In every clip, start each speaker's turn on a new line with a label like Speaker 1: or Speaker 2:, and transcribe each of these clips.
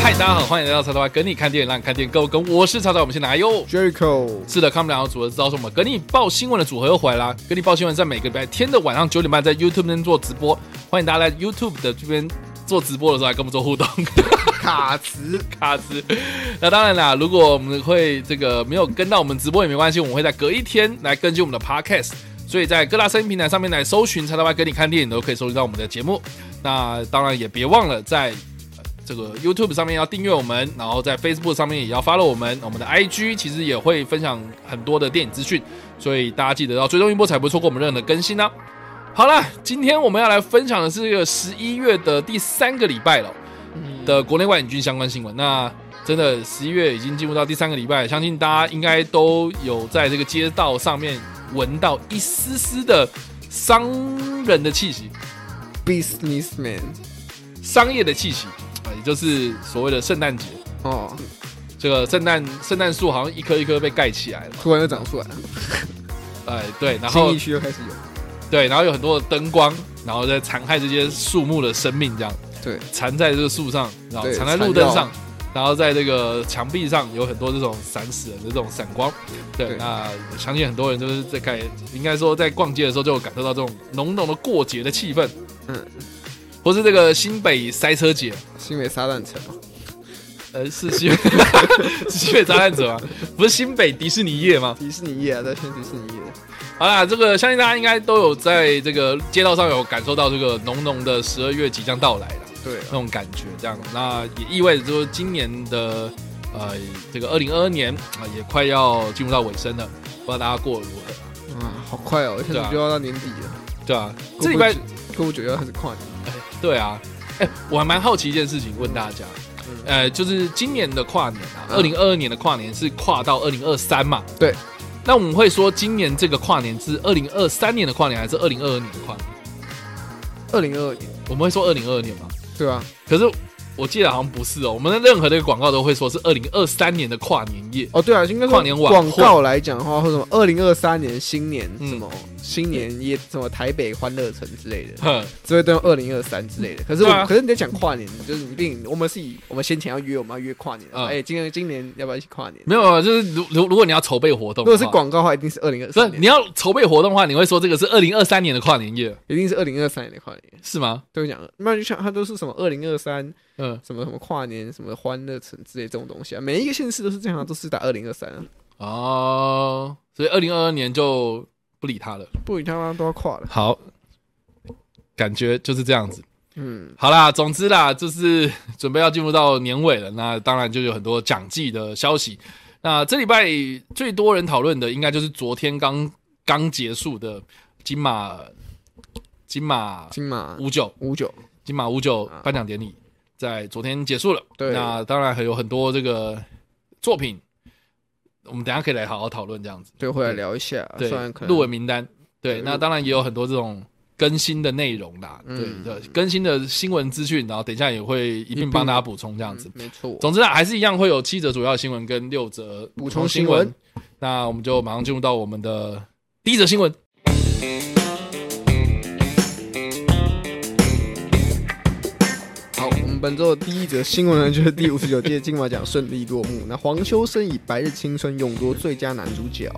Speaker 1: 嗨，大家好，欢迎来到叉叉 Y 跟你看电影，让你看电影更跟。我是叉叉，我们是哪哟？
Speaker 2: Jericho，
Speaker 1: 是的，看我们两个组合知道什么？跟你报新闻的组合又回来啦！跟你报新闻在每个礼拜天的晚上九点半在 YouTube 那边做直播，欢迎大家来 YouTube 的这边做直播的时候来跟我们做互动。
Speaker 2: 卡兹，
Speaker 1: 卡兹。那当然啦，如果我们会这个没有跟到我们直播也没关系，我们会在隔一天来更新我们的 podcast。所以在各大声音平台上面来搜寻“叉叉 Y 跟你看电影”，都可以收集到我们的节目。那当然也别忘了在呃这个 YouTube 上面要订阅我们，然后在 Facebook 上面也要 follow 我们。我们的 IG 其实也会分享很多的电影资讯，所以大家记得要追踪一波，才不会错过我们任何的更新呢、好了，今天我们要来分享的是这个十一月的第三个礼拜了。的国内外影剧相关新闻。那真的十一月已经进入到第三个礼拜，相信大家应该都有在这个街道上面闻到一丝丝的商人的气息、
Speaker 2: businessman，
Speaker 1: 商业的气息，啊，也就是所谓的圣诞节。
Speaker 2: 哦，
Speaker 1: 这个圣诞圣诞树好像一棵一棵被盖起来了，
Speaker 2: 突然就长出来了，
Speaker 1: 哎，对，然后
Speaker 2: 新一区又开始有，
Speaker 1: 对，然后有很多的灯光，然后在残害这些树木的生命，这样
Speaker 2: 对，
Speaker 1: 缠在这个树上，然后
Speaker 2: 对
Speaker 1: 缠在路灯上，然后在这个墙壁上有很多这种闪死人的这种闪光。对，
Speaker 2: 对
Speaker 1: 那相信很多人就是在感，应该说在逛街的时候就有感受到这种浓浓的过节的气氛。嗯
Speaker 2: 嗯，
Speaker 1: 或是这个新北塞车节，
Speaker 2: 新北撒旦城嘛，
Speaker 1: 呃，是新 是新北炸弹者吗？不是新北迪士尼夜吗？
Speaker 2: 迪士尼业啊，在宣迪士尼业，
Speaker 1: 好啦，这个相信大家应该都有在这个街道上有感受到这个浓浓的十二月即将到来了。
Speaker 2: 对啊
Speaker 1: 那，种感觉，这样，那也意味着说今年的呃这个二零二二年啊、也快要进入到尾声了，不知道大家过得如何，
Speaker 2: 啊，好快哦，一下
Speaker 1: 对啊
Speaker 2: 子就要到年底了，
Speaker 1: 对啊，
Speaker 2: 过
Speaker 1: 这礼
Speaker 2: 不
Speaker 1: 拜
Speaker 2: 久过不久又要开始跨年，
Speaker 1: 哎对啊，哎、我还蛮好奇一件事情，问大家，
Speaker 2: 嗯
Speaker 1: 呃，就是今年的跨年啊，二
Speaker 2: 嗯
Speaker 1: 零二二年的跨年是跨到二零二三嘛？
Speaker 2: 对。
Speaker 1: 那我们会说今年这个跨年是二零二三年的跨年，还是二零二二年的跨年？
Speaker 2: 二零二二年，
Speaker 1: 我们会说二零二二年吗？
Speaker 2: 对啊，
Speaker 1: 可是我记得好像不是哦，我们的任何的广告都会说是二零二三年的跨年夜。
Speaker 2: 哦对啊，应该说
Speaker 1: 跨年晚
Speaker 2: 广
Speaker 1: 会
Speaker 2: 告来讲的话，或者什么二零二三年新年
Speaker 1: 嗯
Speaker 2: 什么新年夜什么台北欢乐城之类的，
Speaker 1: 哼，
Speaker 2: 只会都用二零二三之类的。可是我
Speaker 1: 对啊
Speaker 2: 可是你在讲跨年，就是你定我们是以我们先前要约，我们要约跨年，
Speaker 1: 嗯
Speaker 2: 哎，今年今年要不要一起跨年？
Speaker 1: 没有，没有，就是如如如果你要筹备活动
Speaker 2: 如
Speaker 1: 的话，
Speaker 2: 果是广告的话，一定是二零二
Speaker 1: 不是
Speaker 2: 三年，
Speaker 1: 你要筹备活动的话，你会说这个是二零二三年的跨年夜
Speaker 2: 一定是二零二三年的跨年。
Speaker 1: 是吗？
Speaker 2: 都讲了，那就像它都是什么二零二三
Speaker 1: 嗯，
Speaker 2: 什么什么跨年什么欢乐城之类这种东西啊，每一个县市都是这样啊，都是打二零二三啊，
Speaker 1: 哦，所以二零二二年就不啊理他了。
Speaker 2: 不理他妈都要跨了。
Speaker 1: 好，感觉就是这样子。
Speaker 2: 嗯，
Speaker 1: 好啦，总之啦，就是 准备要进入到年尾了，那当然就有很多奖季的消息。那这礼拜最多人讨论的，应该就是昨天刚刚结束的金马金马
Speaker 2: 金马
Speaker 1: 五九
Speaker 2: 五九，
Speaker 1: 金马五九
Speaker 2: 啊
Speaker 1: 颁奖典礼在昨天结束了。
Speaker 2: 对
Speaker 1: 那当然还有很多这个作品，我们等一下可以来好好讨论这样子。
Speaker 2: 对，回来聊一下，啊
Speaker 1: 对
Speaker 2: 虽然可，能
Speaker 1: 入围名单，对，
Speaker 2: 对
Speaker 1: 那当然也有很多这种更新的内容啦，
Speaker 2: 嗯
Speaker 1: 对，就更新的新闻资讯，然后等一下也会一并帮大家补充这样子
Speaker 2: 嗯。没错，
Speaker 1: 总之啊，还是一样会有七则主要新闻跟六则
Speaker 2: 补充新
Speaker 1: 闻
Speaker 2: 闻。
Speaker 1: 那我们就马上进入到我们的第一则新闻。
Speaker 2: 好，我们本周的第一则新闻呢，就是第五十九届金马奖顺利落幕。那黄秋生以《白日青春》勇夺最佳男主角。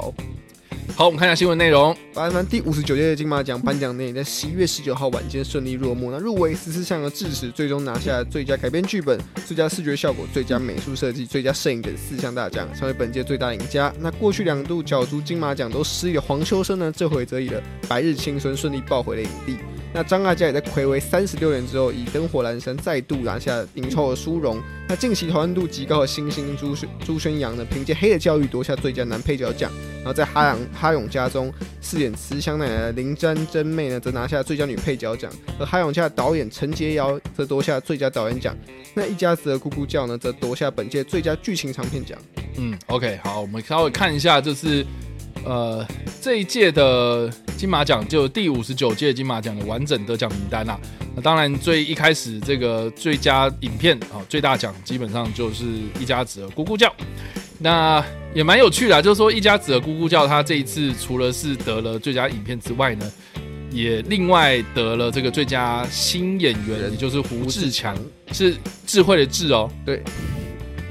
Speaker 1: 好，我们看一下新闻内容。
Speaker 2: 八月份第五十九届金马奖颁奖典礼在十一月十九号晚间顺利落幕。那入围十四项的致辞，最终拿下最佳改编剧本、最佳视觉效果、最佳美术设计、最佳摄影等四项大奖，成为本届最大赢家。那过去两度角逐金马奖都失利的黄秋生呢，这回则以了《白日青春》顺利抱回了影帝。那张艾嘉也在暌违三十六年之后，以《灯火阑珊》再度拿下影后的殊荣。那近期讨论度极高的新星朱宣朱宣阳呢，凭借《黑的教育》夺下最佳男配角奖，然后在哈阳哈勇家中饰演慈祥奶奶的林詹真妹呢，则拿下最佳女配角奖；而哈永家的导演陈洁瑶则夺下最佳导演奖。那一家子的咕咕叫呢，则夺下本届最佳剧情长片奖。
Speaker 1: 嗯，OK，好，我们稍微看一下，就是呃这一届的金马奖，就第五十九届金马奖的完整得奖名单啦、那当然，最一开始这个最佳影片啊、最大奖基本上就是一家子的咕咕叫。那也蛮有趣的啊、就是说一家子的咕咕叫，他这一次除了是得了最佳影片之外呢，也另外得了这个最佳新演员，
Speaker 2: 人
Speaker 1: 也就是胡志强
Speaker 2: 强，
Speaker 1: 是智慧的智哦，
Speaker 2: 对，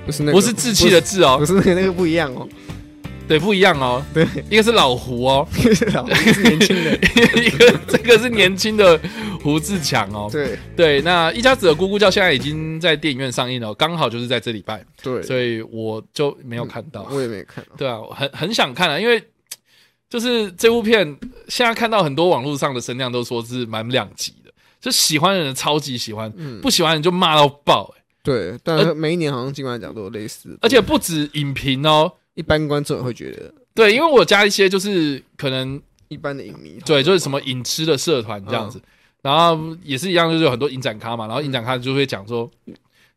Speaker 2: 不是那个，
Speaker 1: 不是志气的志哦
Speaker 2: 不，是，不是那个那个不一样哦，
Speaker 1: 对，不一样哦，
Speaker 2: 对，
Speaker 1: 一个是老胡哦，
Speaker 2: 老胡是年轻的，
Speaker 1: 一个这个是年轻的胡志强哦，
Speaker 2: 对
Speaker 1: 对，那一家子的咕咕叫现在已经在电影院上映了，哦刚好就是在这礼拜，
Speaker 2: 对，
Speaker 1: 所以我就没有看到，
Speaker 2: 我也没看哦，
Speaker 1: 对啊，我很很想看啊，因为就是这部片现在看到很多网络上的声量都说是蛮两极的，就喜欢的人超级喜欢，
Speaker 2: 嗯，
Speaker 1: 不喜欢的人就骂到爆、欸
Speaker 2: 对，但是每一年好像金马奖都有类似的，
Speaker 1: 而且不止影评哦，
Speaker 2: 一般观众也会觉得
Speaker 1: 对，因为我加一些就是可能
Speaker 2: 一般的影迷，
Speaker 1: 对，就是什么影痴的社团这
Speaker 2: 嗯
Speaker 1: 样子，然后也是一样，就是有很多影展咖嘛，然后影展咖就会讲说。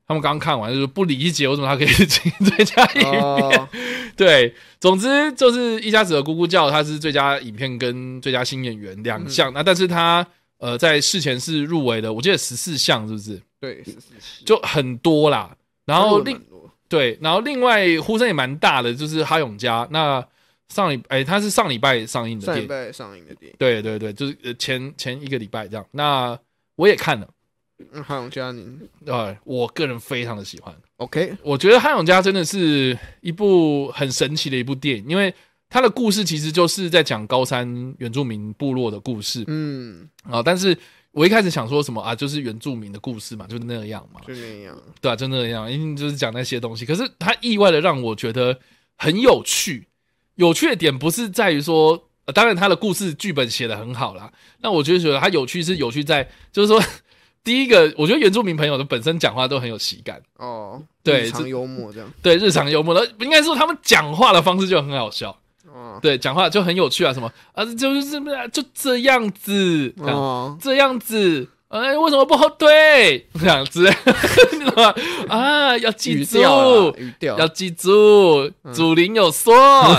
Speaker 1: 他们刚看完就是不理解为什么他可以 进最佳影片
Speaker 2: 哦，
Speaker 1: 对，总之就是一家子的咕咕叫，它是最佳影片跟最佳新演员两项。
Speaker 2: 嗯
Speaker 1: 那但是它呃在事前是入围的，我记得十四项是不是？
Speaker 2: 对，是是是
Speaker 1: 就很多啦。然后另
Speaker 2: 蛮多
Speaker 1: 对，然后另外呼声也蛮大的，就是哈永家。那上礼哎，他是上礼拜上映的
Speaker 2: 上
Speaker 1: 电
Speaker 2: 礼
Speaker 1: 影，
Speaker 2: 拜上映的电影，
Speaker 1: 对对对，就是呃前前一个礼拜这样。那我也看了，
Speaker 2: 嗯，还有嘉宁
Speaker 1: 呃，我个人非常的喜欢。
Speaker 2: ，OK，
Speaker 1: 我觉得《汉永家》真的是一部很神奇的一部电影，因为它的故事其实就是在讲高山原住民部落的故事
Speaker 2: 嗯，
Speaker 1: 啊、但是我一开始想说什么啊，就是原住民的故事嘛，就那样嘛，
Speaker 2: 就那样，
Speaker 1: 对啊，就那样，一定就是讲那些东西。可是它意外的让我觉得很有趣，有趣的点不是在于说。呃当然，它的故事剧本写的很好啦。那我就觉得它有趣是有趣在，就是说，第一个，我觉得原住民朋友的本身讲话都很有喜感，
Speaker 2: 哦，
Speaker 1: 对
Speaker 2: 日常
Speaker 1: 这
Speaker 2: 幽默这样，
Speaker 1: 对日常幽默的，应该说他们讲话的方式就很好笑，
Speaker 2: 哦，
Speaker 1: 对，讲话就很有趣啊，什么啊，就是这么就这样子，这样
Speaker 2: 哦，
Speaker 1: 这样子，哎，为什么不后退？这样子， 你懂吗？啊，要记
Speaker 2: 语
Speaker 1: 住，
Speaker 2: 调啊啦，语调
Speaker 1: 要，记住，
Speaker 2: 嗯
Speaker 1: 祖林有 说、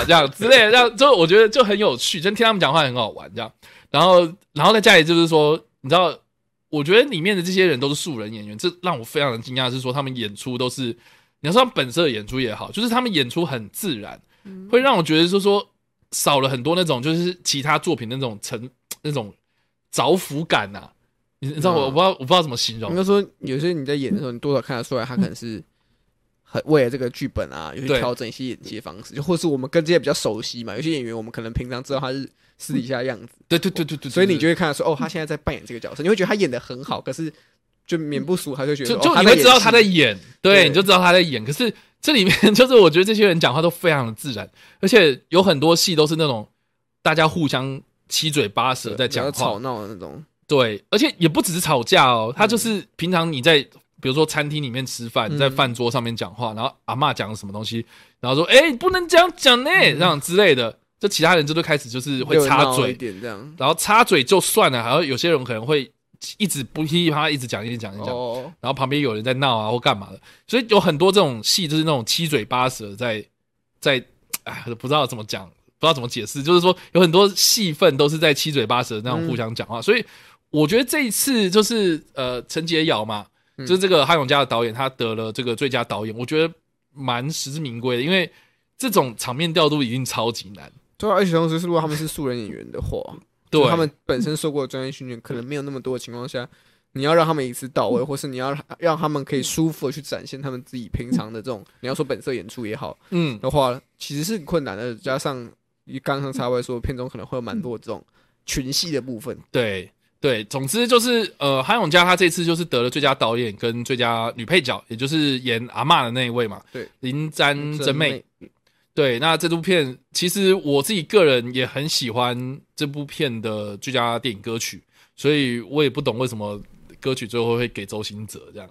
Speaker 1: 这样之类的，这样就我觉得就很有趣，就听他们讲话很好玩这样。然后，然后在家里就是说，你知道，我觉得里面的这些人都是素人演员，这让我非常的惊讶，是说他们演出都是，你要说他们本色演出也好，就是他们演出很自然，
Speaker 2: 嗯
Speaker 1: 会让我觉得说说少了很多那种就是其他作品那种沉那种着服感呐、你你知道我我
Speaker 2: 嗯
Speaker 1: 不知道我不知道怎么形容
Speaker 2: 应，该说有些你在演的时候，你多少看得出来，他可能是很为了这个剧本啊，有
Speaker 1: 嗯对
Speaker 2: 些调整一些演技的方式，就或是我们跟这些比较熟悉嘛，有些演员我们可能平常知道他是私底下的样子，
Speaker 1: 对对对对对，
Speaker 2: 所以你
Speaker 1: 对
Speaker 2: 就会看得出哦，他现在在扮演这个角色，你会觉得他演的很好，可是就免不俗，他就觉得
Speaker 1: 就
Speaker 2: 哦
Speaker 1: 就
Speaker 2: 他
Speaker 1: 你
Speaker 2: 在
Speaker 1: 会
Speaker 2: 演
Speaker 1: 知道他在
Speaker 2: 戏
Speaker 1: 演，对，
Speaker 2: 对
Speaker 1: 你就知道他在演。可是这里面 就是我觉得这些人讲话都非常的自然，而且有很多戏都是那种大家互相七嘴八舌在
Speaker 2: 对比较
Speaker 1: 讲
Speaker 2: 吵嗯
Speaker 1: 话，
Speaker 2: 闹的那种，
Speaker 1: 对，而且也不只是吵架哦，他就是平常你在。比如说餐厅里面吃饭，
Speaker 2: 嗯
Speaker 1: 在饭桌上面讲话，然后阿嬷讲了什么东西，然后说：“哎、你不能这样讲呢、这样之类的。”就其他人就都开始就是会
Speaker 2: 嗯热
Speaker 1: 插
Speaker 2: 闹
Speaker 1: 嘴
Speaker 2: 一，点这样。
Speaker 1: 然后插嘴就算了，还有有些人可能会一直不噼里啪啦一直讲，一直讲，一直讲。
Speaker 2: 哦，
Speaker 1: 然后旁边有人在闹啊或干嘛的，所以有很多这种戏就是那种七嘴八舌在在，哎，不知道怎么讲，不知道怎么解释，就是说有很多戏份都是在七嘴八舌那样互相讲话，
Speaker 2: 嗯
Speaker 1: 所以我觉得这一次就是呃陈洁瑶嘛，
Speaker 2: 嗯
Speaker 1: 就是这个哈永家的导演，他得了这个最佳导演，我觉得蛮实至名归的，因为这种场面调度一定超级难，
Speaker 2: 对啊，而且同时，是如果他们是素人演员的话，
Speaker 1: 对
Speaker 2: 就，他们本身受过的专业训练，可能没有那么多的情况下，你要让他们一次 到位，或是你要让他们可以舒服的去展现他们自己平常的这种，你要说本色演出也好
Speaker 1: 嗯，
Speaker 2: 的话，其实是很困难的。加上一刚刚插外说，片中可能会有蛮多这种群戏的部分，
Speaker 1: 对对，总之就是呃，韩永佳他这次就是得了最佳导演跟最佳女配角，也就是演阿嬷的那一位嘛，
Speaker 2: 对，
Speaker 1: 林詹真妹。
Speaker 2: 妹
Speaker 1: 对，那这部片其实我自己个人也很喜欢这部片的最佳电影歌曲，所以我也不懂为什么歌曲最后会给周兴哲这样。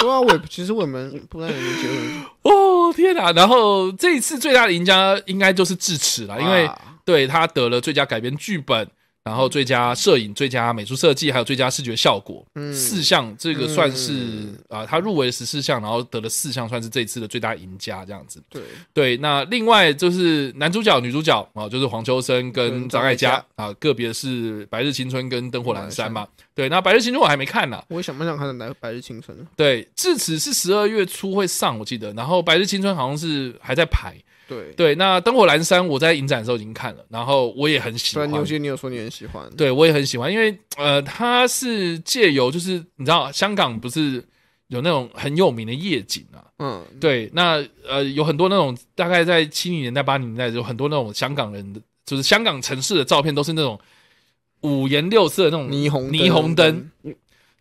Speaker 2: 对啊，我也其实我们不太能理解为什么，
Speaker 1: 哦天哪！然后这一次最大的赢家应该就是智齿了，因为
Speaker 2: 哇
Speaker 1: 对他得了最佳改编剧本，然后最佳摄影、最佳美术设计，还有最佳视觉效果、
Speaker 2: 嗯
Speaker 1: 四项，这个算是
Speaker 2: 嗯
Speaker 1: 啊、他入围十四项，然后得了四项，算是这一次的最大赢家这样子。
Speaker 2: 对
Speaker 1: 对，那另外就是男主角、女主角啊、就是黄秋生跟
Speaker 2: 跟
Speaker 1: 张
Speaker 2: 张
Speaker 1: 艾
Speaker 2: 艾嘉嗯
Speaker 1: 嘉啊，个别是《白日青春》跟《灯火阑珊》嘛。对，那《白日青春》我还没看呢、
Speaker 2: 我也想不想看《的《白日青春》呢？
Speaker 1: 对，至此是十二月初会上，我记得。然后《白日青春》好像是还在排，
Speaker 2: 对，
Speaker 1: 对，那《灯火阑珊》我在影展的时候已经看了，然后我也很喜
Speaker 2: 虽
Speaker 1: 欢
Speaker 2: 然。牛姐你有说你很喜欢，
Speaker 1: 对，我也很喜欢，因为呃，它是借由就是你知道，香港不是有那种很有名的夜景啊，
Speaker 2: 嗯，
Speaker 1: 对，那呃有很多那种大概在七零年代、八零年代有很多那种香港人的，就是香港城市的照片都是那种五颜六色的那种
Speaker 2: 霓虹
Speaker 1: 霓虹灯，。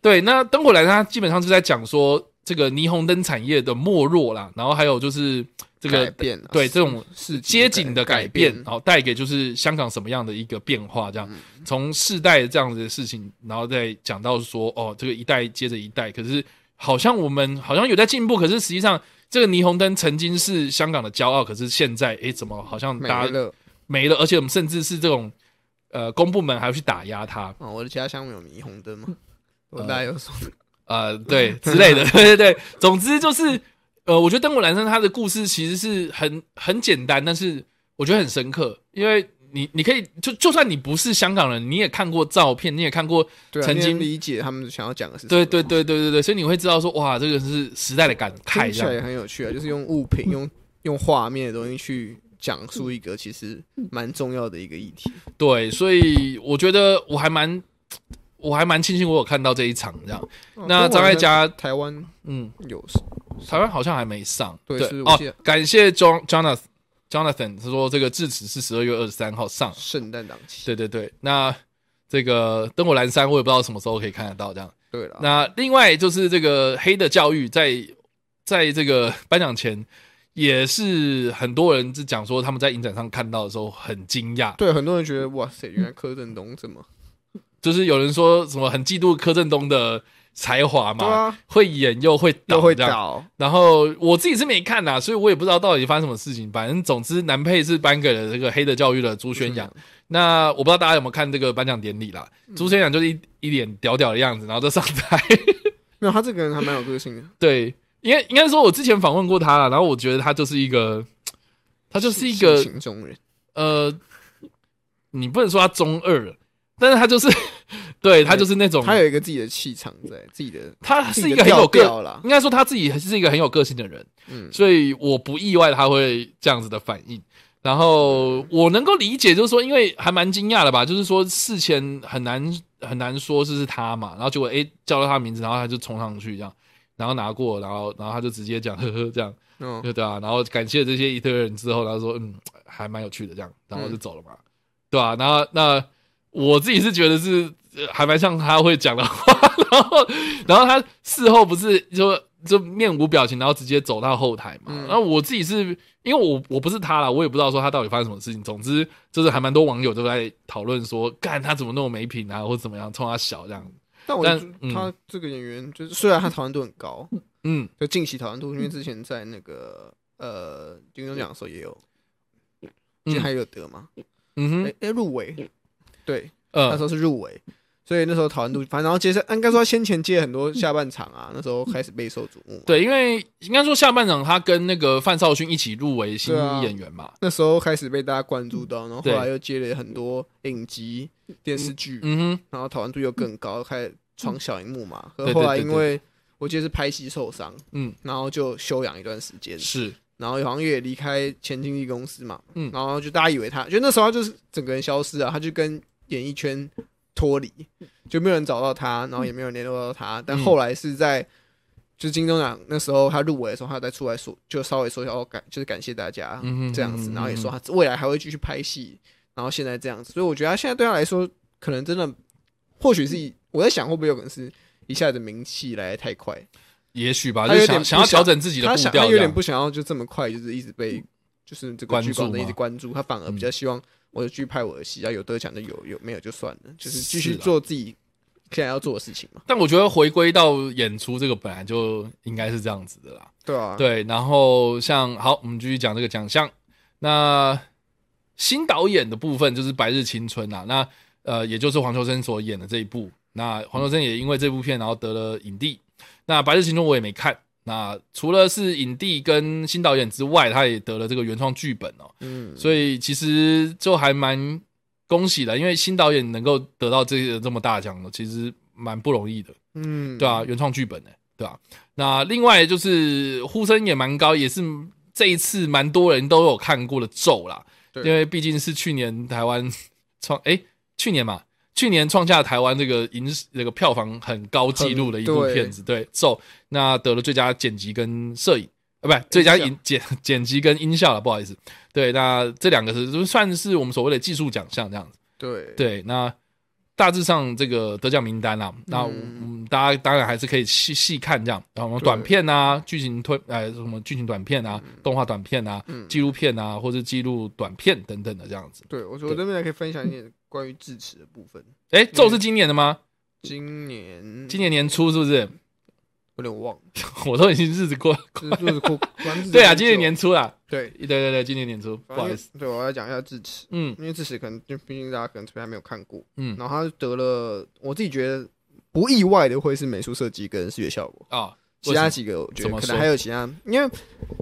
Speaker 1: 对，那灯火阑珊它基本上是在讲说这个霓虹灯产业的没落啦，然后还有就是这
Speaker 2: 改
Speaker 1: 个
Speaker 2: 变啊
Speaker 1: 对这种
Speaker 2: 是
Speaker 1: 街景的改变，然后带给就是香港什么样的一个变化，这样从世代这样子的事情，然后再讲到说哦，这个一代接着一代，可是好像我们好像有在进步，可是实际上这个霓虹灯曾经是香港的骄傲，可是现在诶，怎么好像
Speaker 2: 没
Speaker 1: 大家
Speaker 2: 了
Speaker 1: 没了，而且我们甚至是这种呃公部门还要去打压它，
Speaker 2: 啊！我的家乡有霓虹灯 吗？我大概有说，
Speaker 1: 呃，对之类的，对对对，总之就是，呃，我觉得《灯火阑珊》它的故事其实是很很简单，但是我觉得很深刻，因为你你可以就就算你不是香港人，你也看过照片，你也看过，
Speaker 2: 对啊，
Speaker 1: 曾
Speaker 2: 你能
Speaker 1: 经
Speaker 2: 理解他们想要讲的是什么
Speaker 1: 对对对对对对，所以你会知道说，哇，这个是时代的感慨这
Speaker 2: 听起
Speaker 1: 样
Speaker 2: 来也很有趣啊，就是用物品、用用画面的东西去讲述一个其实蛮重要的一个议题。
Speaker 1: 对，所以我觉得我还蛮我还蛮庆幸我有看到这一场这样。嗯
Speaker 2: 哦
Speaker 1: 那张艾嘉，
Speaker 2: 台湾
Speaker 1: 嗯，
Speaker 2: 有
Speaker 1: 台湾好像还没上，
Speaker 2: 对是我
Speaker 1: 哦
Speaker 2: 记得，
Speaker 1: 感谢 John Jonathan Jonathan 是说这个至此是十二月二十三号上。
Speaker 2: 圣诞档期，
Speaker 1: 对对对，那这个《灯火阑珊》我也不知道什么时候可以看得到这样。
Speaker 2: 对了，
Speaker 1: 那另外就是这个《黑的教育在》在这个颁奖前，也是很多人是讲说他们在影展上看到的时候很惊讶，
Speaker 2: 对很多人觉得哇塞，原来柯震东这么
Speaker 1: 就是有人说什么很嫉妒柯震东的才华
Speaker 2: 对
Speaker 1: 嘛，
Speaker 2: 啊，
Speaker 1: 会演又会导
Speaker 2: 又会
Speaker 1: 这样。
Speaker 2: 倒，
Speaker 1: 然后我自己是没看呐、所以我也不知道到底发生什么事情。反正总之，男配是颁给了这个《黑的教育》的朱宣阳。嗯那我不知道大家有没有看这个颁奖典礼啦？朱宣阳就是一一脸屌屌的样子，然后就上台。
Speaker 2: 没有他这个人还蛮有个性的，
Speaker 1: 对，应该应该说，我之前访问过他了，然后我觉得他就是一个，他就是一
Speaker 2: 性
Speaker 1: 个
Speaker 2: 情中人，
Speaker 1: 呃，你不能说他中二，但是他就是， 对他就是那种，
Speaker 2: 他有一个自己的气场在，自己的
Speaker 1: 他
Speaker 2: 自
Speaker 1: 是
Speaker 2: 己
Speaker 1: 一
Speaker 2: 的
Speaker 1: 个很有
Speaker 2: 调
Speaker 1: 个
Speaker 2: 调啦。
Speaker 1: 应该说他自己是一个很有个性的人，
Speaker 2: 啊嗯
Speaker 1: 所以我不意外他会这样子的反应。然后我能够理解，就是说，因为还蛮惊讶的吧，就是说事前很难很难说这是他嘛，然后结果诶叫到他名字，然后他就冲上去这样，然后拿过，然后然后他就直接讲呵呵这样，
Speaker 2: 嗯，
Speaker 1: 对对啊，然后感谢这些一堆人之后，他说嗯还蛮有趣的这样，然后就走了嘛，
Speaker 2: 嗯
Speaker 1: 对啊，然后那我自己是觉得是呃还蛮像他会讲的话， 然后然后他事后不是就就面无表情，然后直接走到后台嘛，
Speaker 2: 嗯
Speaker 1: 那我自己是因为我我不是他啦，我也不知道说他到底发生什么事情，总之就是还蛮多网友都在讨论说，干他怎么那么没品啊，或怎么样冲他小这样，
Speaker 2: 但我
Speaker 1: 但
Speaker 2: 觉得
Speaker 1: 嗯
Speaker 2: 他这个演员就是虽然他讨论度很高，
Speaker 1: 嗯，
Speaker 2: 就近期讨论度，因为之前在那个呃金钟奖的时候也有，
Speaker 1: 嗯
Speaker 2: 之前还有得嘛，
Speaker 1: 嗯哼
Speaker 2: 哎、，诶入围，对，
Speaker 1: 嗯、
Speaker 2: 那时候是入围，所以那时候讨论度，反正然后接下应该说他先前接很多下半场
Speaker 1: 嗯
Speaker 2: 啊，那时候开始备受瞩目。，
Speaker 1: 对，因为应该说下半场他跟那个范少勋一起入围新
Speaker 2: 对啊
Speaker 1: 演员嘛，
Speaker 2: 那时候开始被大家关注到，然后后
Speaker 1: 嗯对
Speaker 2: 来又接了很多影集、电视剧，
Speaker 1: 嗯哼，
Speaker 2: 然后讨论度又更
Speaker 1: 嗯
Speaker 2: 高，开始闯小荧幕嘛。可
Speaker 1: 对对
Speaker 2: 是后来
Speaker 1: 对
Speaker 2: 因
Speaker 1: 对
Speaker 2: 为我记得是拍戏受伤，
Speaker 1: 嗯，
Speaker 2: 然后就休养一段时间，
Speaker 1: 是，
Speaker 2: 然后好像也离开前经纪公司嘛，
Speaker 1: 嗯
Speaker 2: 然后就大家以为他，就那时候他就是整个人消失啊，他就跟演艺圈脱离，
Speaker 1: 嗯
Speaker 2: 就没有人找到他，然后也没有人联络到他，但后来是在就是金钟奖那时候他入围的时候，他再出来说，就稍微说一下哦感，就是感谢大家
Speaker 1: 嗯哼
Speaker 2: 这样子
Speaker 1: 嗯，哼
Speaker 2: 然后也说他未来还会继续拍戏，然后现在这样子，所以我觉得他现在对他来说，可能真的或许是以我在想会不会有可能是一下子名气来得太快，
Speaker 1: 也许吧，
Speaker 2: 他
Speaker 1: 就
Speaker 2: 有点
Speaker 1: 想想
Speaker 2: 不
Speaker 1: 要
Speaker 2: 想
Speaker 1: 调整自己的
Speaker 2: 他
Speaker 1: 步
Speaker 2: 想
Speaker 1: 调
Speaker 2: 他
Speaker 1: 这样，
Speaker 2: 有点不想要就这么快，就是一直被就是这个
Speaker 1: 关
Speaker 2: 聚
Speaker 1: 注
Speaker 2: 光灯一直
Speaker 1: 吗嗯
Speaker 2: 关注，他反而比较希望我就继续拍我的戏，要有得奖就有，有没有就算了，就是继
Speaker 1: 是
Speaker 2: 续
Speaker 1: 啊
Speaker 2: 做自己现在要做的事情嘛。
Speaker 1: 但我觉得回归到演出这个本来就应该是这样子的啦。
Speaker 2: 对啊，
Speaker 1: 对，然后像好，我们继续讲这个奖项。那新导演的部分就是《白日青春》啊，那呃，也就是黄秋生所演的这一部。那黄秋生也因为这部片，然后得了影帝。那《白日青春》我也没看。那除了是影帝跟新导演之外，他也得了这个原创剧本哦。
Speaker 2: 嗯，
Speaker 1: 所以其实就还蛮恭喜的，因为新导演能够得到这个这么大奖的，其实蛮不容易的，
Speaker 2: 嗯，
Speaker 1: 欸啊对啊，原创剧本呢、对啊。那另外就是呼声也蛮高，也是这一次蛮多人都有看过的《咒》啦，
Speaker 2: 对
Speaker 1: 因为毕竟是去年台湾创 哎、去年嘛，去年创下台湾这个影这个票房很高纪录的一部
Speaker 2: 很对
Speaker 1: 片子，对《咒》那得了最佳剪辑跟摄影。啊，不，最佳
Speaker 2: 效
Speaker 1: 影剪剪辑跟音效了，不好意思。对，那这两个是就算是我们所谓的技术奖项这样子。
Speaker 2: 对
Speaker 1: 对，那大致上这个得奖名单啦、那我嗯，大家当然还是可以细细看这样，然后
Speaker 2: 对嗯
Speaker 1: 短片啊、剧情推呃什么剧情短片啊、动画短片啊、纪录片啊，或者纪录短片等等的这样子。
Speaker 2: 对，我觉得我这边还可以分享一点关于智齿的部分。
Speaker 1: 哎，咒是今年的吗？
Speaker 2: 今年
Speaker 1: 今年年初是不是？
Speaker 2: 有 点忘了，
Speaker 1: 我都已经日子过，
Speaker 2: 就是就是过关智齿
Speaker 1: 对啊，
Speaker 2: 很久
Speaker 1: 今年年初啦，
Speaker 2: 对，
Speaker 1: 对对对，今年年初，不
Speaker 2: 反正
Speaker 1: 好意思，
Speaker 2: 对我要讲一下智齿，
Speaker 1: 嗯
Speaker 2: 因为智齿可能就毕竟大家可能这边还没有看过，
Speaker 1: 嗯
Speaker 2: 然后他得了，我自己觉得不意外的会是美术设计跟视觉效果，
Speaker 1: 啊，
Speaker 2: 其他几个我
Speaker 1: 怎
Speaker 2: 觉得
Speaker 1: 么
Speaker 2: 可
Speaker 1: 说
Speaker 2: 能还有其他，因为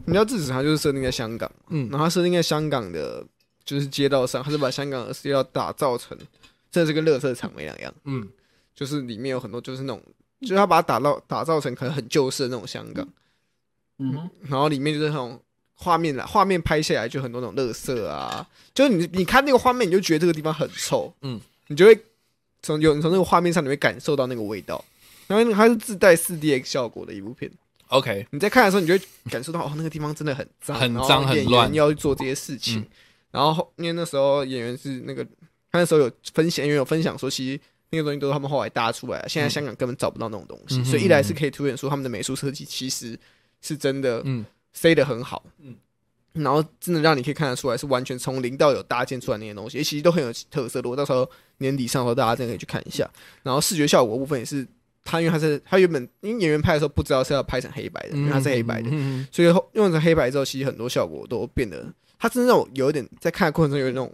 Speaker 2: 你知道智齿它就是设定在香港，
Speaker 1: 嗯
Speaker 2: 然后它设定在香港的，就是街道上，它是把香港的街道打造成真的是跟垃圾场没两样，
Speaker 1: 嗯
Speaker 2: 就是里面有很多就是那种，就是它把它打造打造成可能很旧式的那种香港，
Speaker 3: 嗯，
Speaker 2: 然后里面就是那种画面啦，画面拍下来就很多那种垃圾啊，就是你你看那个画面，你就觉得这个地方很臭，
Speaker 1: 嗯，
Speaker 2: 你就会从有从那个画面上你会感受到那个味道，然后那个它是自带四 D X 效果的一部片，
Speaker 1: ，OK，
Speaker 2: 你在看的时候，你就会感受到哦，那个地方真的很脏，
Speaker 1: 很
Speaker 2: 然后
Speaker 1: 脏很
Speaker 2: 演员
Speaker 1: 乱
Speaker 2: 要去做这些事情。
Speaker 1: 嗯
Speaker 2: 然后后因为那时候演员是那个，他那时候有分享，演员有分享说，其实那个东西都是他们后来搭出来的，现在香港根本找不到那种东西，
Speaker 1: 嗯
Speaker 2: 所以一来是可以凸显出他们的美术设计其实是真的
Speaker 1: 嗯
Speaker 2: 塞的很好，
Speaker 1: 嗯
Speaker 2: 然后真的让你可以看得出来是完全从零到有搭建出来那些东西，也其实都很有特色。如果到时候年底上的时候，大家真的可以去看一下。然后视觉效果部分也是。他因为他是他原本因为演员拍的时候不知道是要拍成黑白的，因为他是黑白的，
Speaker 1: 嗯
Speaker 2: 所以后用成黑白之后，其实很多效果都变得，它真的那种有一点在看的过程中有那种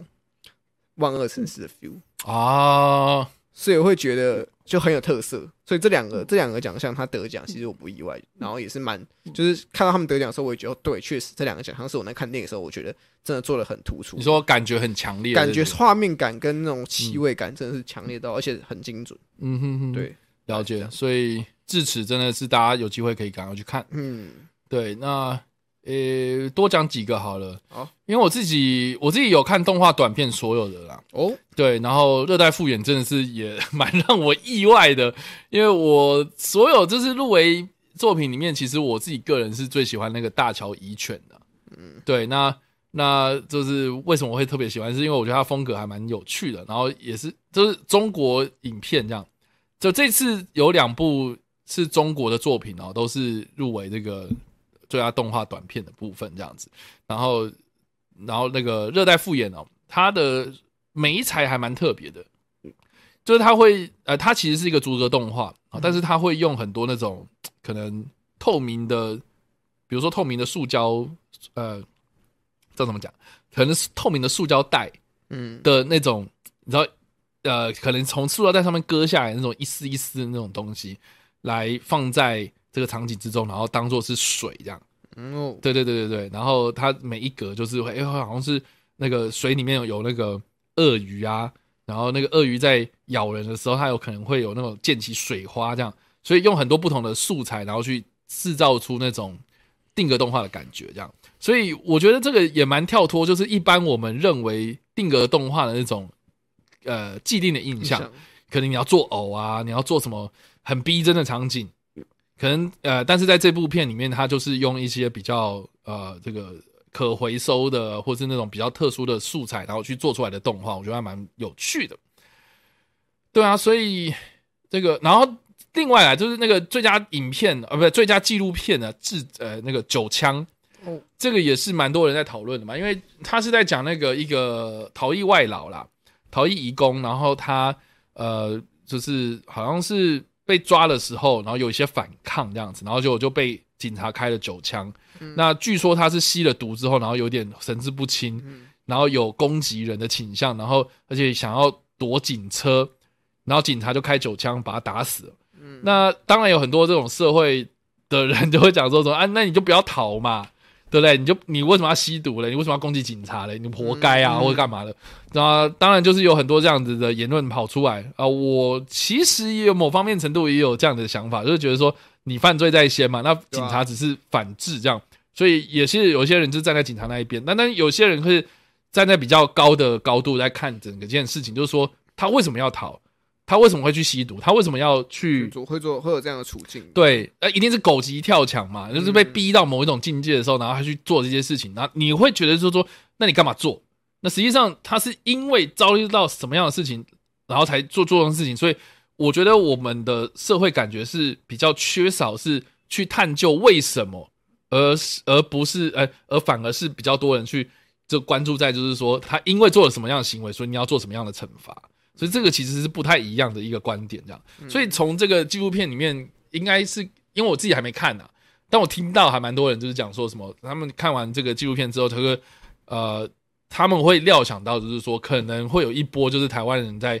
Speaker 2: 万恶城市的 feel，
Speaker 1: 啊，
Speaker 2: 所以我会觉得就很有特色。所以这两个这两个奖项他得奖，其实我不意外，然后也是蛮
Speaker 1: 嗯
Speaker 2: 就是看到他们得奖的时候，我也觉得哦对，确实这两个奖项是我在看电影的时候，我觉得真的做的很突出
Speaker 1: 你，说感觉很强烈，
Speaker 2: 感
Speaker 1: 对
Speaker 2: 觉
Speaker 1: 不对
Speaker 2: 画面感跟那种气味感真的是强烈到，而且很精准。
Speaker 1: 嗯哼哼，
Speaker 2: 对，
Speaker 1: 了解。所以智齿真的是大家有机会可以赶快去看。
Speaker 2: 嗯，
Speaker 1: 对，那呃，多讲几个好了。
Speaker 2: 好，
Speaker 1: 因为我自己我自己有看动画短片所有的啦。
Speaker 2: 哦，
Speaker 1: 对，然后热带复眼真的是也 蛮让我意外的，因为我所有就是入围作品里面，其实我自己个人是最喜欢那个大乔遗犬的。嗯，对，那那就是为什么我会特别喜欢，是因为我觉得它风格还蛮有趣的，然后也是就是中国影片这样。就这次有两部是中国的作品哦，都是入围这个最佳动画短片的部分这样子。然后，然后那个热带复眼哦，它的媒材还蛮特别的，就是它会呃，它其实是一个逐格动画啊，但是它会用很多那种可能透明的，比如说透明的塑胶，呃，这怎么讲？可能是透明的塑胶袋，
Speaker 2: 嗯，
Speaker 1: 的那种，你知道，呃，可能从塑料袋上面割下来那种一丝一丝的那种东西，来放在这个场景之中，然后当做是水这样。
Speaker 2: 然后
Speaker 1: 对对对对对，然后它每一格就是会，哎、好像是那个水里面有有那个鳄鱼啊，然后那个鳄鱼在咬人的时候，它有可能会有那种溅起水花这样，所以用很多不同的素材，然后去制造出那种定格动画的感觉这样。所以我觉得这个也蛮跳脱，就是一般我们认为定格动画的那种呃既定的印象，
Speaker 2: 嗯
Speaker 1: 可能你要做偶啊，你要做什么很逼真的场景，可能呃，但是在这部片里面，它就是用一些比较呃这个可回收的，或是那种比较特殊的素材，然后去做出来的动画，我觉得还蛮有趣的。对啊，所以这个，然后另外啊，就是那个最佳影片啊，不是最佳纪录片呢、啊，制呃那个九枪。
Speaker 2: 哦
Speaker 1: 这个也是蛮多人在讨论的嘛，因为他是在讲那个一个逃逸外劳啦，逃逸移工，然后他呃，就是好像是被抓的时候，然后有一些反抗这样子，然后就就被警察开了九枪。
Speaker 2: 嗯
Speaker 1: 那据说他是吸了毒之后，然后有点神志不清，
Speaker 2: 嗯
Speaker 1: 然后有攻击人的倾向，然后而且想要躲警车，然后警察就开九枪把他打死了。
Speaker 2: 嗯
Speaker 1: 那当然有很多这种社会的人就会讲说说啊，那你就不要逃嘛，对不对？你就你为什么要吸毒嘞？你为什么要攻击警察嘞？你活该啊，
Speaker 2: 嗯嗯
Speaker 1: 或者干嘛的？那当然就是有很多这样子的言论跑出来啊、我其实也有某方面程度也有这样的想法，就是觉得说你犯罪在先嘛，那警察只是反制这样，所以也是有些人就站在警察那一边，那但有些人会站在比较高的高度在看整个件事情，就是说他为什么要逃，他为什么会去吸毒，他为什么要去
Speaker 2: 总会做会有这样的处境，
Speaker 1: 对，那、一定是狗急跳墙嘛，就是被逼到某一种境界的时候，然后他去做这些事情，然后你会觉得就是说，那你干嘛做？那实际上他是因为遭遇到什么样的事情，然后才做做这种事情，所以我觉得我们的社会感觉是比较缺少是去探究为什么，而是而不是呃，而反而是比较多人去就关注在就是说他因为做了什么样的行为，所以你要做什么样的惩罚。所以这个其实是不太一样的一个观点，这样。所以从这个纪录片里面，应该是因为我自己还没看呢、啊但我听到还蛮多人就是讲说什么，他们看完这个纪录片之后，他会呃，他们会料想到就是说可能会有一波就是台湾人在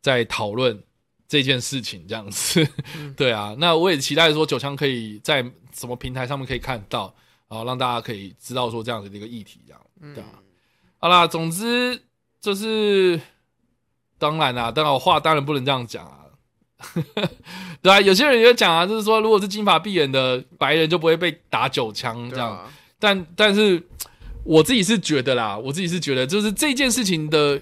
Speaker 1: 在讨论这件事情这样子， 对啊。那我也期待说九枪可以在什么平台上面可以看到，然后让大家可以知道说这样子的一个议题，这样对啊。好啦，总之就是当然啦、当然我话当然不能这样讲啊。 对啊，有些人也讲啊，就是说，如果是金发碧眼的白人，就不会被打九枪这
Speaker 2: 对
Speaker 1: 样。
Speaker 2: 啊，
Speaker 1: 但但是我自己是觉得啦，我自己是觉得，就是这件事情的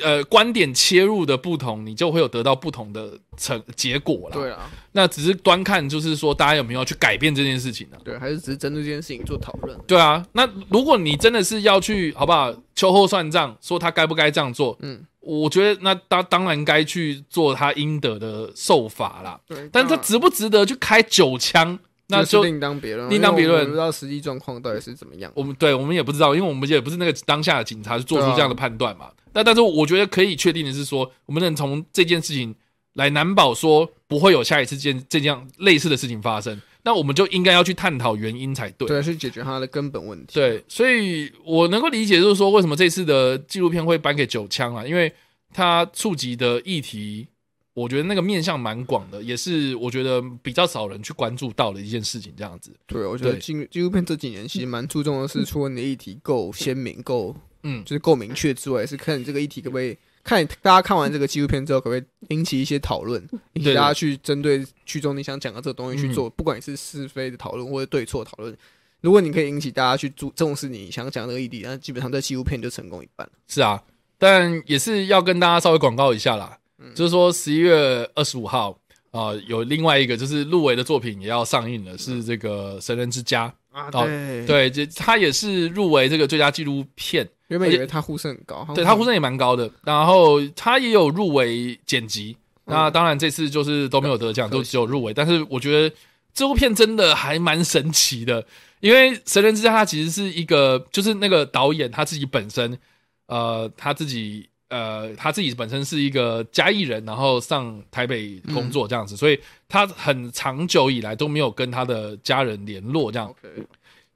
Speaker 1: 呃观点切入的不同，你就会有得到不同的成结果啦。，
Speaker 2: 对啊，
Speaker 1: 那只是端看就是说大家有没有去改变这件事情呢、啊
Speaker 2: 对，啊还是只是针对这件事情做讨论，
Speaker 1: 对啊，那如果你真的是要去好不好秋后算账，说他该不该这样做，
Speaker 2: 嗯，
Speaker 1: 我觉得那当当然该去做他应得的受罚啦。
Speaker 2: 对，啊
Speaker 1: 但是他
Speaker 2: 那
Speaker 1: 值不值得去开九枪，那
Speaker 2: 这是
Speaker 1: 就
Speaker 2: 另当别论，
Speaker 1: 另当别
Speaker 2: 因为我
Speaker 1: 论哦
Speaker 2: 们不知道实际状况到底是怎么样。
Speaker 1: 我们对我们也不知道，因为我们也不是那个当下的警察去做出这样的判断嘛。那但是我觉得可以确定的是说，我们能从这件事情来难保说不会有下一次件这样类似的事情发生，那我们就应该要去探讨原因才对。
Speaker 2: 对，去解决它的根本问题。
Speaker 1: 对，所以我能够理解，就是说为什么这次的纪录片会颁给九枪啊，因为它触及的议题，我觉得那个面向蛮广的，也是我觉得比较少人去关注到的一件事情，这样子。
Speaker 2: 对，我觉得
Speaker 1: 对
Speaker 2: 纪录纪录片这几年其实蛮注重的是，除了你的议题够鲜明、够
Speaker 1: 嗯
Speaker 2: 就是够明确之外，是看你这个议题可不可以看你大家看完这个纪录片之后，可不可以引起一些讨论，引起
Speaker 1: 对
Speaker 2: 大家去针对剧中你想讲的这个东西去
Speaker 1: 嗯
Speaker 2: 做，不管是是非的讨论或者对错讨论。如果你可以引起大家去注重视你想讲这个议题，那基本上这纪录片就成功一半了。
Speaker 1: 是啊，但也是要跟大家稍微广告一下啦，就是说十一月二十五号啊、呃有另外一个就是入围的作品也要上映了，是这个《神人之家
Speaker 2: 啊
Speaker 1: 哦
Speaker 2: 对》，
Speaker 1: 对，这它也是入围这个最佳纪录片，
Speaker 2: 原本以为他呼声很高，
Speaker 1: 对，它呼声也蛮高的，然后它也有入围剪辑，那当然这次就是都没有得奖，
Speaker 2: 可
Speaker 1: 都
Speaker 2: 惜
Speaker 1: 只有入围，但是我觉得这部片真的还蛮神奇的，因为《神人之家》它其实是一个，就是那个导演他自己本身，呃，他自己呃，他自己本身是一个嘉义人，然后上台北工作这样子，所以他很长久以来都没有跟他的家人联络这样，
Speaker 2: OK，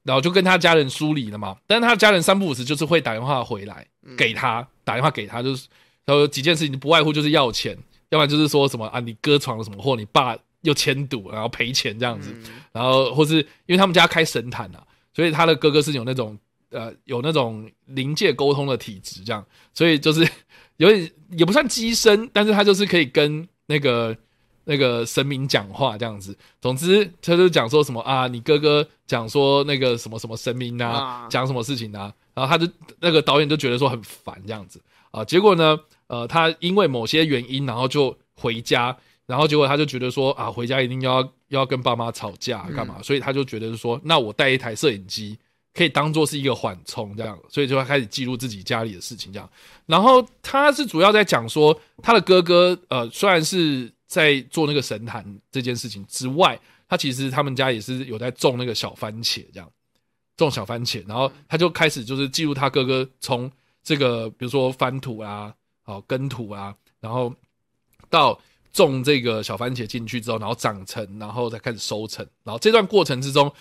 Speaker 1: 然后就跟他家人疏离了嘛。但是他家人三不五时就是会打电话回来给他，打电话给他，就是然后有几件事情不外乎就是要钱，要不然就是说什么啊，你哥闯了什么祸，你爸又添堵，然后赔钱这样子，然后或是因为他们家开神坛啊，所以他的哥哥是有那种呃有那种临界沟通的体质，这样，所以就是有点也不算机身，但是他就是可以跟那个那个神明讲话这样子。总之，他就讲说什么啊，你哥哥讲说那个什么什么神明啊
Speaker 2: 啊，
Speaker 1: 讲什么事情啊，然后他就那个导演就觉得说很烦这样子啊。结果呢，呃，他因为某些原因，然后就回家，然后结果他就觉得说啊，回家一定要要跟爸妈吵架干嘛，所以他就觉得说，那我带一台摄影机。可以当做是一个缓冲，这样，所以就开始记录自己家里的事情，这样。然后他是主要在讲说，他的哥哥呃，虽然是在做那个神坛这件事情之外，他其实他们家也是有在种那个小番茄，这样种小番茄。然后他就开始就是记录他哥哥从这个比如说翻土啊，哦耕土啊，然后到种这个小番茄进去之后，然后长成，然后再开始收成。然后这段过程之中，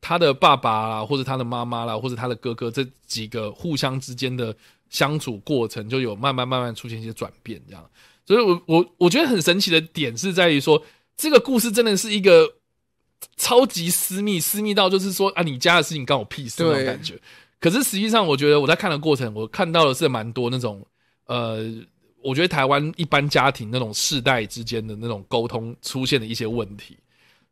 Speaker 1: 他的爸爸啦，或者他的妈妈啦，或者他的哥哥这几个互相之间的相处过程，就有慢慢慢慢出现一些转变，这样。所以我，我我觉得很神奇的点是在于说，这个故事真的是一个嘖超级私密，私密到就是说啊，你家的事情干我屁事那种
Speaker 2: 对
Speaker 1: 感觉。可是实际上，我觉得我在看的过程，我看到的是蛮多那种呃，我觉得台湾一般家庭那种世代之间的那种沟通出现的一些问题，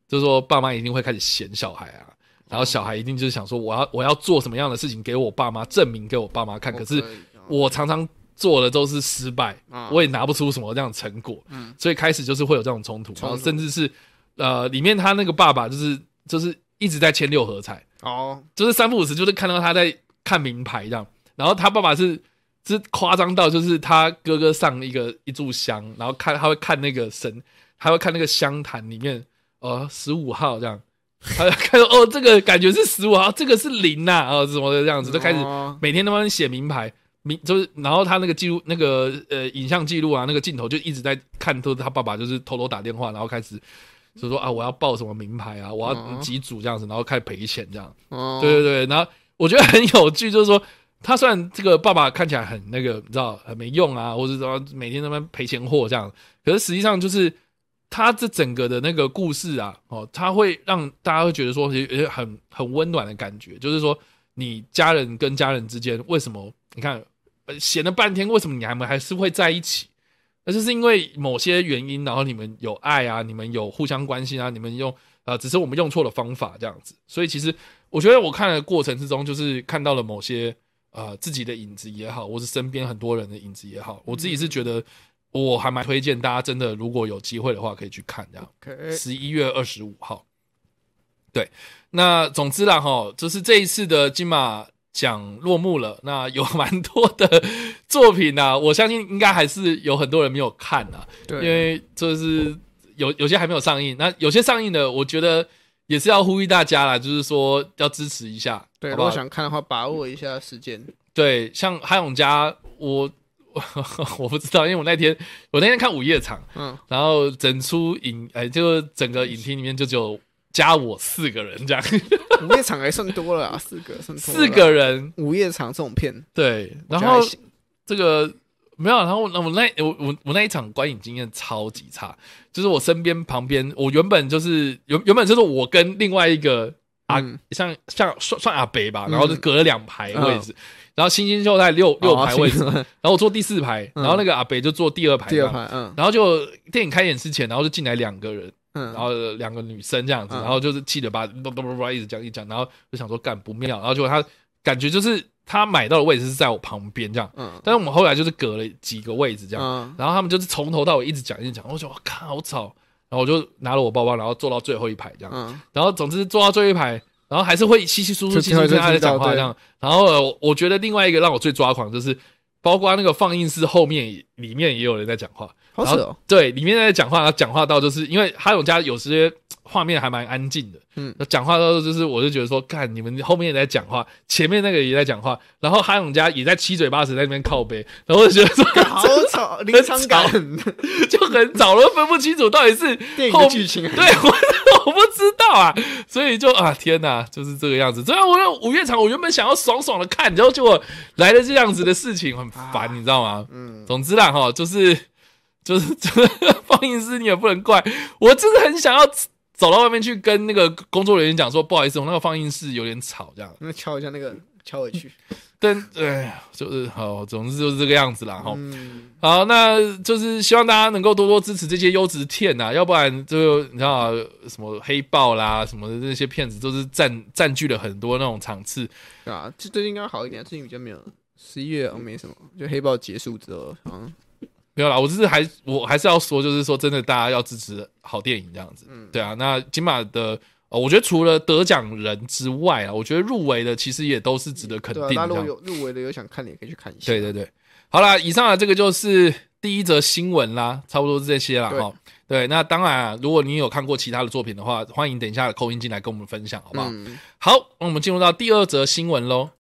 Speaker 1: 就是说爸妈一定会开始嫌小孩啊，然后小孩一定就是想说，我
Speaker 2: 嗯
Speaker 1: 要我要做什么样的事情给我爸妈证明给我爸妈
Speaker 2: 哦
Speaker 1: 看。可是我常常做的都是失败，
Speaker 2: 啊
Speaker 1: 我也拿不出什么这样的成果，
Speaker 2: 嗯
Speaker 1: 所以开始就是会有这种冲突，
Speaker 2: 冲突
Speaker 1: 然后甚至是呃，里面他那个爸爸就是就是一直在签六合彩，
Speaker 2: 哦，
Speaker 1: 就是三不五时就是看到他在看名牌这样，然后他爸爸是是夸张到就是他哥哥上一个一炷香，然后看他会看那个神，他会看那个香坛里面呃十五号这样，他就看到哦这个感觉是十五号，这个是零呐、啊，哦什么的这样子，就开始
Speaker 2: 哦
Speaker 1: 每天他妈写名牌。名就是，然后他那个记录，那个呃影像记录啊，那个镜头就一直在看，都是他爸爸就是偷偷打电话，然后开始就说啊，我要报什么名牌啊，我要
Speaker 2: 嗯
Speaker 1: 几组这样子，然后开始赔钱这样。
Speaker 2: 哦
Speaker 1: 对对对，然后我觉得很有趣，就是说他虽然这个爸爸看起来很那个，你知道很没用啊，或者说每天他妈赔钱货这样，可是实际上就是他这整个的那个故事啊，哦，他会让大家会觉得说，其实呃很很温暖的感觉，就是说你家人跟家人之间为什么你看呃闲了半天，为什么你还们还是会在一起？那就是因为某些原因，然后你们有爱啊，你们有互相关心啊，你们用呃，只是我们用错了方法这样子。所以其实我觉得我看的过程之中，就是看到了某些呃自己的影子也好，或是身边很多人的影子也好，我自己是觉得我还蛮推荐大家，真的如果有机会的话，可以去看这样。
Speaker 2: ，OK，
Speaker 1: 十一月二十五号。对，那总之啦，哈，就是这一次的金马奖落幕了，那有蛮多的作品啊，我相信应该还是有很多人没有看啊，因
Speaker 2: 对，
Speaker 1: 为就是有有些还没有上映，那有些上映的，我觉得也是要呼吁大家啦，就是说要支持一下，
Speaker 2: 对，
Speaker 1: 好不
Speaker 2: 如果
Speaker 1: 好？
Speaker 2: 想看的话，把握一下 时间。
Speaker 1: 对，像韩永嘉，我 我不知道，因为我那天我那天看午夜场，
Speaker 2: 嗯，
Speaker 1: 然后整出影，哎、就整个影厅里面就只有加我四个人这样，
Speaker 2: 午夜场还算多了啊，四个，算多了
Speaker 1: 四个人
Speaker 2: 午夜场这种片，
Speaker 1: 对，
Speaker 2: 我
Speaker 1: 然
Speaker 2: 觉得还
Speaker 1: 后
Speaker 2: 行
Speaker 1: 这个没有，然后那我那我我我那一场观影经验超级差，就是我身边旁边，我原本就是原原本就是我跟另外一个啊，
Speaker 2: 嗯
Speaker 1: 像像算算阿北吧，然后就
Speaker 2: 嗯
Speaker 1: 隔了两排位置，然后星星秀在六六
Speaker 2: 哦
Speaker 1: 排位置，
Speaker 2: 是吗
Speaker 1: 然后我坐第四排，
Speaker 2: 嗯
Speaker 1: 然后那个阿北就坐第二排，
Speaker 2: 第二。排，嗯
Speaker 1: 然后就电影开演之前，然后就进来两个人，
Speaker 2: 嗯，
Speaker 1: 然后呃两个女生这样子，
Speaker 2: 嗯
Speaker 1: 然后就是气得把叭叭叭叭一直讲一直讲，然后就想说干不妙，然后结果他感觉就是他买到的位置是在我旁边这样，
Speaker 2: 嗯
Speaker 1: 但是我们后来就是隔了几个位置这样，
Speaker 2: 嗯，
Speaker 1: 然后他们就是从头到尾一直讲一直讲，我就哇靠好吵，然后我就拿了我包包，然后坐到最后一排这样，
Speaker 2: 嗯，
Speaker 1: 然后总之坐到最后一排，然后还是会稀稀疏疏、
Speaker 2: 就
Speaker 1: 稀稀疏疏
Speaker 2: 就
Speaker 1: 跟他在讲话
Speaker 2: 对
Speaker 1: 这样。然后呃我我觉得另外一个让我最抓狂就是，包括那个放映室后面也里面也有人在讲话，
Speaker 2: 好扯 哦，
Speaker 1: 对，里面在讲话，然后讲话到就是因为哈永家有些画面还蛮安静的，
Speaker 2: 嗯，
Speaker 1: 讲话到就是我就觉得说，看你们后面也在讲话，前面那个也在讲话，然后哈永家也在七嘴八舌在那边靠背，然后我就觉得说
Speaker 2: 好吵，临场感，
Speaker 1: 就很早了，分不清楚到底是
Speaker 2: 电影的剧情啊，
Speaker 1: 对我我不知道啊，所以就啊天哪，就是这个样子。这样我那五月场，我原本想要爽爽的看，然后结果来了这样子的事情，很烦，
Speaker 2: 啊
Speaker 1: 你知道吗？
Speaker 2: 嗯，
Speaker 1: 总之啦，哈，就是就是 就是放映师你也不能怪我，真的很想要走到外面去跟那个工作人员讲说，不好意思，我那个放映室有点吵，这样。
Speaker 2: 那敲一下那个敲回去，
Speaker 1: 但哎呀，就是好，总之就是这个样子啦，哈。
Speaker 2: 嗯，
Speaker 1: 好，那就是希望大家能够多多支持这些优质片呐、要不然就你知道啊什么黑豹啦，什么的那些片子都是占占据了很多那种场次。
Speaker 2: 对啊，这最近应该好一点，最近比较没有。十一月哦，没什么，就黑豹结束之后，嗯好像
Speaker 1: 没有啦，我只是还我还是要说，就是说真的，大家要支持好电影这样子。
Speaker 2: 嗯
Speaker 1: 对啊，那金马的。呃，我觉得除了得奖人之外啊，我觉得入围的其实也都是值得肯
Speaker 2: 对啊，
Speaker 1: 定
Speaker 2: 大家
Speaker 1: 的
Speaker 2: 如。果有入围的有想看的也可以去看一下。
Speaker 1: 对对对，好啦，以上啊这个就是第一则新闻啦，差不多是这些啦
Speaker 2: 对
Speaker 1: 哈。对，那当然啊，如果你有看过其他的作品的话，欢迎等一下扣音进来跟我们分享，好不好？
Speaker 2: 嗯，
Speaker 1: 好，那我们进入到第二则新闻喽。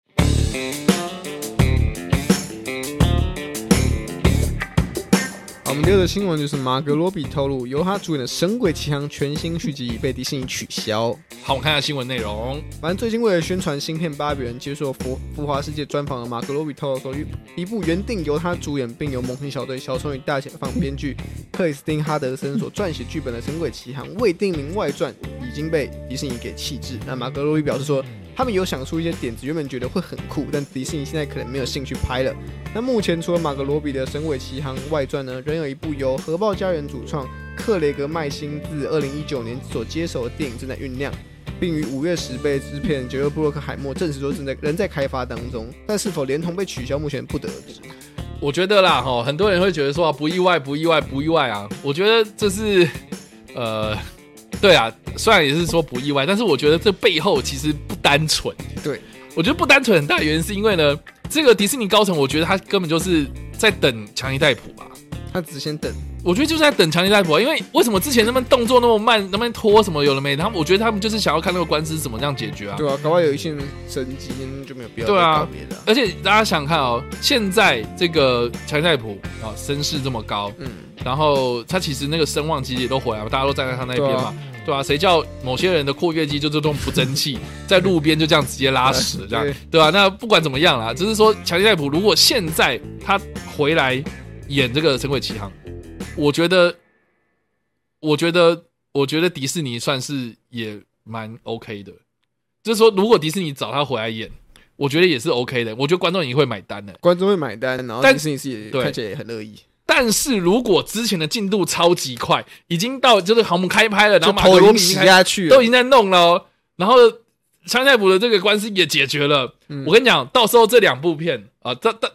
Speaker 2: 好，我们第二个新闻就是马格罗比透露，由他主演的《神鬼奇航》全新续集已被迪士尼取消。
Speaker 1: 好，我们看一下新闻内容。
Speaker 2: 反正最近为了宣传新片《巴比伦》，接受福福华世界专访的马格罗比透露说，一部原定由他主演并由猛禽小队小丑与大前放编剧克里斯汀哈德森所撰写剧本的《神鬼奇航》未定名外传已经被迪士尼给弃置。那马格罗比表示说，他们有想出一些点子，原本觉得会很酷，但迪士尼现在可能没有兴趣拍了。那目前除了马格罗比的《神鬼奇航》外传呢，仍有一部由核爆家园主创克雷格麦辛自2019年所接手的电影正在酝酿。并于五月时被制片杰克布洛克海默证实说正在仍在开发当中，但是否连同被取消，目前不得而知。
Speaker 1: 我觉得啦，哈，很多人会觉得说啊，不意外，不意外，不意外啊。我觉得这是，呃，对啊，虽然也是说不意外，但是我觉得这背后其实不单纯。
Speaker 2: 对，
Speaker 1: 我觉得不单纯很大原因是因为呢，这个迪士尼高层，我觉得他根本就是在等强尼戴普吧。
Speaker 2: 他只是先等，
Speaker 1: 我觉得就是在等强尼戴普、啊，因为为什么之前那边动作那么慢，那边拖什么有了没？他们我觉得他们就是想要看那个官司怎么样解决啊。
Speaker 2: 对啊，搞不好有一些人神机就没有必要再
Speaker 1: 对啊
Speaker 2: 告别的啊、
Speaker 1: 而且大家想想看哦，现在这个强尼戴普啊，身世这么高，
Speaker 2: 嗯，
Speaker 1: 然后他其实那个声望其实也都回来嘛，大家都站在他那边嘛，对啊，谁叫某些人的括约肌就这种不争气， 在路边就这样直接拉屎这样
Speaker 2: 对，
Speaker 1: 对吧、啊那不管怎么样啦，只是说强尼戴普如果现在他回来演这个《神鬼奇航》，我觉得，我觉得，我觉得迪士尼算是也蛮 OK 的，就是说如果迪士尼找他回来演，我觉得也是 OK 的，我觉得观众也会买单的。
Speaker 2: 观众会买单，然后
Speaker 1: 但
Speaker 2: 迪士尼是也
Speaker 1: 对
Speaker 2: 看起来也很乐意，
Speaker 1: 但是如果之前的进度超级快，已经到就是好我们开拍了，然
Speaker 2: 就
Speaker 1: 后马可
Speaker 2: 头
Speaker 1: 罗
Speaker 2: 已
Speaker 1: 比
Speaker 2: 经
Speaker 1: 已
Speaker 2: 洗
Speaker 1: 经开
Speaker 2: 下去了
Speaker 1: 都已，经在弄了哦、然后香菜普的这个官司也解决了。
Speaker 2: 嗯
Speaker 1: 我跟你讲，到时候这两部片啊、这这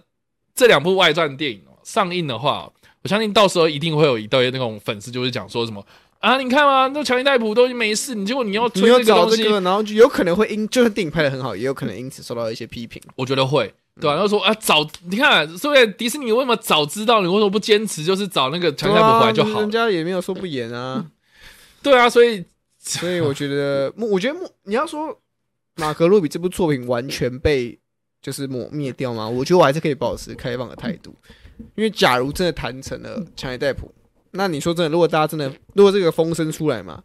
Speaker 1: 这两部外传电影哦上映的话哦、我相信到时候一定会有一堆那种粉丝就是讲说什么啊，你看啊，那强尼戴普都没事，你结果你要
Speaker 2: 你
Speaker 1: 吹
Speaker 2: 又
Speaker 1: 这个
Speaker 2: 找
Speaker 1: 东
Speaker 2: 这
Speaker 1: 西，
Speaker 2: 个，然后就有可能会因，就算电影拍的很好，也有可能因此受到一些批评。
Speaker 1: 我觉得会。
Speaker 2: 嗯
Speaker 1: 对吧、然后说啊，早你看，是不是迪士尼为什么早知道你为什么不坚持，就是找那个强尼戴普回来就好
Speaker 2: 啊人
Speaker 1: 了？
Speaker 2: 家也没有说不演啊。
Speaker 1: 对啊，所以
Speaker 2: 所以我觉得，目我觉得目你要说马格洛比这部作品完全被就是抹灭掉吗？我觉得我还是可以保持开放的态度，因为假如真的谈成了强尼戴普，那你说真的，如果大家真的如果这个风声出来嘛，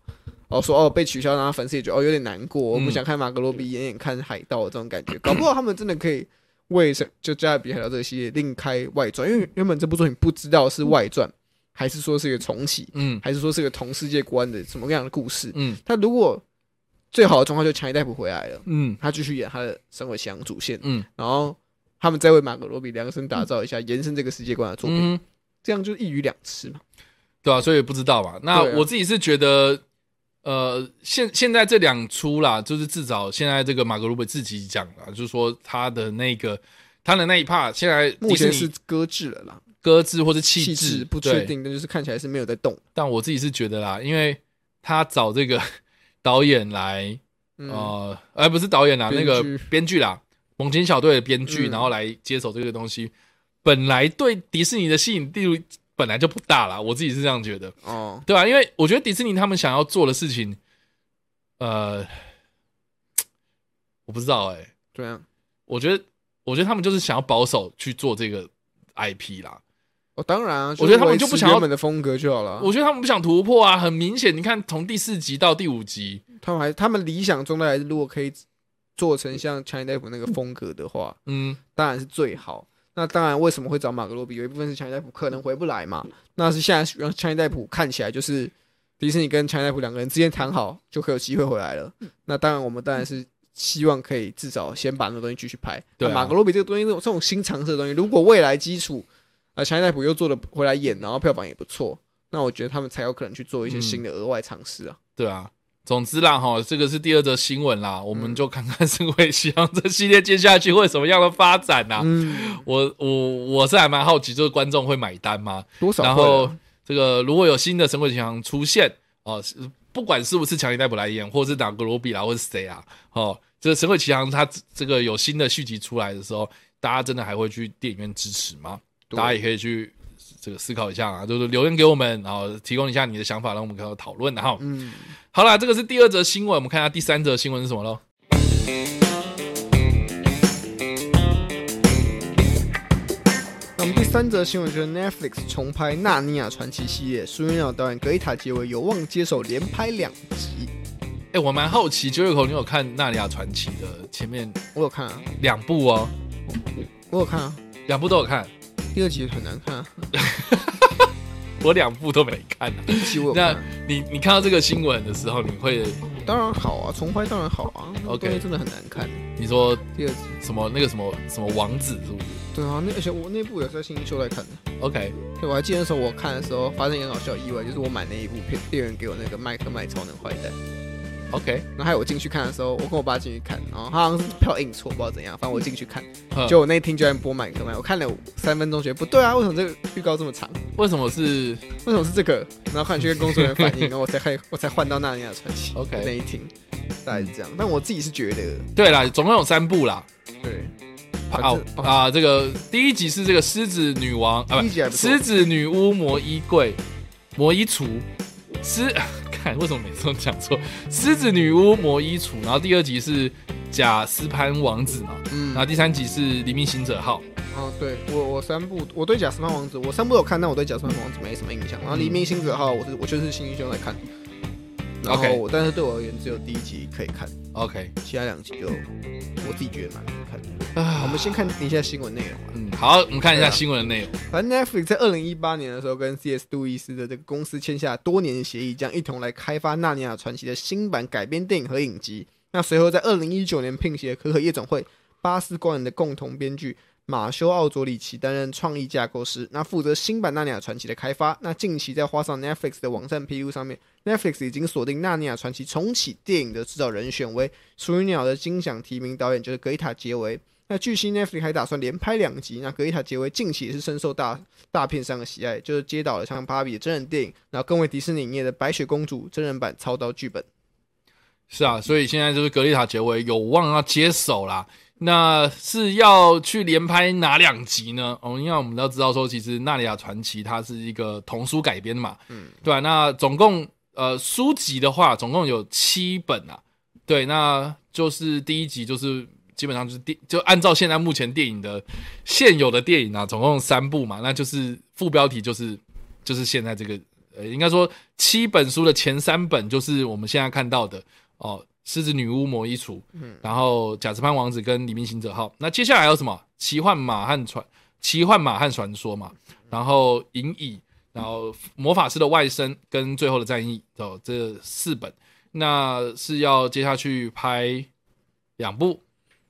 Speaker 2: 哦说哦被取消，然后粉丝也觉得哦有点难过，我不想看马格洛比演演看海盗这种感觉，搞不好他们真的可以。为什就加勒比海盗这个系列另开外传？因为原本这部作品不知道是外传，还是说是一个重启，
Speaker 1: 嗯
Speaker 2: 还是说是个同世界观的什么样的故事？
Speaker 1: 嗯
Speaker 2: 他如果最好的状况就强尼戴普回来了，
Speaker 1: 嗯
Speaker 2: 他继续演他的神鬼降主线，
Speaker 1: 嗯
Speaker 2: 然后他们再为马可罗比量身打造一下延伸这个世界观的作品，
Speaker 1: 嗯，
Speaker 2: 这样就一鱼两吃嘛。
Speaker 1: 对啊，所以不知道嘛。那
Speaker 2: 对啊
Speaker 1: 我自己是觉得，呃，现现在这两出啦，就是至少现在这个马格鲁本自己讲了，就是说他的那个他的那一 part，现在
Speaker 2: 目
Speaker 1: 迪士
Speaker 2: 前是
Speaker 1: 尼
Speaker 2: 搁置了啦，
Speaker 1: 搁置或是弃
Speaker 2: 气
Speaker 1: 置
Speaker 2: 质，不确
Speaker 1: 对
Speaker 2: 定，但就是看起来是没有在动。
Speaker 1: 但我自己是觉得啦，因为他找这个 导演来，
Speaker 2: 嗯，
Speaker 1: 呃，而不是导演啦，那
Speaker 2: 编
Speaker 1: 个
Speaker 2: 剧
Speaker 1: 编剧啦，猛禽小队的编剧，
Speaker 2: 嗯
Speaker 1: 然后来接手这个东西，本来对迪士尼的吸引力本来就不大啦，我自己是这样觉得。
Speaker 2: 哦，
Speaker 1: 对啊，因为我觉得迪士尼他们想要做的事情，呃，我不知道哎、
Speaker 2: 对啊，
Speaker 1: 我觉得，我觉得他们就是想要保守去做这个 IP 啦。
Speaker 2: 哦，当然啊，
Speaker 1: 我觉得他们
Speaker 2: 维
Speaker 1: 就不
Speaker 2: 持
Speaker 1: 想要
Speaker 2: 原本的风格就好了啊。
Speaker 1: 我觉得他们不想突破啊，很明显，你看从第四集到第五集，
Speaker 2: 他们还他们理想中的还是如果可以做成像强尼戴普那个风格的话，
Speaker 1: 嗯，
Speaker 2: 当然是最好。那当然，为什么会找马格罗比？有一部分是强尼戴普可能回不来嘛。那是现在让强尼戴普看起来就是迪士尼跟强尼戴普两个人之间谈好，就可以有机会回来了。
Speaker 1: 嗯
Speaker 2: 那当然，我们当然是希望可以至少先把那个东西继续拍。
Speaker 1: 对啊
Speaker 2: 那马格罗比这个东西，这种这种新尝试的东西，如果未来基础啊强尼戴普又做的回来演，然后票房也不错，那我觉得他们才有可能去做一些
Speaker 1: 嗯
Speaker 2: 新的额外尝试啊。
Speaker 1: 对啊。总之啦，哈，这个是第二则新闻啦，我们就看看《神鬼奇航》这系列接下去会有什么样的发展呐、
Speaker 2: 嗯，
Speaker 1: 我我我是还蛮好奇，就是观众会买单吗？
Speaker 2: 多少
Speaker 1: 然
Speaker 2: 会啊
Speaker 1: 后这个如果有新的神鬼强出现哦，是不管是不是强尼戴普来演，或是哪个罗比啦，或是谁啊，哦，这神鬼奇航它这个有新的续集出来的时候，大家真的还会去电影院支持吗？
Speaker 2: 对
Speaker 1: 大家也可以去这个思考一下啊，就是留言给我们，然后提供一下你的想法，让我们可以讨论。然后，
Speaker 2: 嗯，
Speaker 1: 好啦，这个是第二则新闻，我们看一下第三则新闻是什么喽？
Speaker 2: 那我们第三则新闻就是 Netflix 重拍《纳尼亚传奇》系列，苏元耀导演格丽塔·杰维有望接手连拍两集。
Speaker 1: 哎，我蛮好奇，九月口你有看《纳尼亚传奇》的前面
Speaker 2: 我有看啊，
Speaker 1: 两部哦，
Speaker 2: 我有看啊，
Speaker 1: 两部都有看，
Speaker 2: 第二集很难看啊，
Speaker 1: 我两部都没看、啊。
Speaker 2: 第一集我有
Speaker 1: 那
Speaker 2: 看、啊。
Speaker 1: 你你看到这个新闻的时候，你会
Speaker 2: 当然好啊，重拍当然好啊，那个
Speaker 1: OK
Speaker 2: 东西真的很难看。
Speaker 1: 你说
Speaker 2: 第二集，
Speaker 1: 什么那个什么什么王子是不是
Speaker 2: 对啊，那而且我那部也是在新一秀在看的。
Speaker 1: ？OK，
Speaker 2: 对，我还记得那时候我看的时候，发生一个很好笑的意外，就是我买那一部片，店员给我那个麦克麦超能坏蛋，
Speaker 1: OK，
Speaker 2: 然后还有我进去看的时候，我跟我爸进去看，然后他好像是票印错，不知道怎样，反正我进去看，
Speaker 1: 嗯
Speaker 2: 就我那一天居然播满格麦，我看了三分钟，觉得不对啊，为什么这个预告这么长？
Speaker 1: 为什么是
Speaker 2: 为什么是这个？然后后来去跟工作人员反映，然后我才看，我才换到《纳尼亚传奇》
Speaker 1: OK
Speaker 2: 那一听，大概是这样。但我自己是觉得，
Speaker 1: 对啦，总共有三部啦。
Speaker 2: 对，反
Speaker 1: 啊
Speaker 2: 正哦
Speaker 1: 啊，这个第一集是这个狮子女王啊，
Speaker 2: 第
Speaker 1: 不
Speaker 2: 一集还不错
Speaker 1: 狮子女巫魔衣柜、魔衣橱、狮， 看为什么每次都讲错？狮子女巫魔衣橱，然后第二集是贾斯潘王子嘛，
Speaker 2: 嗯
Speaker 1: 然，后第三集是黎明行者号。
Speaker 2: 哦，对我我三部，我对《假斯曼王子》我三部有看，但我对《假斯曼王子》没什么印象。然后《黎明星子号》，我是我就是新英雄来看，然
Speaker 1: OK
Speaker 2: 后我但是对我而言只有第一集可以看，
Speaker 1: OK
Speaker 2: 其他两集就我自己觉得蛮难看的。好我
Speaker 1: 啊，
Speaker 2: 们先看一下新闻内容啊。
Speaker 1: 嗯，好，我们看一
Speaker 2: 对
Speaker 1: 下
Speaker 2: 啊
Speaker 1: 新闻的内容。
Speaker 2: 反正 Netflix 在二零一八年的时候跟 C.S. 路易斯的这个公司签下多年协议，将一同来开发《纳尼亚传奇》的新版改编电影和影集。那随后在二零一九年聘写可可夜总会、巴斯光年的共同编剧马修·奥佐里奇担任创意架构师，那负责新版《纳尼亚传奇》的开发。那近期在花上 Netflix 的网站披露上面，Netflix 已经锁定《纳尼亚传奇》重启电影的制造人选为《属于鸟》的金奖提名导演就是格伊塔·杰维。那据悉，Netflix 还打算连拍两集。那格伊塔·杰维近期也是深受大大片商的喜爱，就是接导了像《芭比》的真人电影，然后更为迪士尼影业的《白雪公主》真人版操刀剧本。
Speaker 1: 是啊，所以现在就是格丽塔结尾有望要接手啦。那是要去连拍哪两集呢？哦，因为我们都知道说，其实《纳里亚传奇》它是一个童书改编嘛，嗯，对啊，那总共呃书籍的话，总共有七本啊。对，那就是第一集就是基本上就是电，就按照现在目前电影的现有的电影啊，总共三部嘛，那就是副标题就是就是现在这个呃，应该说七本书的前三本就是我们现在看到的哦，《狮子女巫魔衣橱》，嗯，然后《贾斯潘王子》跟《黎明行者号》。那接下来还有什么？《奇幻马和传》《奇幻马和传说》嘛，然后《银翼》，然后《魔法师的外甥》跟《最后的战役》哦，这四本，那是要接下去拍两部，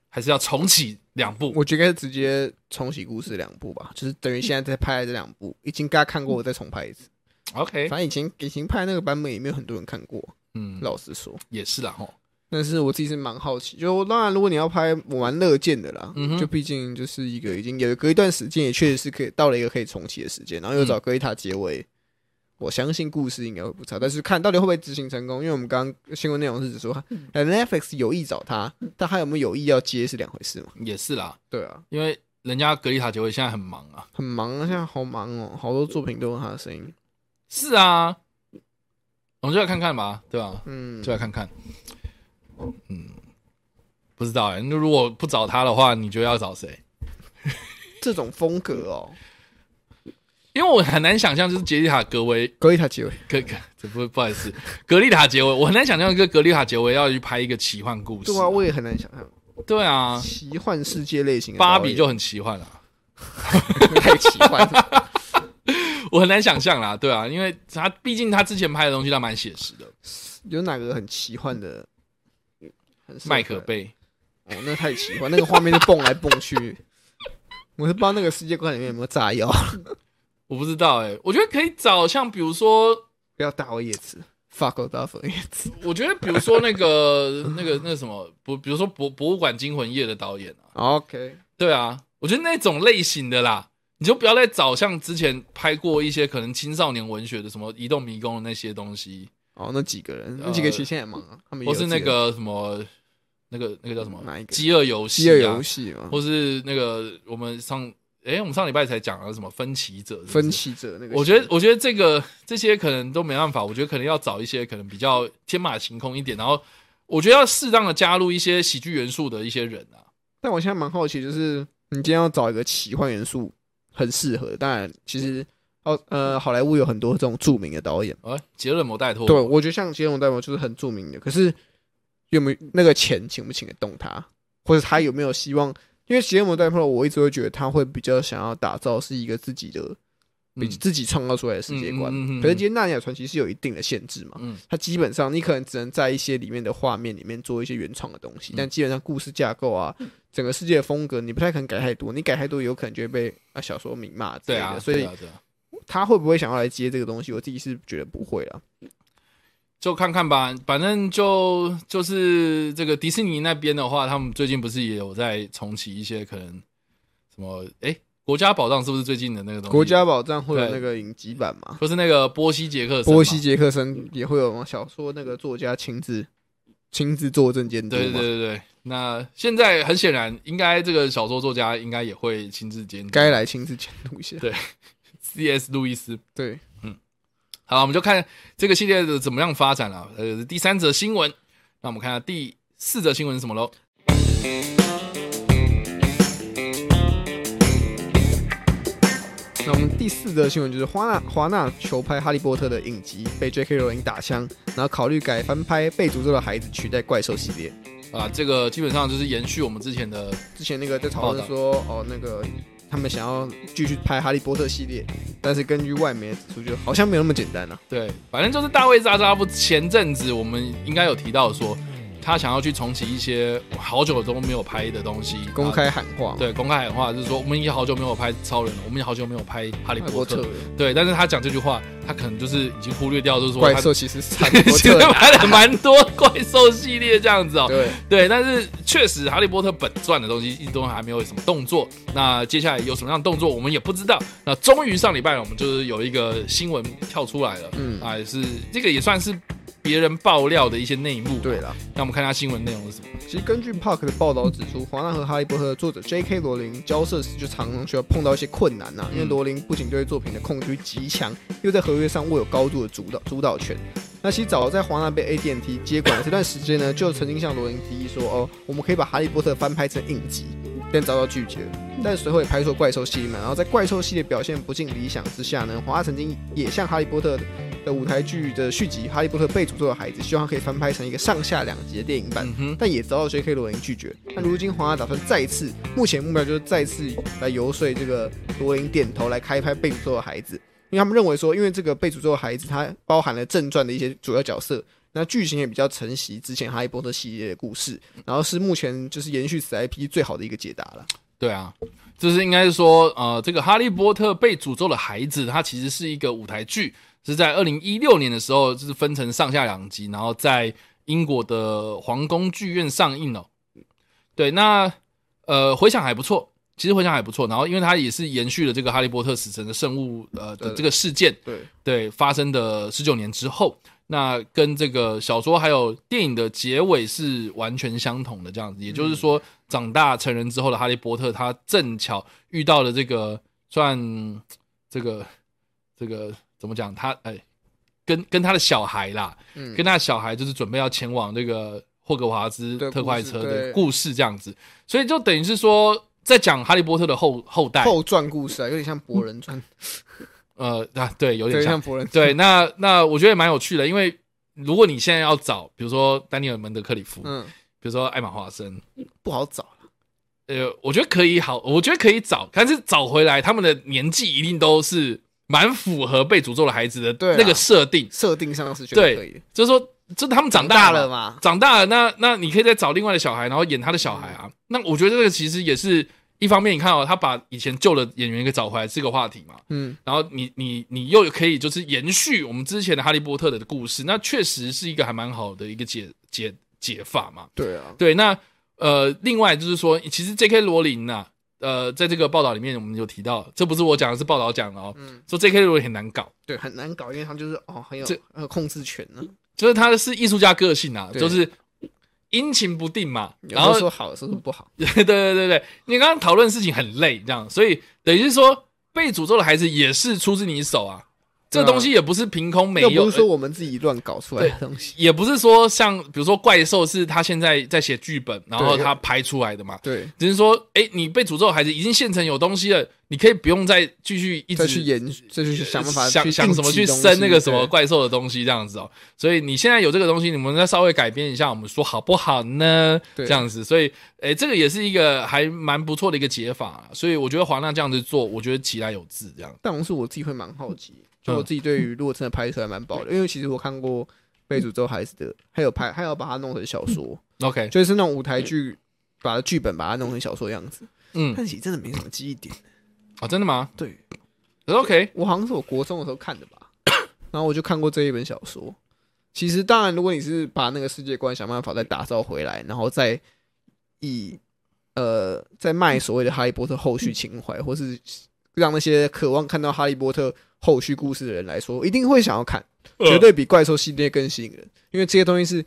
Speaker 1: 还是要重启两部？
Speaker 2: 我觉得应该直接重启故事两部吧，就是等于现在在拍的这两部，已经大家看过，我再重拍一次。
Speaker 1: OK，
Speaker 2: 反正以前以前拍那个版本也没有很多人看过，
Speaker 1: 嗯，
Speaker 2: 老实说。
Speaker 1: 也是啦，吼，
Speaker 2: 但是我自己是蛮好奇，就当然如果你要拍，我蛮乐见的啦。
Speaker 1: 嗯哼
Speaker 2: 就毕竟就是一个已经有隔一段时间，也确实是可以到了一个可以重启的时间，然后又找格伊塔结尾，我相信故事应该会不差。但是看到底会不会执行成功，因为我们刚刚新闻内容是指说、呃 Netflix 有意找他，但他有没有有意要接是两回事嘛？
Speaker 1: 也是啦，
Speaker 2: 对啊，
Speaker 1: 因为人家格丽塔结尾现在很忙啊。
Speaker 2: 很忙啊，现在好忙哦，好多作品都有他的声音。
Speaker 1: 是啊，我们就来看看吧，对吧、
Speaker 2: 嗯，
Speaker 1: 就来看看。嗯，不知道哎、那如果不找他的话，你觉得要找谁？
Speaker 2: 这种风格哦，
Speaker 1: 因为我很难想象，就是杰丽塔·格维
Speaker 2: 格伊塔结尾，
Speaker 1: 格格，这不不好意思，格丽塔·杰维，我很难想象一个格丽塔·杰维要去拍一个奇幻故事。
Speaker 2: 对啊，我也很难想象
Speaker 1: 对啊，
Speaker 2: 奇幻世界类型的
Speaker 1: 芭比
Speaker 2: 导
Speaker 1: 就很奇幻啊，
Speaker 2: 演太奇幻了。
Speaker 1: 我很难想象啦，对啊，因为他毕竟他之前拍的东西，他蛮写实的。
Speaker 2: 有哪个很奇幻的？很适合
Speaker 1: 麦可贝，
Speaker 2: 哦，那太奇幻，那个画面是蹦来蹦去，我是不知道那个世界观里面有没有炸药，
Speaker 1: 我不知道哎、我觉得可以找像比如说
Speaker 2: 不要打我叶子，fuck 我打我叶子
Speaker 1: 我觉得，比如说那个、那个、那什么，博，比如说博博物馆惊魂夜的导演啊，
Speaker 2: ，OK，
Speaker 1: 对啊，我觉得那种类型的啦，你就不要再找像之前拍过一些可能青少年文学的什么《移动迷宫》的那些东西，
Speaker 2: 哦，那几个人，
Speaker 1: 呃
Speaker 2: 那几个其实现在也忙啊，他们也
Speaker 1: 或
Speaker 2: 有
Speaker 1: 是那
Speaker 2: 自己的
Speaker 1: 个什么、那个那个叫什么
Speaker 2: 哪一个
Speaker 1: 饥饿游戏》
Speaker 2: 饥饿
Speaker 1: 啊
Speaker 2: 游戏嘛，
Speaker 1: 或是那个我们上哎、我们上礼拜才讲了什么分歧者是不是
Speaker 2: 分歧者那个，
Speaker 1: 我觉得，我觉得这个这些可能都没办法，我觉得可能要找一些可能比较天马行空一点，然后我觉得要适当的加入一些喜剧元素的一些人啊。
Speaker 2: 但我现在蛮好奇，就是你今天要找一个奇幻元素很适合，当然其实。哦，呃，好莱坞有很多这种著名的导演，
Speaker 1: 啊，杰伦摩拜托，
Speaker 2: 对我觉得像杰伦代表就是很著名的，可是有没有那个钱请不请得动他，或者他有没有希望？因为杰姆戴普，我一直会觉得他会比较想要打造是一个自己的、比
Speaker 1: 嗯
Speaker 2: 自己创造出来的世界观。
Speaker 1: 嗯嗯嗯嗯
Speaker 2: 可是今天《纳尼亚传奇》是有一定的限制嘛？
Speaker 1: 嗯
Speaker 2: 它基本上你可能只能在一些里面的画面里面做一些原创的东
Speaker 1: 嗯
Speaker 2: 西，但基本上故事架构啊，整个世界的风格你不太可能改太多，你改太多有可能就会被啊小说迷骂之
Speaker 1: 对
Speaker 2: 类的。
Speaker 1: 啊，
Speaker 2: 所以
Speaker 1: 对啊对啊
Speaker 2: 他会不会想要来接这个东西，我自己是觉得不会啦。
Speaker 1: 就看看吧，反正就就是这个迪士尼那边的话，他们最近不是也有在重启一些可能什么？哎，国家宝藏是不是最近的那个东西？
Speaker 2: 国家宝藏会有
Speaker 1: 对
Speaker 2: 那个影集版嘛？
Speaker 1: 不是那个波西杰克森嘛
Speaker 2: 波西杰克森也会有吗？小说那个作家亲自亲自坐镇监督
Speaker 1: 对对
Speaker 2: 嘛？
Speaker 1: 对对对，那现在很显然，应该这个小说作家应该也会亲自监督
Speaker 2: 该来亲自监督一下。
Speaker 1: C.S. 路易斯。
Speaker 2: 对，
Speaker 1: 好，我们就看这个系列的怎么样发展了、呃，第三则新闻，那我们看下第四则新闻是什么喽？
Speaker 2: 那我们第四则新闻就是华纳华纳球拍《哈利波特》的影集被 J.K. 罗琳打枪，然后考虑改翻拍《被诅咒的孩子》取代怪兽系列。
Speaker 1: 啊，这个基本上就是延续我们之前的
Speaker 2: 之前那个在讨论说，哦，那个他们想要继续拍《哈利波特》系列，但是根据外媒的指出，就好像没有那么简单了、啊
Speaker 1: 对，反正就是大卫扎扎夫前阵子我们应该有提到说，他想要去重启一些好久都没有拍的东西，
Speaker 2: 公
Speaker 1: 啊
Speaker 2: 开喊话，
Speaker 1: 对公开喊话，就是说我们也好久没有拍超人了，我们也好久没有拍哈利
Speaker 2: 哈利
Speaker 1: 波
Speaker 2: 波特
Speaker 1: 特。对，但是他讲这句话，他可能就是已经忽略掉，就是说
Speaker 2: 怪
Speaker 1: 他
Speaker 2: 兽其实是哈利 波
Speaker 1: 其 实
Speaker 2: 特的，
Speaker 1: 拍了蛮多怪兽系列这样子哦。
Speaker 2: 对，
Speaker 1: 对，但是确实《哈利波特》本传的东西一直都还没有什么动作，那接下来有什么样的动作我们也不知道。那终于上礼拜我们就是有一个新闻跳出来了，
Speaker 2: 嗯，
Speaker 1: 啊，也是这个也算是别人爆料的一些内幕。
Speaker 2: 对，了。
Speaker 1: 那我们看一下新闻内容是什么。
Speaker 2: 其实根据 Park 的报道指出，华纳和哈利波特的作者 J.K. 罗琳交涉时就常常需要碰到一些困难呐、
Speaker 1: 嗯
Speaker 2: 因为罗琳不仅对作品的控制欲极强，又在合约上握有高度的主导主导权。那其实早在华纳被 AT&T 接管的这段时间呢，就曾经向罗琳提议说，哦，我们可以把《哈利波特》翻拍成影集，但遭到拒绝。但随后也拍出了怪兽系列嘛，然后在怪兽系列表现不尽理想之下呢，华纳曾经也向《哈利波特》的舞台剧的续集《哈利波特被诅咒的孩子》，希望它可以翻拍成一个上下两集的电影版。
Speaker 1: 嗯哼，
Speaker 2: 但也遭到 J.K. 罗琳拒绝。那如今华纳打算再次，目前目标就是再次来游说这个罗琳点头来开拍《被诅咒的孩子》，因为他们认为说，因为这个《被诅咒的孩子》它包含了正传的一些主要角色，那剧情也比较承袭之前《哈利波特》系列的故事，然后是目前就是延续此 IP 最好的一个解答了。
Speaker 1: 对啊，就是应该是说，呃，这个《哈利波特被诅咒的孩子》，它其实是一个舞台剧，是在二零一六年的时候，就是分成上下两集，然后在英国的皇宫剧院上映哦。对，那呃，回响还不错，其实回响还不错。然后，因为它也是延续了这个《哈利波特死神的圣物》呃的
Speaker 2: 对
Speaker 1: 这个事件，
Speaker 2: 对，
Speaker 1: 对发生的十九年之后，那跟这个小说还有电影的结尾是完全相同的，这样子，也就是
Speaker 2: 嗯
Speaker 1: 说，长大成人之后的哈利波特，他正巧遇到了这个算这个这个怎么讲，他哎，跟跟他的小孩啦，
Speaker 2: 嗯
Speaker 1: 跟他的小孩就是准备要前往这个霍格华兹
Speaker 2: 的
Speaker 1: 特
Speaker 2: 故
Speaker 1: 快
Speaker 2: 事
Speaker 1: 车的
Speaker 2: 对
Speaker 1: 故事这样子，所以就等于是说。在讲哈利波特的后后代，
Speaker 2: 后传故事啊，有点像博人传，
Speaker 1: 呃啊，对，嗯有
Speaker 2: 有
Speaker 1: 点
Speaker 2: 点
Speaker 1: 像
Speaker 2: 像，博人 传。
Speaker 1: 对，那那我觉得也蛮有趣的，因为如果你现在要找，比如说丹尼尔·门德克里夫，
Speaker 2: 嗯，
Speaker 1: 比如说艾玛·华森，
Speaker 2: 不好找。
Speaker 1: 呃，我觉得可以好，我觉得可以找，但是找回来他们的年纪一定都是蛮符合被诅咒的孩子的
Speaker 2: 对啊
Speaker 1: 那个设定，
Speaker 2: 设定上是觉得可以的，
Speaker 1: 就是说，就是他们长
Speaker 2: 大
Speaker 1: 大
Speaker 2: 了
Speaker 1: 嘛。
Speaker 2: 嘛，
Speaker 1: 长大了，那那你可以再找另外的小孩，然后演他的小孩啊。那我觉得这个其实也是一方面，你看哦，他把以前旧的演员给找回来，是个话题嘛。
Speaker 2: 嗯，
Speaker 1: 然后你你你又可以就是延续我们之前的哈利波特的故事，那确实是一个还蛮好的一个解解解法嘛。
Speaker 2: 对啊，
Speaker 1: 对，那呃，另外就是说，其实 J.K. 罗琳呐、呃，在这个报道里面我们有提到，这不是我讲的，是报道讲的哦，
Speaker 2: 嗯
Speaker 1: 说 J.K. 罗琳很难搞，
Speaker 2: 对，很难搞，因为他就是哦，很有
Speaker 1: 这
Speaker 2: 很有控制权啊呢、
Speaker 1: 就是他是艺术家个性啊，
Speaker 2: 对
Speaker 1: 就是阴晴不定嘛，
Speaker 2: 有
Speaker 1: 然
Speaker 2: 时
Speaker 1: 后
Speaker 2: 候说好，有时候说不好。
Speaker 1: 对对对对，你刚刚讨论事情很累，这样，所以等于是说被诅咒的孩子也是出自你手啊，这个
Speaker 2: 对啊
Speaker 1: 东西也不是凭空没
Speaker 2: 又
Speaker 1: 有，呃
Speaker 2: 不是说我们自己乱搞出来的东西。
Speaker 1: 也不是说像比如说怪兽是他现在在写剧本，然后他拍出来的嘛，
Speaker 2: 对，
Speaker 1: 只是说，哎、你被诅咒的孩子已经现成有东西了，你可以不用再继续一
Speaker 2: 再
Speaker 1: 直
Speaker 2: 去研，再去想办法
Speaker 1: 想
Speaker 2: 去
Speaker 1: 想
Speaker 2: 硬
Speaker 1: 什么
Speaker 2: 挤
Speaker 1: 去
Speaker 2: 东西
Speaker 1: 生那个什么
Speaker 2: 对
Speaker 1: 怪兽的东西这样子哦。所以你现在有这个东西，你们再稍微改编一下，我们说好不好呢？
Speaker 2: 对
Speaker 1: 这样子，所以哎、诶这个也是一个还蛮不错的一个解法啊、所以我觉得华纳这样子做，我觉得其来有志这样。
Speaker 2: 但我是我自己会蛮好奇，
Speaker 1: 嗯
Speaker 2: 就我自己对于如果真的拍出来蛮保留，因为其实我看过《被诅咒孩子》的，还有拍，还有把它弄成小说，
Speaker 1: OK，
Speaker 2: 就是那种舞台剧，把剧本把它弄成小说的样子。
Speaker 1: 嗯，
Speaker 2: 但其实真的没什么记忆点。
Speaker 1: 哦，真的吗
Speaker 2: 对
Speaker 1: ？OK，
Speaker 2: 我好像是我国中的时候看的吧，然后我就看过这一本小说，其实当然，如果你是把那个世界观想办法再打造回来，然后再以呃再卖所谓的哈利波特后续情怀，或是让那些渴望看到哈利波特后续故事的人来说，一定会想要看，
Speaker 1: 呃
Speaker 2: 绝对比怪兽系列更吸引人，因为这些东西是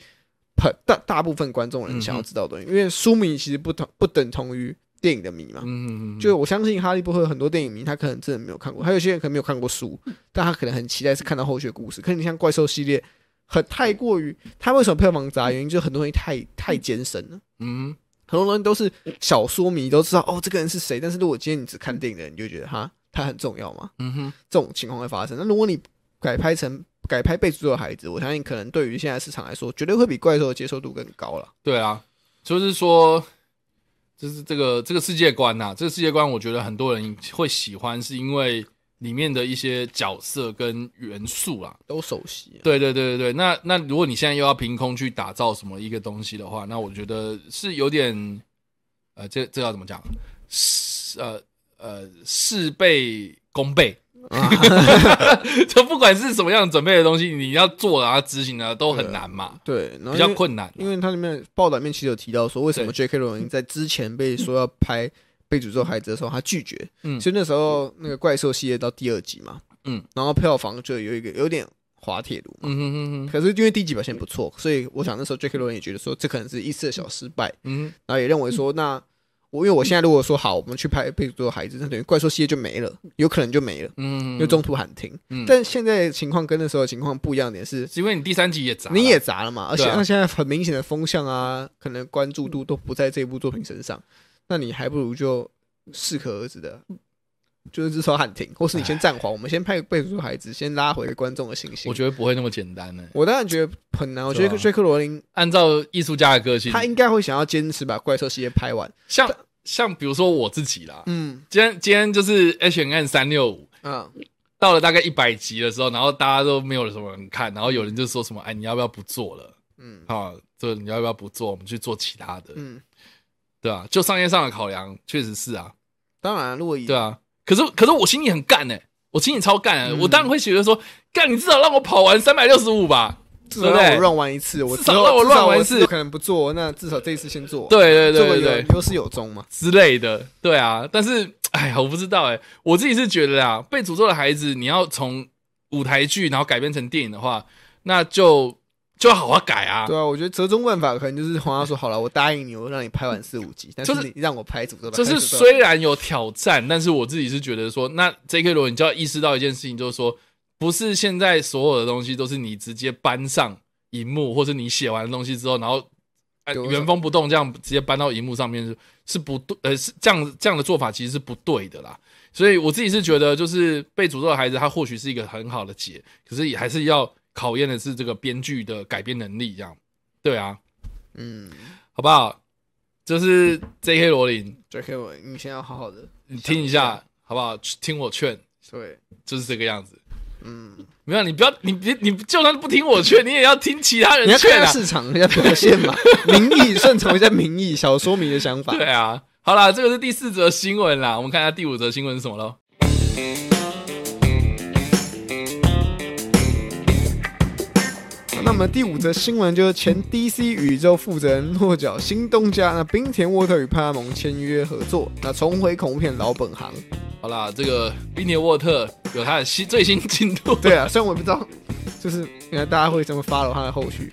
Speaker 2: 很大大部分观众人想要知道的东西。因为书迷其实不同不等同于电影的迷嘛，
Speaker 1: 嗯，嗯嗯
Speaker 2: 就我相信《哈利波特》很多电影迷，他可能真的没有看过，还有些人可能没有看过书，
Speaker 1: 嗯
Speaker 2: 但他可能很期待是看到后续的故事。可是你像怪兽系列，很太过于它为什么票房砸？原因就是很多东西太太艰深了，
Speaker 1: 嗯，
Speaker 2: 很多东西都是小说迷都知道哦，这个人是谁。但是如果今天你只看电影的人，你就觉得哈，他很重要吗？
Speaker 1: 嗯哼，
Speaker 2: 这种情况会发生。那如果你改拍成改拍《被诅咒的孩子》，我相信可能对于现在市场来说，绝对会比怪兽的接受度更高了。
Speaker 1: 对啊，就是说，就是这个这个世界观呐、这个世界观，我觉得很多人会喜欢，是因为里面的一些角色跟元素啊。
Speaker 2: 都熟悉、啊，
Speaker 1: 对对对对对，那那如果你现在又要凭空去打造什么一个东西的话，那我觉得是有点，呃，这这要怎么讲？事呃呃事倍功倍。 就不管是什么样准备的东西，你要做啊、执行啊，都很难嘛，
Speaker 2: 对，然后
Speaker 1: 比较
Speaker 2: 因为
Speaker 1: 困难。
Speaker 2: 因为它里面报道里面其实有提到说，为什么 J.K. 罗琳在之前被说要拍《被诅咒孩子》的时候，他拒绝，
Speaker 1: 嗯
Speaker 2: 所以那时候那个怪兽系列到第二集嘛，
Speaker 1: 嗯，
Speaker 2: 然后票房就有一个有点滑铁卢嘛。
Speaker 1: 嗯哼哼哼，
Speaker 2: 可是因为第一集表现不错，所以我想那时候 J.K. 罗琳也觉得说这可能是一次的小失败，
Speaker 1: 嗯哼。
Speaker 2: 然后也认为说那我因为我现在如果说好，我们去拍《被诅咒孩子》，那等于怪兽系列就没了，有可能就没了，
Speaker 1: 嗯，
Speaker 2: 因为中途喊停。
Speaker 1: 嗯
Speaker 2: 但现在的情况跟那时候的情况不一样的点是，
Speaker 1: 是因为你第三集也砸了，
Speaker 2: 你也砸了嘛，而且
Speaker 1: 对啊
Speaker 2: 那现在很明显的风向啊，可能关注度都不在这部作品身上，那你还不如就适可而止的，就是至少喊停，或是你先暂缓，我们先拍《贝叔孩子》，先拉回观众的信心。
Speaker 1: 我
Speaker 2: 我
Speaker 1: 觉得不会那么简单呢、
Speaker 2: 当然觉得很难，我
Speaker 1: 对
Speaker 2: 觉
Speaker 1: 啊嗯
Speaker 2: 得杰克罗琳
Speaker 1: 按照艺术家的个性，
Speaker 2: 他应该会想要坚持把怪兽系列拍完。
Speaker 1: 像像比如说我自己啦，
Speaker 2: 嗯
Speaker 1: 今天今天就是 H N N 三六五。
Speaker 2: 啊，
Speaker 1: 到了大概一百集的时候，然后大家都没有什么人看，然后有人就说什么：“哎，你要不要不做了？
Speaker 2: 嗯
Speaker 1: 啊，这你要不要不做？我们去做其他的，
Speaker 2: 嗯，
Speaker 1: 对啊，就商业上的考量，确实是啊，
Speaker 2: 当然，如果以
Speaker 1: 对啊。可是可是我心里很干呢、我心里超干、欸
Speaker 2: 嗯
Speaker 1: 我当然会觉得说，干你至少让我跑完三百六十五吧，
Speaker 2: 至少
Speaker 1: 对不对
Speaker 2: 让我乱玩一次，我
Speaker 1: 至少
Speaker 2: 之
Speaker 1: 让我
Speaker 2: 后至少
Speaker 1: 乱玩一
Speaker 2: 我
Speaker 1: 次
Speaker 2: 之后可能不做，那至少这一次先做。
Speaker 1: 对对对对
Speaker 2: 做
Speaker 1: 对
Speaker 2: 个，有有始有终嘛。
Speaker 1: 之类的，对啊。但是，哎呀，我不知道哎、我自己是觉得啊，被诅咒的孩子，你要从舞台剧然后改编成电影的话，那就就要好好改啊。
Speaker 2: 对啊，我觉得折中办法可能就是黄阿说好了，我答应你，我让你拍完四五集，但
Speaker 1: 就是
Speaker 2: 是你让我拍组的，
Speaker 1: 就是虽然有挑战，但是我自己是觉得说，那 J.K. 罗琳就要意识到一件事情，就是说，不是现在所有的东西都是你直接搬上荧幕，或是你写完的东西之后，然后。哎
Speaker 2: 对我
Speaker 1: 原封不动这样直接搬到荧幕上面是是不对，呃，是这样这样的做法其实是不对的啦。所以我自己是觉得，就是被诅咒的孩子，他或许是一个很好的解，可是也还是要考验的是这个编剧的改编能力，这样对啊，
Speaker 2: 嗯
Speaker 1: 好不好？就是 J.K. 罗琳，
Speaker 2: ，J.K. 我你先要好好的
Speaker 1: 你听一下好不好？去听我劝，
Speaker 2: 对，
Speaker 1: 就是这个样子。
Speaker 2: 嗯，
Speaker 1: 没有，你不要，你别，你就算不听我劝，你也要听其他
Speaker 2: 你
Speaker 1: 人
Speaker 2: 要看
Speaker 1: 劝
Speaker 2: 一下
Speaker 1: 啊。
Speaker 2: 市场人家表 现嘛，民意顺从一下民意，小说迷的想法。
Speaker 1: 对啊，好啦，这个是第四则新闻啦，我们看一下第五则新闻是什么喽。
Speaker 2: 那么第五则新闻就是前 DC 宇宙负责人落脚新东家，那冰田沃特与派拉蒙签约合作，那重回恐怖片老本行。
Speaker 1: 好啦，这个宾尼沃特有他的新最新进 度，
Speaker 2: 对啊，虽然我也不知道，就是原来大家会这么 follow 他的后续。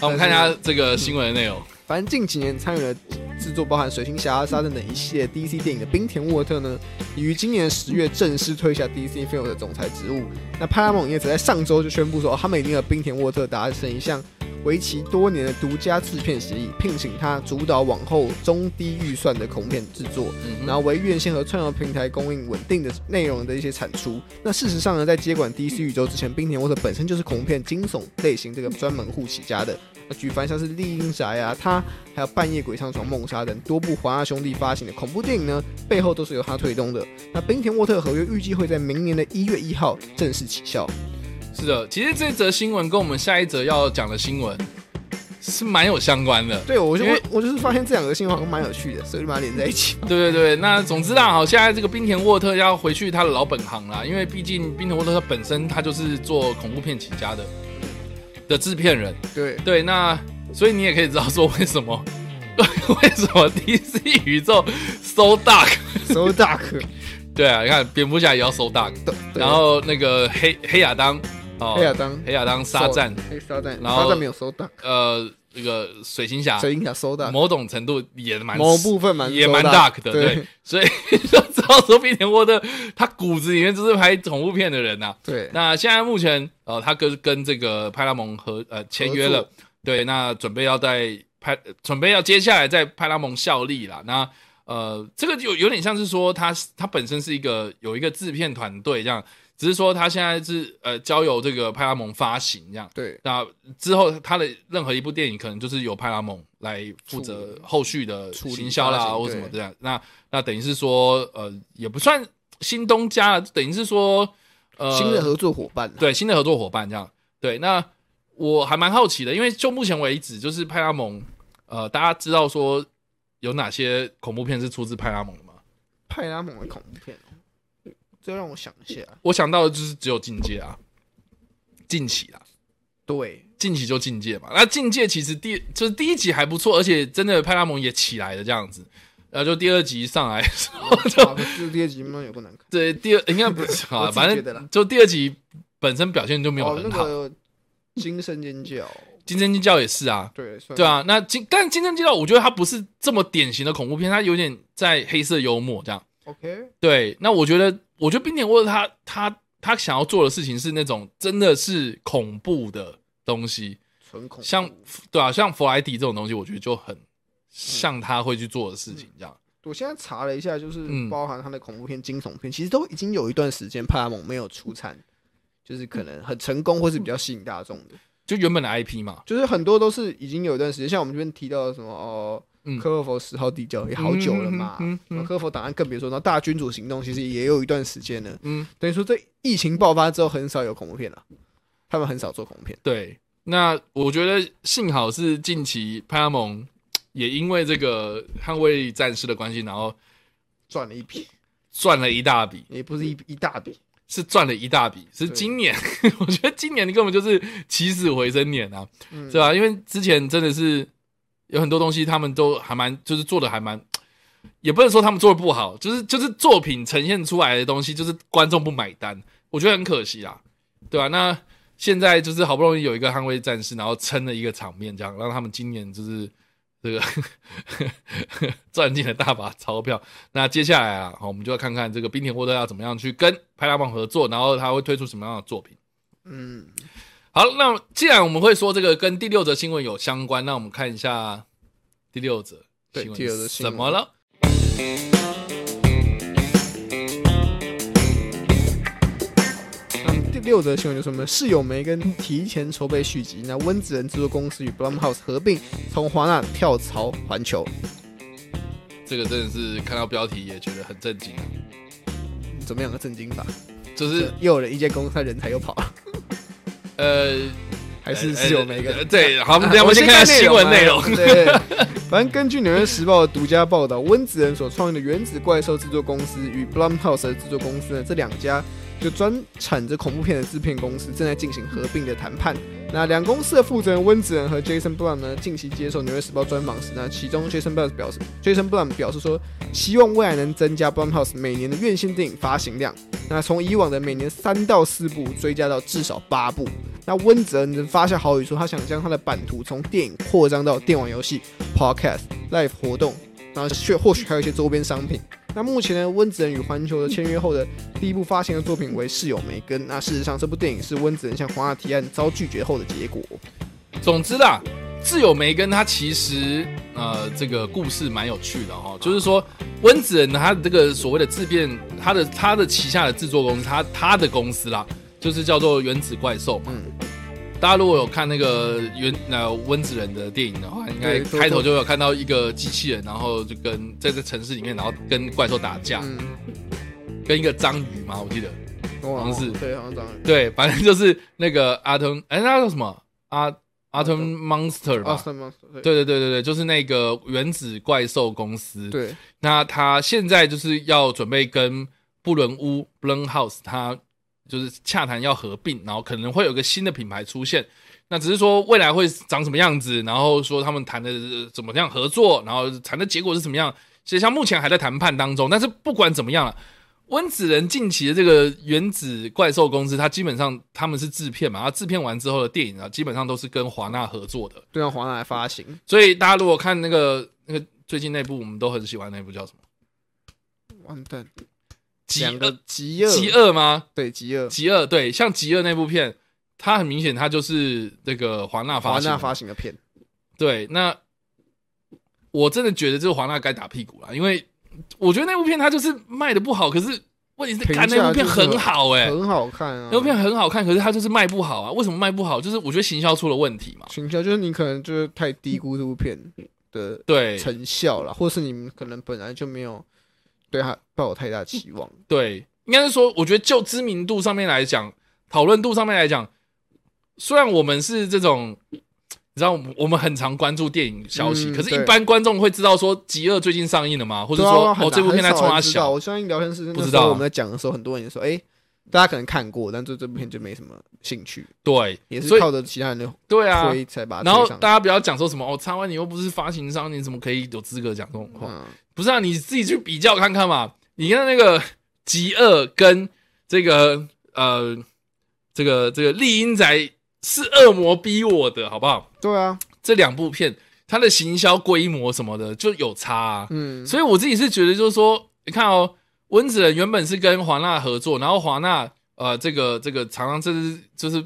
Speaker 1: 好，我们看一下这个新闻的内容。
Speaker 2: 反正近几年参与了制作包含《水星侠》《沙等等一系列 DC 电影的冰田沃特呢，已于今年十月正式退下 DC Film 的总裁职务。那派拉蒙也只在上周就宣布说，哦他们已经和冰田沃特达成一项为期多年的独家制片协议，聘请他主导往后中低预算的恐怖片制作。
Speaker 1: 嗯
Speaker 2: 然后为院线和串流平台供应稳定的内容的一些产出。那事实上呢，在接管 DC 宇宙之前，冰田沃特本身就是恐怖片惊悚类型这个专门户起家的。那举凡像是《丽婴宅》啊，他还有《半夜鬼上床梦杀》等多部华纳兄弟发行的恐怖电影呢，背后都是由他推动的。那冰田沃特合约预计会在明年的一月一号正式起效。
Speaker 1: 是的，其实这则新闻跟我们下一则要讲的新闻是蛮有相关的。
Speaker 2: 对，我就
Speaker 1: 因为
Speaker 2: 我就是发现这两个新闻好像蛮有趣的，所以就把它连在一 起。
Speaker 1: 对对对，那总之啦，好，现在这个冰田沃特要回去他的老本行啦，因为毕竟冰田沃特他本身他就是做恐怖片起家的，的制片人。
Speaker 2: 对，
Speaker 1: 对，那所以你也可以知道说为什么， 为什么 DC 宇宙 so dark。
Speaker 2: So Dark，
Speaker 1: 对啊，你看蝙蝠侠也要 so dark，
Speaker 2: 对对
Speaker 1: 然后那个黑黑亚当，哦，
Speaker 2: 黑亚当
Speaker 1: 黑亚当沙赞，
Speaker 2: 黑沙蛋，
Speaker 1: 然后啊
Speaker 2: 沙蛋没有 So Dark，
Speaker 1: 呃，那个水行侠，
Speaker 2: 水影响 So Dark，
Speaker 1: 某种程度也蛮
Speaker 2: 某部分蛮
Speaker 1: 也
Speaker 2: so
Speaker 1: 蛮
Speaker 2: dark
Speaker 1: dark 的，
Speaker 2: 对
Speaker 1: 对，所以 就知道说比田沃特他骨子里面就是拍恐怖片的人呐、啊
Speaker 2: 对，
Speaker 1: 那现在目前呃，他跟跟这个派拉蒙合呃签约
Speaker 2: 合
Speaker 1: 了
Speaker 2: 作，
Speaker 1: 对，那准备要在派呃准备要接下来在派拉蒙效力啦。那呃，这个就有点像是说他他本身是一个有一个制片团队这样，只是说他现在是呃交由这个派拉蒙发行这样。
Speaker 2: 对，
Speaker 1: 那之后他的任何一部电影，可能就是由派拉蒙来负责后续的
Speaker 2: 处理
Speaker 1: 行销
Speaker 2: 发
Speaker 1: 啦，
Speaker 2: 行
Speaker 1: 或什
Speaker 2: 对
Speaker 1: 么这样。那那等于是说，呃，也不算新东家了，等于是说，呃，
Speaker 2: 新的合作伙伴，啊
Speaker 1: 对新的合作伙伴这样。对，那我还蛮好奇的，因为就目前为止，就是派拉蒙，呃，大家知道说有哪些恐怖片是出自派拉蒙的吗？
Speaker 2: 派拉蒙的恐怖片哦，这让我想一下，
Speaker 1: 我想到的就是只有境界啊，近期啦，
Speaker 2: 对，
Speaker 1: 近期就境界嘛。那境界其实第就是第一集还不错，而且真的派拉蒙也起来了这样子。然后就第二集上来的时候，
Speaker 2: 哇可是第二集嘛有不难看，
Speaker 1: 对第二应该不是
Speaker 2: 我
Speaker 1: 啊，
Speaker 2: 自己
Speaker 1: 反
Speaker 2: 觉得啦
Speaker 1: 正就第二集本身表现就没有
Speaker 2: 哦，那
Speaker 1: 很好。
Speaker 2: 个惊声尖叫，
Speaker 1: 金针教也是啊，
Speaker 2: 对，算
Speaker 1: 对，啊，那金但金针教我觉得它不是这么典型的恐怖片，它有点在黑色幽默这样。
Speaker 2: ，OK，
Speaker 1: 对，那我觉得我觉得冰点沃特他他他想要做的事情是那种真的是恐怖的东西，
Speaker 2: 纯恐怖，
Speaker 1: 像对啊，像弗莱迪这种东西，我觉得就
Speaker 2: 嗯
Speaker 1: 很像他会去做的事情这样。
Speaker 2: 我现在查了一下，就是
Speaker 1: 嗯
Speaker 2: 包含他的恐怖片、惊悚片，其实都已经有一段时间，派拉蒙没有出产，就是可能很成功或是比较吸引大众的，
Speaker 1: 就原本的 IP 嘛，
Speaker 2: 就是很多都是已经有一段时间，像我们这边提到的什么哦，
Speaker 1: 嗯
Speaker 2: 科佛十号地窖也好久了嘛，
Speaker 1: 嗯嗯嗯嗯
Speaker 2: 然后科佛档案更别说，然后大君主行动其实也有一段时间了，
Speaker 1: 嗯，
Speaker 2: 等于说这疫情爆发之后，很少有恐怖片了，他们很少做恐怖片，
Speaker 1: 对。那我觉得幸好是近期派拉蒙也因为这个捍卫战士的关系，然后
Speaker 2: 赚了一笔，
Speaker 1: 赚了一大笔，
Speaker 2: 也不是一一大笔，
Speaker 1: 是赚了一大笔。是
Speaker 2: 对
Speaker 1: 今年， 我觉得今年你根本就是起死回生年啊，
Speaker 2: 嗯
Speaker 1: 对吧、因为之前真的是有很多东西，他们都还蛮，就是做的还蛮，也不能说他们做的不好，就是就是作品呈现出来的东西，就是观众不买单，我觉得很可惜啊，对吧、那现在就是好不容易有一个捍卫战士，然后撑了一个场面，这样让他们今年就是这个 赚进了大把钞票。那接下来啊，好，我们就要看看这个冰田沃特要怎么样去跟派拉蒙合作，然后他会推出什么样的作品。
Speaker 2: 嗯，
Speaker 1: 好，那既然我们会说这个跟第六则新闻有相关，那我们看一下第六则
Speaker 2: 对
Speaker 1: 新闻
Speaker 2: 第六则新闻
Speaker 1: 怎么了？
Speaker 2: 那第六则新闻就是我们室友梅根提前筹备续集，那温子仁制作公司与 Blumhouse 合并，从华纳跳槽环球。
Speaker 1: 这个真的是看到标题也觉得很震惊啊，
Speaker 2: 怎么样个震惊法？
Speaker 1: 就是
Speaker 2: 又有人一间公司，他人才又跑了，
Speaker 1: 呃，
Speaker 2: 还是室友梅根？
Speaker 1: 呃对，好，我们
Speaker 2: 啊
Speaker 1: 等一下
Speaker 2: 我
Speaker 1: 们先看一下新闻内容
Speaker 2: 啊。对， 反正根据《纽约时报》的独家报道，温子仁所创立的原子怪兽制作公司与 Blumhouse 的制作公司呢，这两家就专产着恐怖片的制片公司正在进行合并的谈判。那两公司的负责人温子仁和 Jason Blum 呢，近期接受《纽约时报》专访时呢，其中 Jason Blum 表示，Jason Blum 表示说，希望未来能增加 Blumhouse 每年的院线电影发行量，那从以往的每年三到四部追加到至少八部。那温泽能发下豪语说，他想将他的版图从电影扩张到电玩游戏、podcast、live 活动，然后却或许还有一些周边商品。那目前呢，温子仁与环球的签约后的第一部发行的作品为《室友梅根》。那事实上，这部电影是温子仁向华纳提案遭拒绝后的结果。
Speaker 1: 总之啦，挚友梅根他其实呃这个故事蛮有趣的哈、哦，就是说温子仁他的这个所谓的自变，他的他的旗下的制作公司，他他的公司啦，就是叫做原子怪兽嘛。
Speaker 2: 嗯
Speaker 1: 大家如果有看那个原呃温子仁的电影的话，应该
Speaker 2: 对都
Speaker 1: 开头就有看到一个机器人，然后就跟在这城市里面，然后跟怪兽打架，
Speaker 2: 嗯，
Speaker 1: 跟一个章鱼嘛，我记得
Speaker 2: 我
Speaker 1: 好像是
Speaker 2: 对，好像这样。
Speaker 1: 对，反正就是那个阿腾，哎，那叫什么阿阿腾 Monster 吧
Speaker 2: 啊，？什么？对
Speaker 1: 对对对对对，就是那个原子怪兽公司。，
Speaker 2: 对，
Speaker 1: 那他现在就是要准备跟布伦屋 （Blumhouse） 他就是洽谈要合并，然后可能会有个新的品牌出现。那只是说未来会长什么样子，然后说他们谈的呃怎么样合作，然后谈的结果是怎么样。其实像目前还在谈判当中，但是不管怎么样了，温子仁近期的这个原子怪兽公司，它基本上他们是制片嘛，它制片完之后的电影啊，基本上都是跟华纳合作的。
Speaker 2: 对让华纳来发行，
Speaker 1: 所以大家如果看那个那个最近那部，我们都很喜欢那部叫什么？
Speaker 2: 完蛋，
Speaker 1: 极
Speaker 2: 两
Speaker 1: 恶
Speaker 2: 个极恶，
Speaker 1: 极恶吗？
Speaker 2: 对极恶，
Speaker 1: 极恶对，像极恶那部片，它很明显它就是那个华纳发
Speaker 2: 华
Speaker 1: 行的，
Speaker 2: 纳发行的片，
Speaker 1: 对，那我真的觉得这个华纳该打屁股了，因为我觉得那部片它就是卖的不好，可是问题是，
Speaker 2: 评价
Speaker 1: 看那部片
Speaker 2: 就是
Speaker 1: 很好哎、
Speaker 2: 很好看啊。
Speaker 1: 那部片很好看，可是它就是卖不好啊。为什么卖不好？就是我觉得行销出了问题嘛。
Speaker 2: 群销就是你可能就是太低估这部片的
Speaker 1: 对
Speaker 2: 成效了，或是你们可能本来就没有对它抱有太大期望。
Speaker 1: 对，应该是说，我觉得就知名度上面来讲，讨论度上面来讲，虽然我们是这种。你知道我们我们很常关注电影消息，
Speaker 2: 嗯
Speaker 1: 可是，一
Speaker 2: 对
Speaker 1: 般观众会知道说《极恶》最近上映了吗？或者
Speaker 2: 对啊
Speaker 1: 说，
Speaker 2: 很
Speaker 1: 哦，
Speaker 2: 难
Speaker 1: 这部片在
Speaker 2: 很少
Speaker 1: 冲
Speaker 2: 人
Speaker 1: 他
Speaker 2: 知
Speaker 1: 小
Speaker 2: 道，我相信聊天室
Speaker 1: 不
Speaker 2: 那
Speaker 1: 知
Speaker 2: 时候
Speaker 1: 道啊
Speaker 2: 我们在讲的时候，很多人就说，哎、大家可能看过，但对这部片就没什么兴趣，
Speaker 1: 对，
Speaker 2: 也
Speaker 1: 所
Speaker 2: 是
Speaker 1: 以
Speaker 2: 靠着其他人的
Speaker 1: 对啊，
Speaker 2: 推才把它
Speaker 1: 然后
Speaker 2: 推上
Speaker 1: 大家不要讲说什么哦，叉 Y 你又不是发行商，你怎么可以有资格讲这种话？
Speaker 2: 嗯，
Speaker 1: 不是啊，你自己去比较看看嘛。你看那个极恶跟这个呃这个这个丽英仔是恶魔逼我的，好不好？
Speaker 2: 对啊，
Speaker 1: 这两部片它的行销规模什么的就有差、啊，
Speaker 2: 嗯，
Speaker 1: 所以我自己是觉得就是说，你看哦，温子仁原本是跟华纳合作，然后华纳呃这个这个常常这是就是、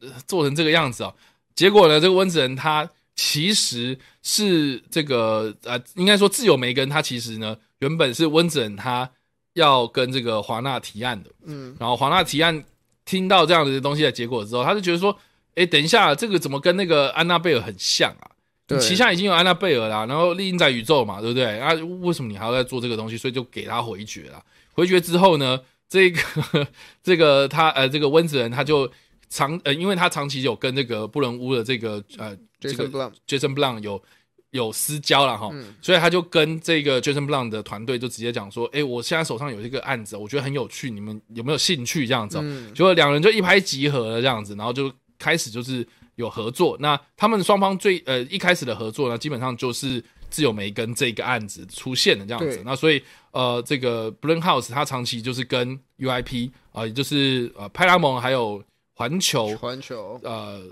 Speaker 1: 呃做成这个样子哦，结果呢，这个温子仁他其实是这个呃，应该说自由梅根他其实呢原本是温子仁他要跟这个华纳提案的，
Speaker 2: 嗯，
Speaker 1: 然后华纳提案听到这样的东西的结果之后，他就觉得说，哎，等一下，这个怎么跟那个安娜贝尔很像啊？
Speaker 2: 对，
Speaker 1: 旗下已经有安娜贝尔啦，然后丽英在宇宙嘛，对不对？啊，为什么你还要再做这个东西？所以就给他回绝了。回绝之后呢，这个 这个他呃，这个温子仁他就长呃，因为他长期有跟这个布伦屋的这个呃这
Speaker 2: Jason
Speaker 1: 个
Speaker 2: Blum，
Speaker 1: Jason Blum 有有私交了哈，
Speaker 2: 嗯
Speaker 1: 所以他就跟这个 Jason Blum 的团队就直接讲说，哎、我现在手上有一个案子，我觉得很有趣，你们有没有兴趣这样子哦？
Speaker 2: 嗯，
Speaker 1: 结果两人就一拍即合了这样子，然后就开始就是有合作。那他们双方最呃一开始的合作呢，基本上就是自由梅跟这个案子出现的这样子
Speaker 2: 对。
Speaker 1: 那所以呃，这个 b l u n House 它长期就是跟 UIP 啊、也就是呃派拉蒙还有环球
Speaker 2: 环球，
Speaker 1: 呃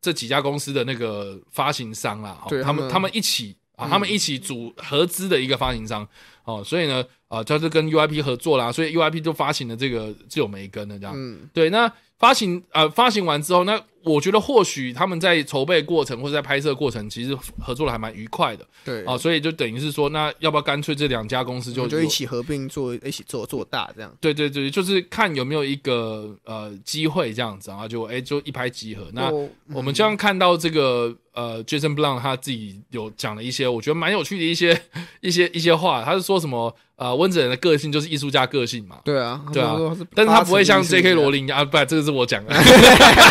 Speaker 1: 这几家公司的那个发行商啦，哦
Speaker 2: 对
Speaker 1: 他们
Speaker 2: 他们嗯
Speaker 1: 他们一起啊，他们一起组合资的一个发行商哦，所以呢，啊，他就跟 UIP 合作啦，所以 UIP 就发行了这个自由梅根的这样。
Speaker 2: 嗯，
Speaker 1: 对，那发行呃发行完之后，那我觉得或许他们在筹备过程或者在拍摄过程，其实合作的还蛮愉快的
Speaker 2: 对，
Speaker 1: 啊、所以就等于是说，那要不要干脆这两家公司
Speaker 2: 我
Speaker 1: 就
Speaker 2: 们就一？起合并做，一起做做大这样。
Speaker 1: 对对对，就是看有没有一个呃机会这样子，然后就哎就一拍即合。那
Speaker 2: 我
Speaker 1: 我们这样看到这个呃，Jason Blum 他自己有讲了一些我觉得蛮有趣的一些 一些一些话，他是说什么呃，温子仁的个性就是艺术家个性嘛，
Speaker 2: 对啊，
Speaker 1: 对啊
Speaker 2: 他们说是
Speaker 1: 但是他不会像
Speaker 2: 八成
Speaker 1: J.K. 罗琳一样啊，不，这个是我讲的，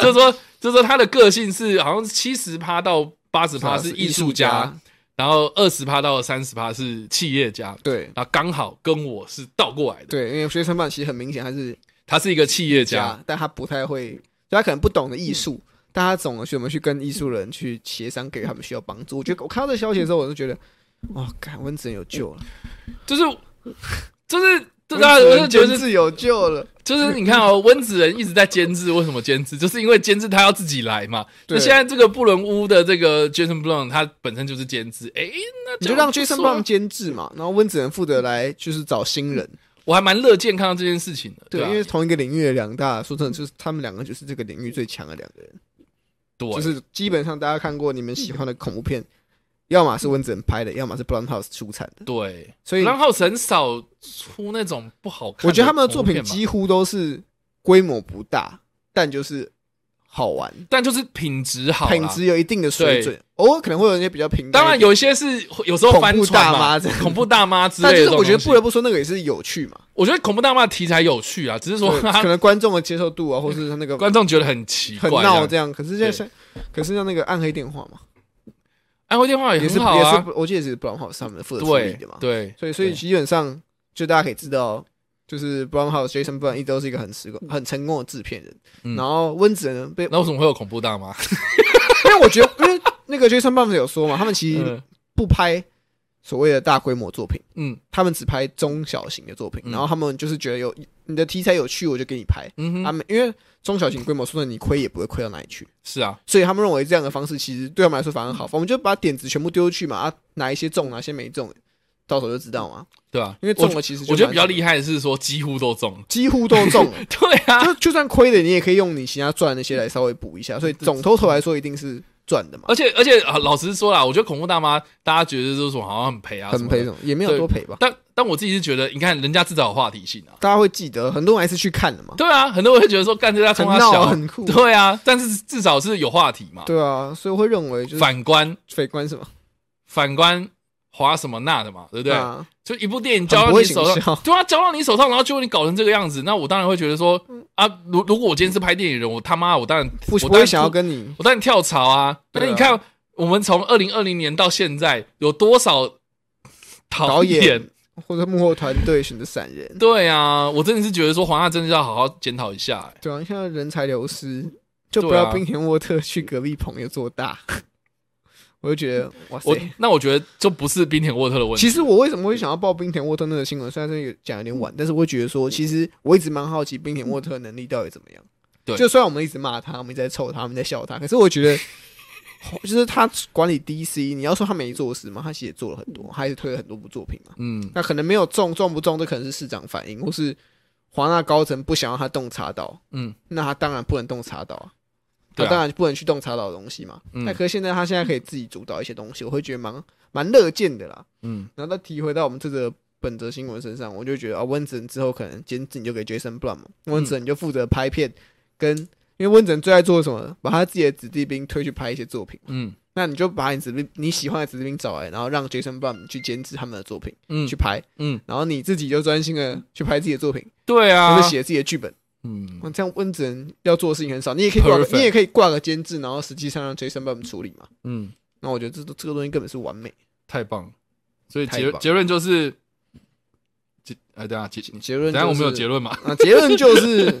Speaker 1: 就是说，就是说他的个性是好像七十趴到八十趴是艺术家，，然后二十趴到三十趴是企业家，
Speaker 2: 对
Speaker 1: 然后刚好跟我是倒过来的，
Speaker 2: 对，因为学生版其实很明显他是
Speaker 1: 他是一个企业家，嗯
Speaker 2: 家，但他不太会，就他可能不懂得艺术，但他懂得去怎么去跟艺术人去协商，给予他们需要帮助。我觉得我看到这消息的时候，我就觉得，哇，感温子仁有救了，
Speaker 1: 就是就是。对啊，我就
Speaker 2: 温
Speaker 1: 觉
Speaker 2: 子
Speaker 1: 得
Speaker 2: 仁
Speaker 1: 是
Speaker 2: 是有救了。
Speaker 1: 就是你看 哦，温子仁一直在监制，为什么监制？就是因为监制他要自己来嘛。那
Speaker 2: 对
Speaker 1: 现在这个布伦屋的这个 Jason Blum，他本身就是监制，诶，那
Speaker 2: 你
Speaker 1: 这
Speaker 2: 就
Speaker 1: 样
Speaker 2: 让
Speaker 1: 不
Speaker 2: Jason
Speaker 1: 错啊
Speaker 2: Blum 监制嘛，然后温子仁负责来就是找新人，
Speaker 1: 我还蛮乐见看到这件事情的，啊
Speaker 2: 对，
Speaker 1: 吧
Speaker 2: 因为同一个领域的两大，说真的，就是他们两个就是这个领域最强的两个人，
Speaker 1: 对，
Speaker 2: 就是基本上大家看过你们喜欢的恐怖片，要么是温子仁拍的，要么是 Blumhouse 出产的，
Speaker 1: 对。
Speaker 2: 所以
Speaker 1: 然后很少出那种不好看，
Speaker 2: 我觉得他们的作品
Speaker 1: 机，
Speaker 2: 几乎都是规模不大，但就是好玩，
Speaker 1: 但就是品质好啦，
Speaker 2: 品质有一定的水准，偶尔可能会有一些比较平淡
Speaker 1: 当
Speaker 2: 一
Speaker 1: 然
Speaker 2: 点。
Speaker 1: 有一些是有时候翻
Speaker 2: 恐怖
Speaker 1: 船
Speaker 2: 大
Speaker 1: 嘛，
Speaker 2: 妈这样
Speaker 1: 恐怖大妈之类
Speaker 2: 但
Speaker 1: 的这
Speaker 2: 就是
Speaker 1: 种
Speaker 2: 我
Speaker 1: 东西。
Speaker 2: 觉得不得不说，那个也是有趣嘛。
Speaker 1: 我觉得恐怖大妈的题材有趣啊，只是说
Speaker 2: 对可
Speaker 1: 他
Speaker 2: 能观众的接受度啊，或 是他那个
Speaker 1: 观众觉得很奇怪啊
Speaker 2: 很
Speaker 1: 这样。
Speaker 2: 闹这样。可是现在像，可是像那个暗黑电话嘛，
Speaker 1: 安徽电话也
Speaker 2: 也是
Speaker 1: 很好
Speaker 2: 也
Speaker 1: 啊
Speaker 2: 是，，我记得也是 b r o w n h o u s 他们负责处理
Speaker 1: 对
Speaker 2: 的嘛。
Speaker 1: 对，
Speaker 2: 所以所以
Speaker 1: 对
Speaker 2: 基本上就大家可以知道就是 Brownhouse Jason Brown 一直都是一个很成功、很成功的制片人。
Speaker 1: 嗯
Speaker 2: 然后温子仁呢被，
Speaker 1: 那为什么会有恐怖大妈？
Speaker 2: 因为我觉得， 因为那个 Jason Brown 有说嘛，他们其实
Speaker 1: 嗯
Speaker 2: 不拍所谓的大规模作品，
Speaker 1: 嗯
Speaker 2: 他们只拍中小型的作品。
Speaker 1: 嗯
Speaker 2: 然后他们就是觉得有你的题材有趣，我就给你拍。
Speaker 1: 嗯
Speaker 2: 他
Speaker 1: 哼，
Speaker 2: 们因为中小型规模，说真的，你亏也不会亏到哪里去。
Speaker 1: 是啊，
Speaker 2: 所以他们认为这样的方式其实对他们来说反而
Speaker 1: 嗯
Speaker 2: 好，我们就把点子全部丢去嘛，啊，哪一些中，哪些没中，到时候就知道嘛。
Speaker 1: 对啊，
Speaker 2: 因为中了其实就
Speaker 1: 我觉得比较
Speaker 2: 蛮
Speaker 1: 厉害的是说几乎都中了。，
Speaker 2: 几乎都中了
Speaker 1: 对啊，
Speaker 2: 就就算亏了，你也可以用你其他赚的那些来稍微补一下，
Speaker 1: 嗯
Speaker 2: 所以总头头来说一定是赚的嘛，
Speaker 1: 而且而且、啊老实说啦，我觉得恐怖大妈大家觉得就是说好像很赔啊，
Speaker 2: 很赔
Speaker 1: 什么的。
Speaker 2: 种，也没有多赔吧。
Speaker 1: 但但我自己是觉得，你看人家至少有话题性啊。
Speaker 2: 大家会记得，很多人还是去看的嘛，
Speaker 1: 对啊，很多人会觉得说干这家
Speaker 2: 很
Speaker 1: 冲他
Speaker 2: 闹
Speaker 1: 小，
Speaker 2: 很 酷，
Speaker 1: 对啊，但是至少是有话题嘛。
Speaker 2: 对啊，所以我会认为就是
Speaker 1: 反观
Speaker 2: 匪官什么，
Speaker 1: 反观华什么那的嘛，对不对？
Speaker 2: 啊
Speaker 1: 就一部电影
Speaker 2: 很
Speaker 1: 交
Speaker 2: 不
Speaker 1: 到
Speaker 2: 会
Speaker 1: 你
Speaker 2: 行
Speaker 1: 手上，
Speaker 2: 销，
Speaker 1: 对啊，交到你手上，然后结果你搞成这个样子，那我当然会觉得说啊，如如果我今天是拍电影人，我他妈我当然
Speaker 2: 不
Speaker 1: 我
Speaker 2: 不
Speaker 1: 当
Speaker 2: 会
Speaker 1: 然
Speaker 2: 想要
Speaker 1: 吐
Speaker 2: 跟你
Speaker 1: 我当然跳槽啊。
Speaker 2: 对
Speaker 1: 那
Speaker 2: 啊
Speaker 1: 你看，我们从二零二零年到现在，有多少
Speaker 2: 导
Speaker 1: 演？
Speaker 2: 演或者幕后团队选择散人，
Speaker 1: 对啊，我真的是觉得说黄亚真的要好好检讨一下、欸
Speaker 2: 对啊，现在人才流失，就不
Speaker 1: 对啊
Speaker 2: 要冰田沃特去隔壁朋友做大， 我就觉得哇
Speaker 1: 我
Speaker 2: 塞。
Speaker 1: 那我觉得就不是冰田沃特的问题，
Speaker 2: 其实我为什么会想要报冰田沃特那个新闻？虽然这个讲有
Speaker 1: 嗯
Speaker 2: 点晚，但是我会觉得说，其实我一直蛮好奇冰田沃特的能力到底怎么样。
Speaker 1: 对
Speaker 2: 就虽然我们一直骂他，我们一直在臭他，我们在笑他，可是我觉得， 就是他管理 DC，你要说他没做事嘛，他其实也做了很多，他也推了很多部作品嘛。
Speaker 1: 嗯，
Speaker 2: 那可能没有中，中不中，这可能是市长反应，或是华纳高层不想让他动茶岛，
Speaker 1: 嗯，
Speaker 2: 那他当然不能动茶岛啊，
Speaker 1: 对
Speaker 2: 他
Speaker 1: 啊
Speaker 2: 当然不能去动茶岛的东西嘛。
Speaker 1: 嗯
Speaker 2: 那可是现在他现在可以自己主导一些东西，我会觉得蛮蛮乐见的啦。
Speaker 1: 嗯，
Speaker 2: 然后再提回到我们这则本则新闻身上，我就觉得啊，温子仁之后可能监制你就给 Jason Blum，嘛温子仁就负责拍片，跟因为温子仁最爱做什么，把他自己的子弟兵推去拍一些作品，
Speaker 1: 嗯
Speaker 2: 那你就把你子弟你喜欢的子弟兵找来，然后让 Jason Blum 去监制他们的作品、
Speaker 1: 嗯
Speaker 2: 去拍，
Speaker 1: 嗯，
Speaker 2: 然后你自己就专心的去拍自己的作品，
Speaker 1: 对啊
Speaker 2: 或者，写自己的剧本。
Speaker 1: 嗯，
Speaker 2: 哇这样温子仁要做的事情很少，你也可以挂个
Speaker 1: Perfect
Speaker 2: 你也可以挂个监制，然后实际上让 Jason Blum 处理嘛。
Speaker 1: 嗯，
Speaker 2: 那我觉得这这个东西根本是完美。
Speaker 1: 太棒了，所以
Speaker 2: 太
Speaker 1: 结
Speaker 2: 棒
Speaker 1: 结论就是结哎，等一下结
Speaker 2: 结论、
Speaker 1: 等一下我
Speaker 2: 就是，
Speaker 1: 们有结论嘛？
Speaker 2: 啊，结论就是，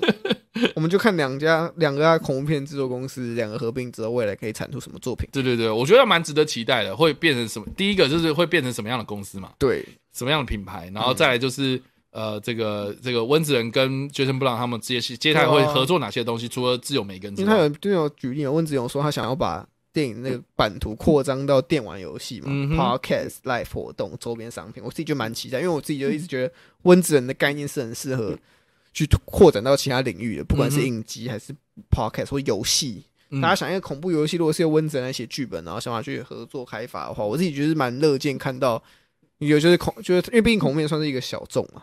Speaker 2: 我们就看两家两个恐怖片制作公司两个合并之后，未来可以产出什么作品。
Speaker 1: 对对对，我觉得蛮值得期待的，会变成什么？第一个就是会变成什么样的公司嘛，
Speaker 2: 对，
Speaker 1: 什么样的品牌，
Speaker 2: 嗯
Speaker 1: 然后再来就是。呃，这个这个温子仁跟 Jason Brown 他们接接下来会
Speaker 2: 对啊
Speaker 1: 合作哪些东西？除了自由梅根之
Speaker 2: 因为
Speaker 1: 外，
Speaker 2: 他有就有举例嘛，温子勇说他想要把电影那个版图扩张到电玩游戏嘛、
Speaker 1: 嗯哼
Speaker 2: p o d c a s t live 活动、周边商品，我自己就蛮期待，因为我自己就一直觉得温子仁的概念是很适合去扩展到其他领域的，不管
Speaker 1: 嗯
Speaker 2: 是
Speaker 1: 哼
Speaker 2: 影集还是 podcast 或游戏。
Speaker 1: 嗯
Speaker 2: 大家想一个恐怖游戏，如果是由温子仁来写剧本，然后想法去合作开发的话，我自己觉得是蛮乐见看到，有就是恐，就是因为毕竟恐怖片算是一个小众
Speaker 1: 嗯
Speaker 2: 嘛，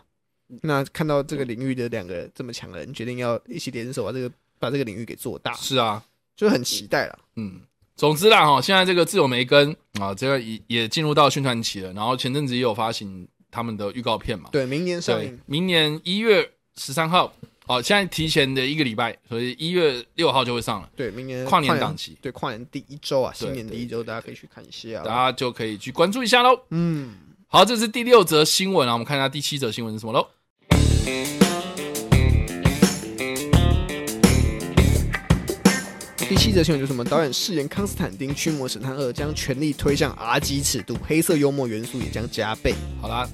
Speaker 2: 那看到这个领域的两个这么强的人决定要一起联手把这个把这个领域给做大，
Speaker 1: 是啊，
Speaker 2: 就很期待了。
Speaker 1: 嗯，总之啦哈，现在这个自由梅根啊，这个也也进入到宣传期了。然后前阵子也有发行他们的预告片嘛，
Speaker 2: 对，明年上
Speaker 1: 对
Speaker 2: 映，，
Speaker 1: 明年一月十三号，哦、现在提前的一个礼拜，所以一月六号就会上了，
Speaker 2: 对，明年
Speaker 1: 跨年档，期，
Speaker 2: 对，跨年第一周啊，
Speaker 1: 对
Speaker 2: 新年第一周，大家可以去看一下
Speaker 1: 大家
Speaker 2: 啊。
Speaker 1: 就可以去关注一下喽。
Speaker 2: 嗯，
Speaker 1: 好，这是第六则新闻啊，我们看一下第七则新闻是什么喽。
Speaker 2: 第七则新闻就是我们导演饰演康斯坦丁《驱魔神探二》将全力推向 R 级尺度，黑色幽默元素也将加倍。
Speaker 1: 好啦，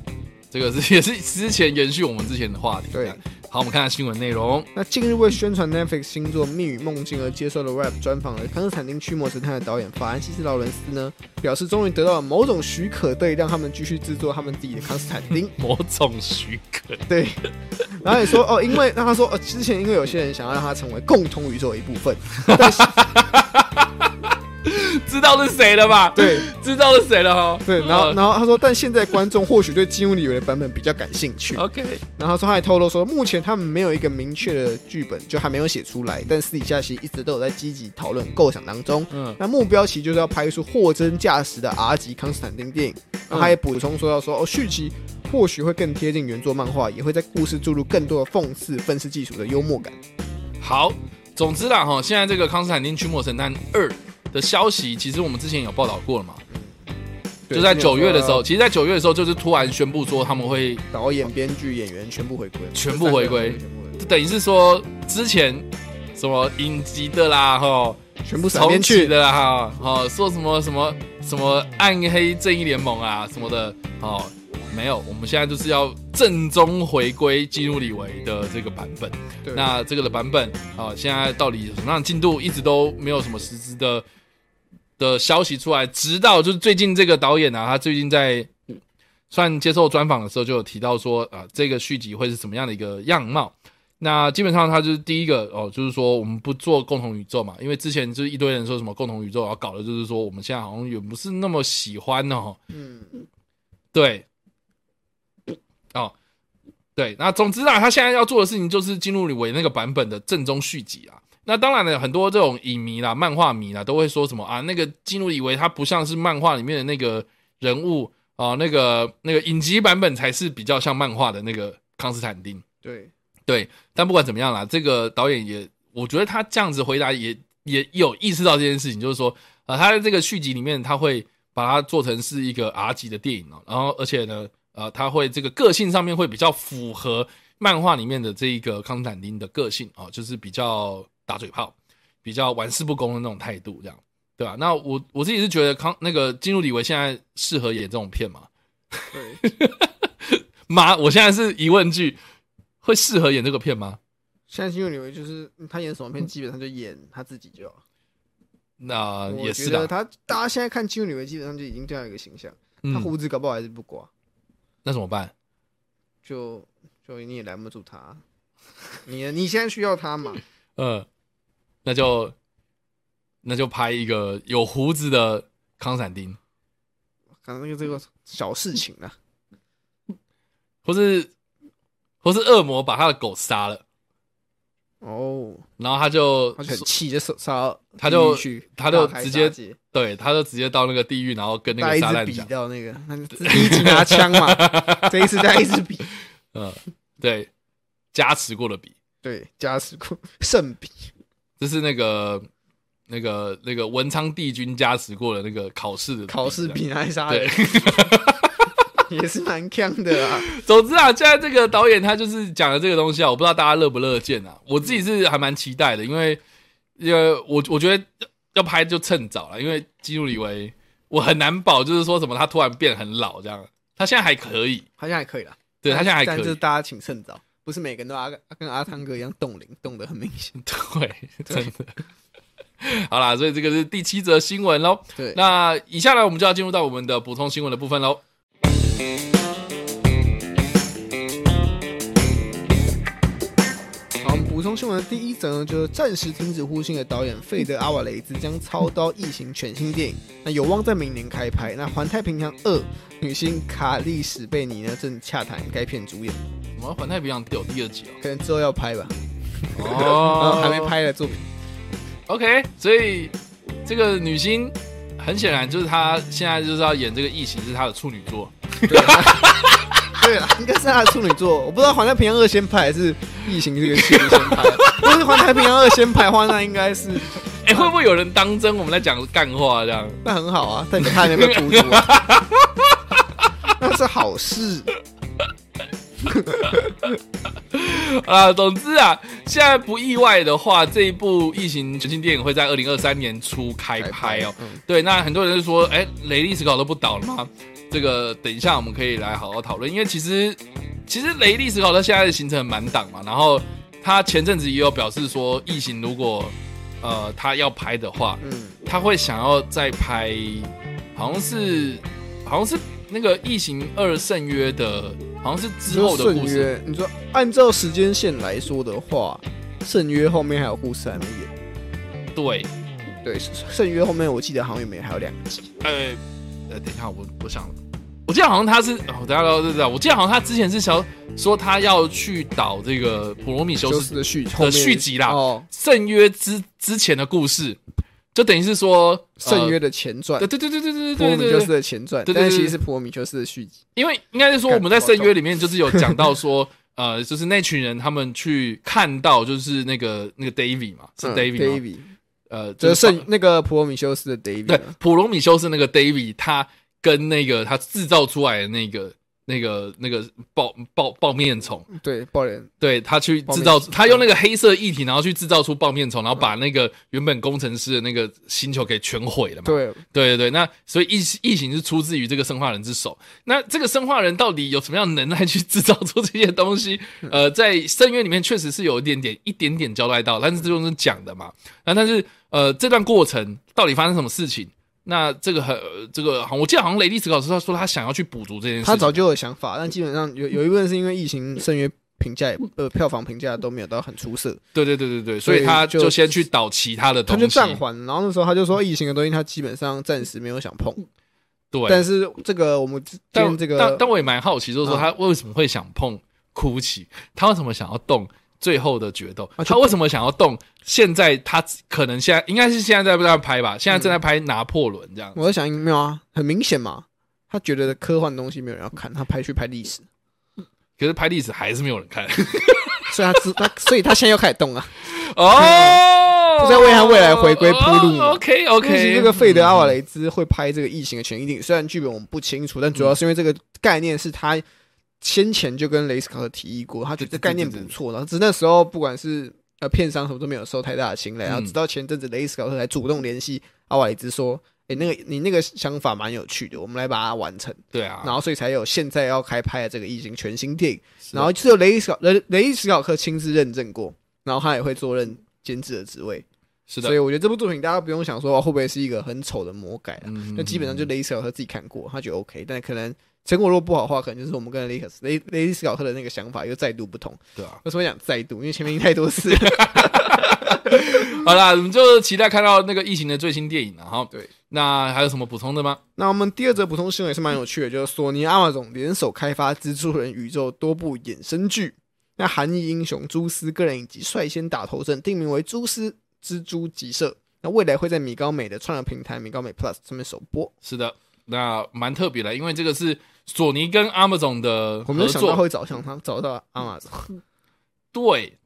Speaker 1: 这个是 也是之前延续我们之前的话题。
Speaker 2: 对，
Speaker 1: 好，我们看下新闻内容。
Speaker 2: 那近日为宣传 Netflix 新作《密与梦境》而接受了 Rap 专访的康斯坦丁·驱魔神探的导演法兰西斯·劳伦斯呢，表示终于得到了某种许可，对，让他们继续制作他们自己的康斯坦丁。
Speaker 1: 某种许可，
Speaker 2: 对，然后也说哦，因为那他说哦，之前因为有些人想要让他成为共同宇宙的一部分，但是
Speaker 1: 知道是谁了吧？，
Speaker 2: 对
Speaker 1: 知道是谁了哈。
Speaker 2: 对，然后
Speaker 1: 呃
Speaker 2: 然后他说，但现在观众或许对金庸里维的版本比较感兴趣。
Speaker 1: OK，
Speaker 2: 然后他说他还透露说，目前他们没有一个明确的剧本，就还没有写出来，但私底下其实一直都有在积极讨论构想当中。
Speaker 1: 嗯
Speaker 2: 那目标其实就是要拍出货真价实的 R 级康斯坦丁电影。
Speaker 1: 嗯
Speaker 2: 那他也补充说到说，哦，续集或许会更贴近原作漫画，也会在故事注入更多的讽刺、愤世嫉俗的幽默感。，
Speaker 1: 好，总之啦哈，现在这个《康斯坦丁驱魔神探二》的消息，其实我们之前有报道过了嘛。
Speaker 2: 对
Speaker 1: 就在九月的时
Speaker 2: 今年
Speaker 1: 候，
Speaker 2: 有说
Speaker 1: 其实，在九月的时候，就是突然宣布说他们会，
Speaker 2: 导演、编剧、演员全部回归嘛，
Speaker 1: 全部回归
Speaker 2: 这三个人
Speaker 1: 等于是说之前什么影集的啦，吼，
Speaker 2: 全部闪
Speaker 1: 重
Speaker 2: 边
Speaker 1: 启
Speaker 2: 去。
Speaker 1: 的啦，哈，哦，说什么什么什么暗黑正义联盟啊什么的，哦，没有，我们现在就是要正宗回归基努里维的这个版本。
Speaker 2: 对
Speaker 1: 那这个的版本啊、现在到底有什么样的进度，一直都没有什么实质的的消息出来，直到就是最近这个导演啊，他最近在算接受专访的时候就有提到说啊、这个续集会是什么样的一个样貌。那基本上他就是第一个哦，就是说我们不做共同宇宙嘛，因为之前就是一堆人说什么共同宇宙，然后搞的就是说我们现在好像也不是那么喜欢哦，
Speaker 2: 嗯，
Speaker 1: 对，哦，对，那总之啊，他现在要做的事情就是进入为那个版本的正宗续集啊。那当然了，很多这种影迷啦、漫画迷啦，都会说什么啊，那个进入以为他不像是漫画里面的那个人物啊、那个那个影集版本才是比较像漫画的那个康斯坦丁。
Speaker 2: 对，
Speaker 1: 对，但不管怎么样啦，这个导演也，我觉得他这样子回答也也有意识到这件事情，就是说，呃，他在这个续集里面，他会把它做成是一个 R 级的电影哦，然后而且呢，呃，他会这个个性上面会比较符合漫画里面的这一个康斯坦丁的个性哦，就是比较打嘴炮，比较玩世不恭的那种态度，这样对吧、那我我自己是觉得康那个金入李维现在适合演这种片吗？
Speaker 2: 对，
Speaker 1: 妈，我现在是疑问句，会适合演这个片吗？
Speaker 2: 现在金庸里面就是嗯他演什么片，基本上就演他自己就好。
Speaker 1: 那、
Speaker 2: 我
Speaker 1: 嗯也
Speaker 2: 觉
Speaker 1: 是啊
Speaker 2: 得
Speaker 1: 的，
Speaker 2: 他大家现在看金庸里面，基本上就已经这样一个形象。他
Speaker 1: 嗯，
Speaker 2: 胡子搞不好还是不刮，
Speaker 1: 那怎么办？
Speaker 2: 就就你也拦不住他。 你你现在需要他嘛？
Speaker 1: 呃，那就那就拍一个有胡子的康斯坦丁，
Speaker 2: 反正就这个小事情啊。
Speaker 1: 或是或是恶魔把他的狗杀了，
Speaker 2: 哦，
Speaker 1: 然后他就
Speaker 2: 他就很气，就手杀，
Speaker 1: 嗯他就
Speaker 2: 地狱去
Speaker 1: 他就
Speaker 2: 大开
Speaker 1: 直
Speaker 2: 杀
Speaker 1: 接
Speaker 2: 戒
Speaker 1: 对，他就直接到那个地狱，然后跟那
Speaker 2: 带
Speaker 1: 个
Speaker 2: 一
Speaker 1: 撒
Speaker 2: 支
Speaker 1: 旦
Speaker 2: 笔
Speaker 1: 讲，
Speaker 2: 到那个，他就第一集拿枪嘛， 这一次带一支笔，
Speaker 1: 嗯，对，加持过的笔，
Speaker 2: 对，加持过圣笔，
Speaker 1: 这是那个那个那个文昌帝君加持过的那个考试的
Speaker 2: 考试
Speaker 1: 这样
Speaker 2: 笔拿来杀
Speaker 1: 对
Speaker 2: 人，， 也是蛮强的啊。
Speaker 1: 总之啊，现在这个导演他就是讲的这个东西啊，我不知道大家乐不乐见啊。我自己是还蛮期待的，因为因为我我觉得要拍就趁早了，因为基努里维我很难保，就是说什么他突然变很老这样，他现在还可以，
Speaker 2: 好像还可以啦，
Speaker 1: 对他现在还
Speaker 2: 但
Speaker 1: 可
Speaker 2: 就是
Speaker 1: 以，
Speaker 2: 大家请趁早，不是每个人都阿跟阿汤哥一样冻龄，冻得很明显。
Speaker 1: 对，真的。好啦，所以这个是第七则新闻喽。
Speaker 2: 对，
Speaker 1: 那以下呢，我们就要进入到我们的补充新闻的部分喽。
Speaker 2: 好，我们补充新闻的第一则呢，就是暂时停止呼吸的导演费德阿瓦雷兹将操刀《异形》全新电影，那有望在明年开拍。那《环太平洋二》女星卡莉史贝尼呢正洽谈该片主演，
Speaker 1: 什么《环太平洋》有第二集
Speaker 2: 可能之后要拍吧，
Speaker 1: 哦，
Speaker 2: 然
Speaker 1: 哦
Speaker 2: 后还没拍的作品。
Speaker 1: OK，所以这个女星很显然就是她现在就是要演这个异形，是她的处女作。
Speaker 2: 对啊，对啊，应该是他的处女作。我不知道《环太平洋二》先拍还是《异形》这个系列先拍。如果是《环太平洋二》先拍的话，那应该是
Speaker 1: 哎、会不会有人当真？我们在讲干话这样？
Speaker 2: 那很好啊，代表他还没被捕捉、啊， 那是好事。
Speaker 1: 啊，总之啊，现在不意外的话，这一部异形全新电影会在二零二三年初开拍哦。
Speaker 2: 嗯，
Speaker 1: 对，那很多人就说，哎、雷利史考特不倒了吗？这个等一下我们可以来好好讨论，因为其实其实雷利史考特现在的行程满档嘛，然后他前阵子也有表示说，异形如果呃他要拍的话，
Speaker 2: 嗯，
Speaker 1: 他会想要再拍，好像是好像是那个《异形二》圣约的，好像是之后的
Speaker 2: 顺
Speaker 1: 故事。
Speaker 2: 约，你说按照时间线来说的话，圣约后面还有故事还没演。
Speaker 1: 对，
Speaker 2: 对，圣约后面我记得好像也没还有两集。
Speaker 1: 呃，呃，等一下，我我想，我记得好像他是，哦，等一下，等一下，我记得好像他之前是想说他要去导这个《普罗米修
Speaker 2: 就
Speaker 1: 斯
Speaker 2: 是的续后面
Speaker 1: 续集啦
Speaker 2: 哦，
Speaker 1: 圣约之》之前的故事，就等于是说呃
Speaker 2: 圣约的前传
Speaker 1: 对，对对对对对
Speaker 2: 普
Speaker 1: 对
Speaker 2: 罗米
Speaker 1: 对
Speaker 2: 修
Speaker 1: 对
Speaker 2: 斯，的前传，
Speaker 1: 对对对
Speaker 2: 但是
Speaker 1: 对
Speaker 2: 其实是普罗米修斯的续集。
Speaker 1: 因为应该是说我们在圣约里面就是有讲到 说，呃，就是那群人他们去看到就是那个那个 David 嘛，是
Speaker 2: 嗯
Speaker 1: David 吗？
Speaker 2: David，
Speaker 1: 呃，
Speaker 2: 就是
Speaker 1: 是
Speaker 2: 圣那个普罗米修斯的 David
Speaker 1: 对
Speaker 2: 啊。
Speaker 1: 普罗米修斯那个 David，他跟那个他制造出来的那个那个那个爆爆爆面虫，
Speaker 2: 对，爆脸，
Speaker 1: 对嗯他去
Speaker 2: 爆
Speaker 1: 制
Speaker 2: 面
Speaker 1: 造，
Speaker 2: 虫
Speaker 1: 他用那个黑色液体，然后去制造出爆面虫，然后把那个原本工程师的那个星球给全毁了嘛。
Speaker 2: 对，
Speaker 1: 对对对，那所以异异形是出自于这个生化人之手。那这个生化人到底有什么样的能耐去制造出这些东 西？
Speaker 2: 嗯
Speaker 1: 呃，在深渊里面确实是有一点点一点点交代到，但是这就是讲的嘛。那但是呃，这段过程到底发生什么事情？那这个很、呃这个，好我记得好像雷利斯考斯他说他想要去补足这件事情，
Speaker 2: 他早就有想法，但基本上有有一部分是因为疫情，圣约评价也 呃票房评价都没有到很出色，
Speaker 1: 对对对对对，所以
Speaker 2: 对
Speaker 1: 他
Speaker 2: 就
Speaker 1: 就先去导其他的
Speaker 2: 他
Speaker 1: 东西，
Speaker 2: 就暂缓。然后那时候他就说疫情的东西他基本上暂时没有想碰，
Speaker 1: 对，
Speaker 2: 但是这个我们今
Speaker 1: 但
Speaker 2: 天这
Speaker 1: 但
Speaker 2: 个
Speaker 1: 但我也蛮好奇，就是说
Speaker 2: 嗯
Speaker 1: 他为什么会想碰哭泣？他为什么想要动最后的决斗？
Speaker 2: 啊就
Speaker 1: 他为什么想要动？现在他可能现在应该是现在在在拍吧，现在正
Speaker 2: 嗯
Speaker 1: 在拍拿破仑这样。
Speaker 2: 我在想没有啊，很明显嘛，他觉得科幻东西没有人要看，他拍去拍历史，
Speaker 1: 可是拍历史还是没有人看
Speaker 2: 所以他知他所以他现在又开始动啊，
Speaker 1: 哦，
Speaker 2: 不是在为他未来回归铺路吗
Speaker 1: OK
Speaker 2: 因为其
Speaker 1: OK，
Speaker 2: 实这个费德阿瓦雷兹会拍这个《异形》的前一定，虽然剧本我们不清楚，但主要是因为这个概念是他先前就跟雷斯考特提议过，他觉得这概念不错，然后只是那时候不管是呃片商什么都没有收太大的青睐，然后
Speaker 1: 嗯
Speaker 2: 直到前阵子雷斯考特才主动联系阿瓦雷兹说。哎、那个你那个想法蛮有趣的，我们来把它完成，
Speaker 1: 对啊，
Speaker 2: 然后所以才有现在要开拍的这个《异形》全新电影，
Speaker 1: 是
Speaker 2: 然后只有雷斯考雷雷斯考克亲自认证过，然后他也会坐任监制的职位，
Speaker 1: 是
Speaker 2: 所
Speaker 1: 的，
Speaker 2: 以我觉得这部作品大家不用想说、会不会是一个很丑的魔改啊，
Speaker 1: 嗯
Speaker 2: 那基本上就雷斯考特自己看过，他觉得 OK，但可能成果如果不好的话，可能就是我们跟雷克斯雷雷斯考特的那个想法又再度不同。
Speaker 1: 对啊。
Speaker 2: 为什么讲再度？因为前面已经太多次了。
Speaker 1: 好啦，我们就期待看到那个疫情的最新电影了哈。
Speaker 2: 对，
Speaker 1: 那还有什么补充的吗？
Speaker 2: 那我们第二则补充新闻也是蛮有趣的，就是索尼、阿玛总联手开发《蜘蛛人宇宙》多部衍生剧。那韩裔英雄蛛丝个人影集率先打头阵，定名为《蛛丝蜘蛛集社》。那未来会在米高美的串流平台米高美 Plus 上面首播。
Speaker 1: 是的，那蛮特别的，因为这个是索尼跟 Amazon 的
Speaker 2: 我没
Speaker 1: 合
Speaker 2: 有想到
Speaker 1: 作。
Speaker 2: 会找上他，找到阿玛总。
Speaker 1: 对，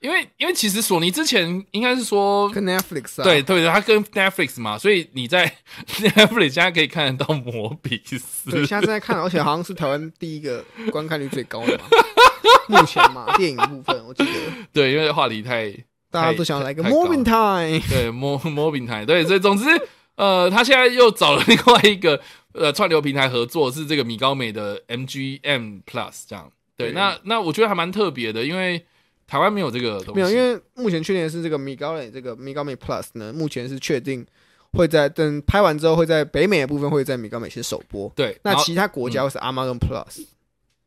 Speaker 1: 因为因为其实索尼之前应该是说，
Speaker 2: 跟 Netflix 啊，
Speaker 1: 对对对，它跟 Netflix 嘛，所以你在 Netflix 现在可以看得到《摩比斯
Speaker 2: 对，》。现在正在看，而且好像是台湾第一个观看率最高 的嘛，目前嘛，电影部分我记得
Speaker 1: 对，因为话题太
Speaker 2: 大家都想要来个
Speaker 1: 太太高
Speaker 2: Morning Time，
Speaker 1: 对摩摩平台，对，所以总之，呃，他现在又找了另外一个呃串流平台合作，是这个米高美的 MGM Plus 这样。对，
Speaker 2: 对
Speaker 1: 那那我觉得还蛮特别的，因为台湾没有这个东西，
Speaker 2: 没有，因为目前确定的是这个米高美这个米高美 Plus 呢，目前是确定会在等拍完之后会在北美的部分会在米高美先首播，
Speaker 1: 对，
Speaker 2: 那
Speaker 1: 然后
Speaker 2: 其他国家会是 Amazon Plus、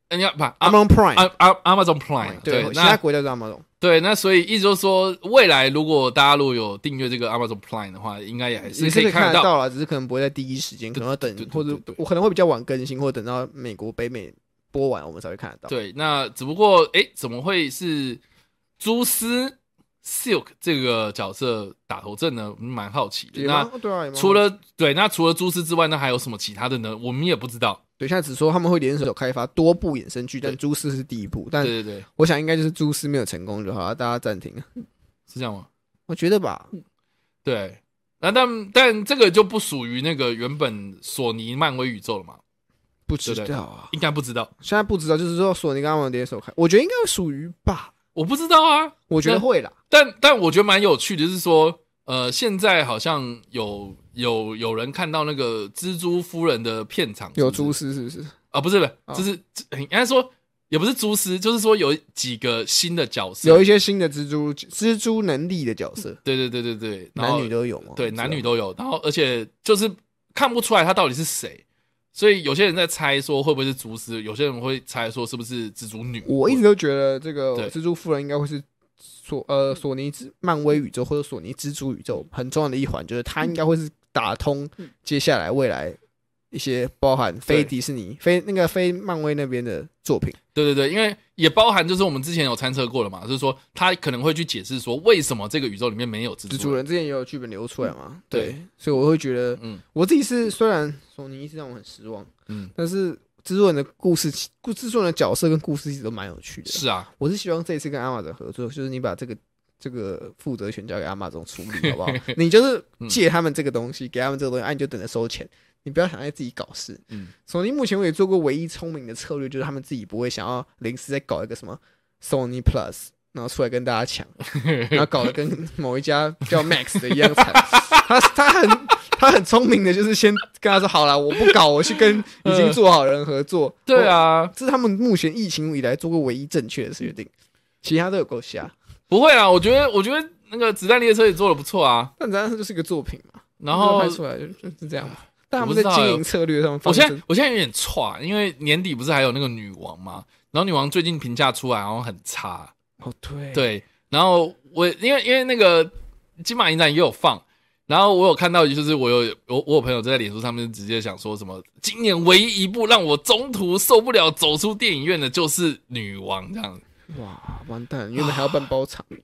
Speaker 1: 人家把
Speaker 2: Amazon Prime，
Speaker 1: 啊啊 Amazon Prime
Speaker 2: 对，其他
Speaker 1: 那
Speaker 2: 国家是 Amazon，
Speaker 1: 对那所以意思就是说，未来如果大家如果有订阅这个 Amazon Prime 的话，应该也还
Speaker 2: 也
Speaker 1: 是可
Speaker 2: 是可
Speaker 1: 以
Speaker 2: 以看
Speaker 1: 看
Speaker 2: 得
Speaker 1: 得到。
Speaker 2: 到啦，只是可能不会在第一时间，可能要等
Speaker 1: 对对，对
Speaker 2: 或者
Speaker 1: 对对
Speaker 2: 我可能会比较晚更新，或者等到美国北美播完我们才会看得到。
Speaker 1: 对，那只不过诶，怎么会是蛛丝 Silk 这个角色打头阵呢？嗯蛮好奇的。
Speaker 2: 也
Speaker 1: 那
Speaker 2: 蛮，对啊，也蛮
Speaker 1: 除了对，那除了蛛丝之外，那还有什么其他的呢？我们也不知道。
Speaker 2: 对，现在只说他们会联手开发多部衍生剧，但
Speaker 1: 对
Speaker 2: 蛛丝是第一部，
Speaker 1: 对
Speaker 2: 但
Speaker 1: 对对，
Speaker 2: 我想应该就是蛛丝没有成功就好了，大家暂停。
Speaker 1: 是这样吗？
Speaker 2: 我觉得吧，
Speaker 1: 嗯对。那但但这个就不属于那个原本索尼漫威宇宙了嘛？
Speaker 2: 不知
Speaker 1: 对对
Speaker 2: 道啊，
Speaker 1: 应该不知道，
Speaker 2: 现在不知道，就是说索尼跟他们联手开，我觉得应该会属于吧，
Speaker 1: 我不知道啊。
Speaker 2: 我觉得
Speaker 1: 那
Speaker 2: 会啦，
Speaker 1: 但但我觉得蛮有趣的，就是说，呃，现在好像有有有人看到那个蜘蛛夫人的片场
Speaker 2: 有
Speaker 1: 蛛
Speaker 2: 蛛丝是不是？
Speaker 1: 啊，不是不是，
Speaker 2: 哦
Speaker 1: 就是应该说也不是蛛丝，就是说有几个新的角色，
Speaker 2: 有一些新的蜘蛛蜘蛛能力的角色，
Speaker 1: 对对对对对，然
Speaker 2: 男
Speaker 1: 后
Speaker 2: 女都有吗？
Speaker 1: 对男女
Speaker 2: 都
Speaker 1: 都有，然后而且就是看不出来他到底是谁。所以有些人在猜说会不会是蛛丝，有些人会猜说是不是蜘蛛女。
Speaker 2: 我一直都觉得
Speaker 1: 对
Speaker 2: 这个蜘蛛夫人应该会是索呃索尼之漫威宇宙或者索尼蜘蛛宇宙很重要的一环，就是它应该会是打通接下来未来一些包含
Speaker 1: 对
Speaker 2: 非迪士尼、非那个非漫威那边的作品。
Speaker 1: 对对对，因为也包含就是我们之前有参测过了嘛，就是说他可能会去解释说为什么这个宇宙里面没有蜘蛛
Speaker 2: 蜘蛛人之前也有剧本流出来嘛，
Speaker 1: 对
Speaker 2: 嗯对，所以我会觉得
Speaker 1: 嗯
Speaker 2: 我自己是虽然索尼一直让我很失望，
Speaker 1: 嗯，
Speaker 2: 但是。蜘蛛人的故事，故蜘蛛人的角色跟故事一直都蛮有趣 的。
Speaker 1: 是啊，
Speaker 2: 我是希望这一次跟阿玛总合作，就是你把这个这个 负责权交给阿玛总处理，好不好？你就是借他们这个东西，给他们这个东西，啊，你就等着收钱。你不要想在自己搞事。
Speaker 1: 嗯，
Speaker 2: 索尼目前我也做过唯一聪明的策略，就是他们自己不会想要临时再搞一个什么 Sony Plus，然后出来跟大家 抢，然后搞得跟某一家叫 Max 的一样惨。 他他很他很聪明的，就是先跟他说好了，我不搞，我去跟已经做好的人合作。
Speaker 1: 对啊，
Speaker 2: 这是他们目前疫情以来做过唯一正确的决定，其他都有够瞎。
Speaker 1: 不会啊啦，我觉得我觉得那个子弹列车也做的不错啊。
Speaker 2: 但咱就是一个作品嘛，
Speaker 1: 然后
Speaker 2: 拍出来就就是这样嘛。但他
Speaker 1: 我不知
Speaker 2: 们在
Speaker 1: 道
Speaker 2: 经营策略上
Speaker 1: 我
Speaker 2: 方
Speaker 1: 现
Speaker 2: 针，
Speaker 1: 在我现在有点差，因为年底不是还有那个女王嘛，然后女王最近评价出来好像很差，
Speaker 2: 哦对
Speaker 1: 对，然后我因为因为那个金马影展也有放，然后我有看到，就是我有我我有朋友在脸书上面直接想说什么，今年唯一一部让我中途受不了走出电影院的就是《女王》这样子。
Speaker 2: 哇完蛋，原本还要办包场，
Speaker 1: 我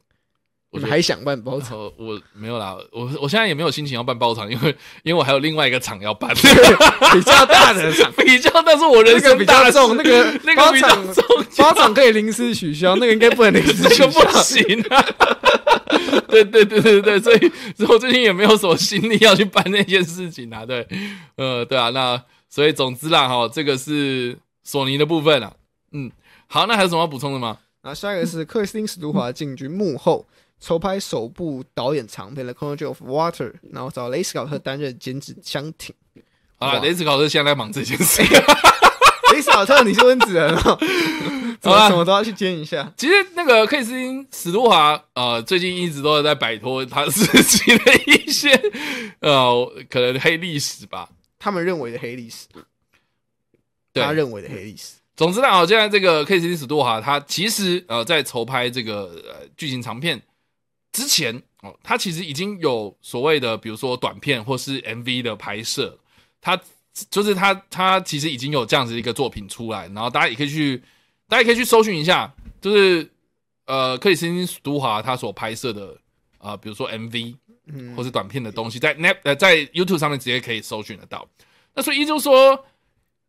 Speaker 2: 我
Speaker 1: 觉得
Speaker 2: 们还想办包
Speaker 1: 我
Speaker 2: 场，
Speaker 1: 操呃我没有啦，我我现在也没有心情要办包场，因为因为我还有另外一个场要 办，
Speaker 2: 比较大的 场，
Speaker 1: 比较那是我人
Speaker 2: 那个
Speaker 1: 生
Speaker 2: 比
Speaker 1: 大
Speaker 2: 较
Speaker 1: 事
Speaker 2: 重，那个
Speaker 1: 那个
Speaker 2: 包
Speaker 1: 比较
Speaker 2: 场
Speaker 1: 重，
Speaker 2: 包场可以临时取消，那个应该不能临时取
Speaker 1: 这个
Speaker 2: 消。
Speaker 1: 不 行啊。 对对对对对，所以所以我最近也没有什么心力要去办那件事情啊。对，呃，对啊，那所以总之啦，哈，这个是索尼的部分啊。嗯，好，那还有什么要补充的吗？
Speaker 2: 然后下一个是克里斯汀·史都华进军幕后，筹拍首部导演长片的《Chronology of Water》，然后找雷斯考特担任监制香挺。
Speaker 1: 啊，
Speaker 2: 哇
Speaker 1: 雷子考特现在在忙这件 事。
Speaker 2: 雷斯考特，你是温子 仁哦，
Speaker 1: 好
Speaker 2: 怎
Speaker 1: 啊啦
Speaker 2: 么什么都要去兼一下。
Speaker 1: 其实那个克里斯汀·史都华，呃，最近一直都在摆脱他自己的一些呃，可能黑历史吧。
Speaker 2: 他们认为的黑历史，
Speaker 1: 对
Speaker 2: 他认为的黑历史。
Speaker 1: 总之呢，好，现在这个 K C 史多哈，他其实呃在筹拍这个呃剧情长片之前哦，他其实已经有所谓的，比如说短片或是 MV 的拍摄，他就是他他其实已经有这样子一个作品出来，然后大家也可以去，大家也可以去搜寻一下，就是呃克里斯汀·史都华他所拍摄的啊、呃比如说 MV
Speaker 2: 嗯
Speaker 1: 或是短片的东西，在 Net 呃在 YouTube 上面直接可以搜寻得到。那所以就是说，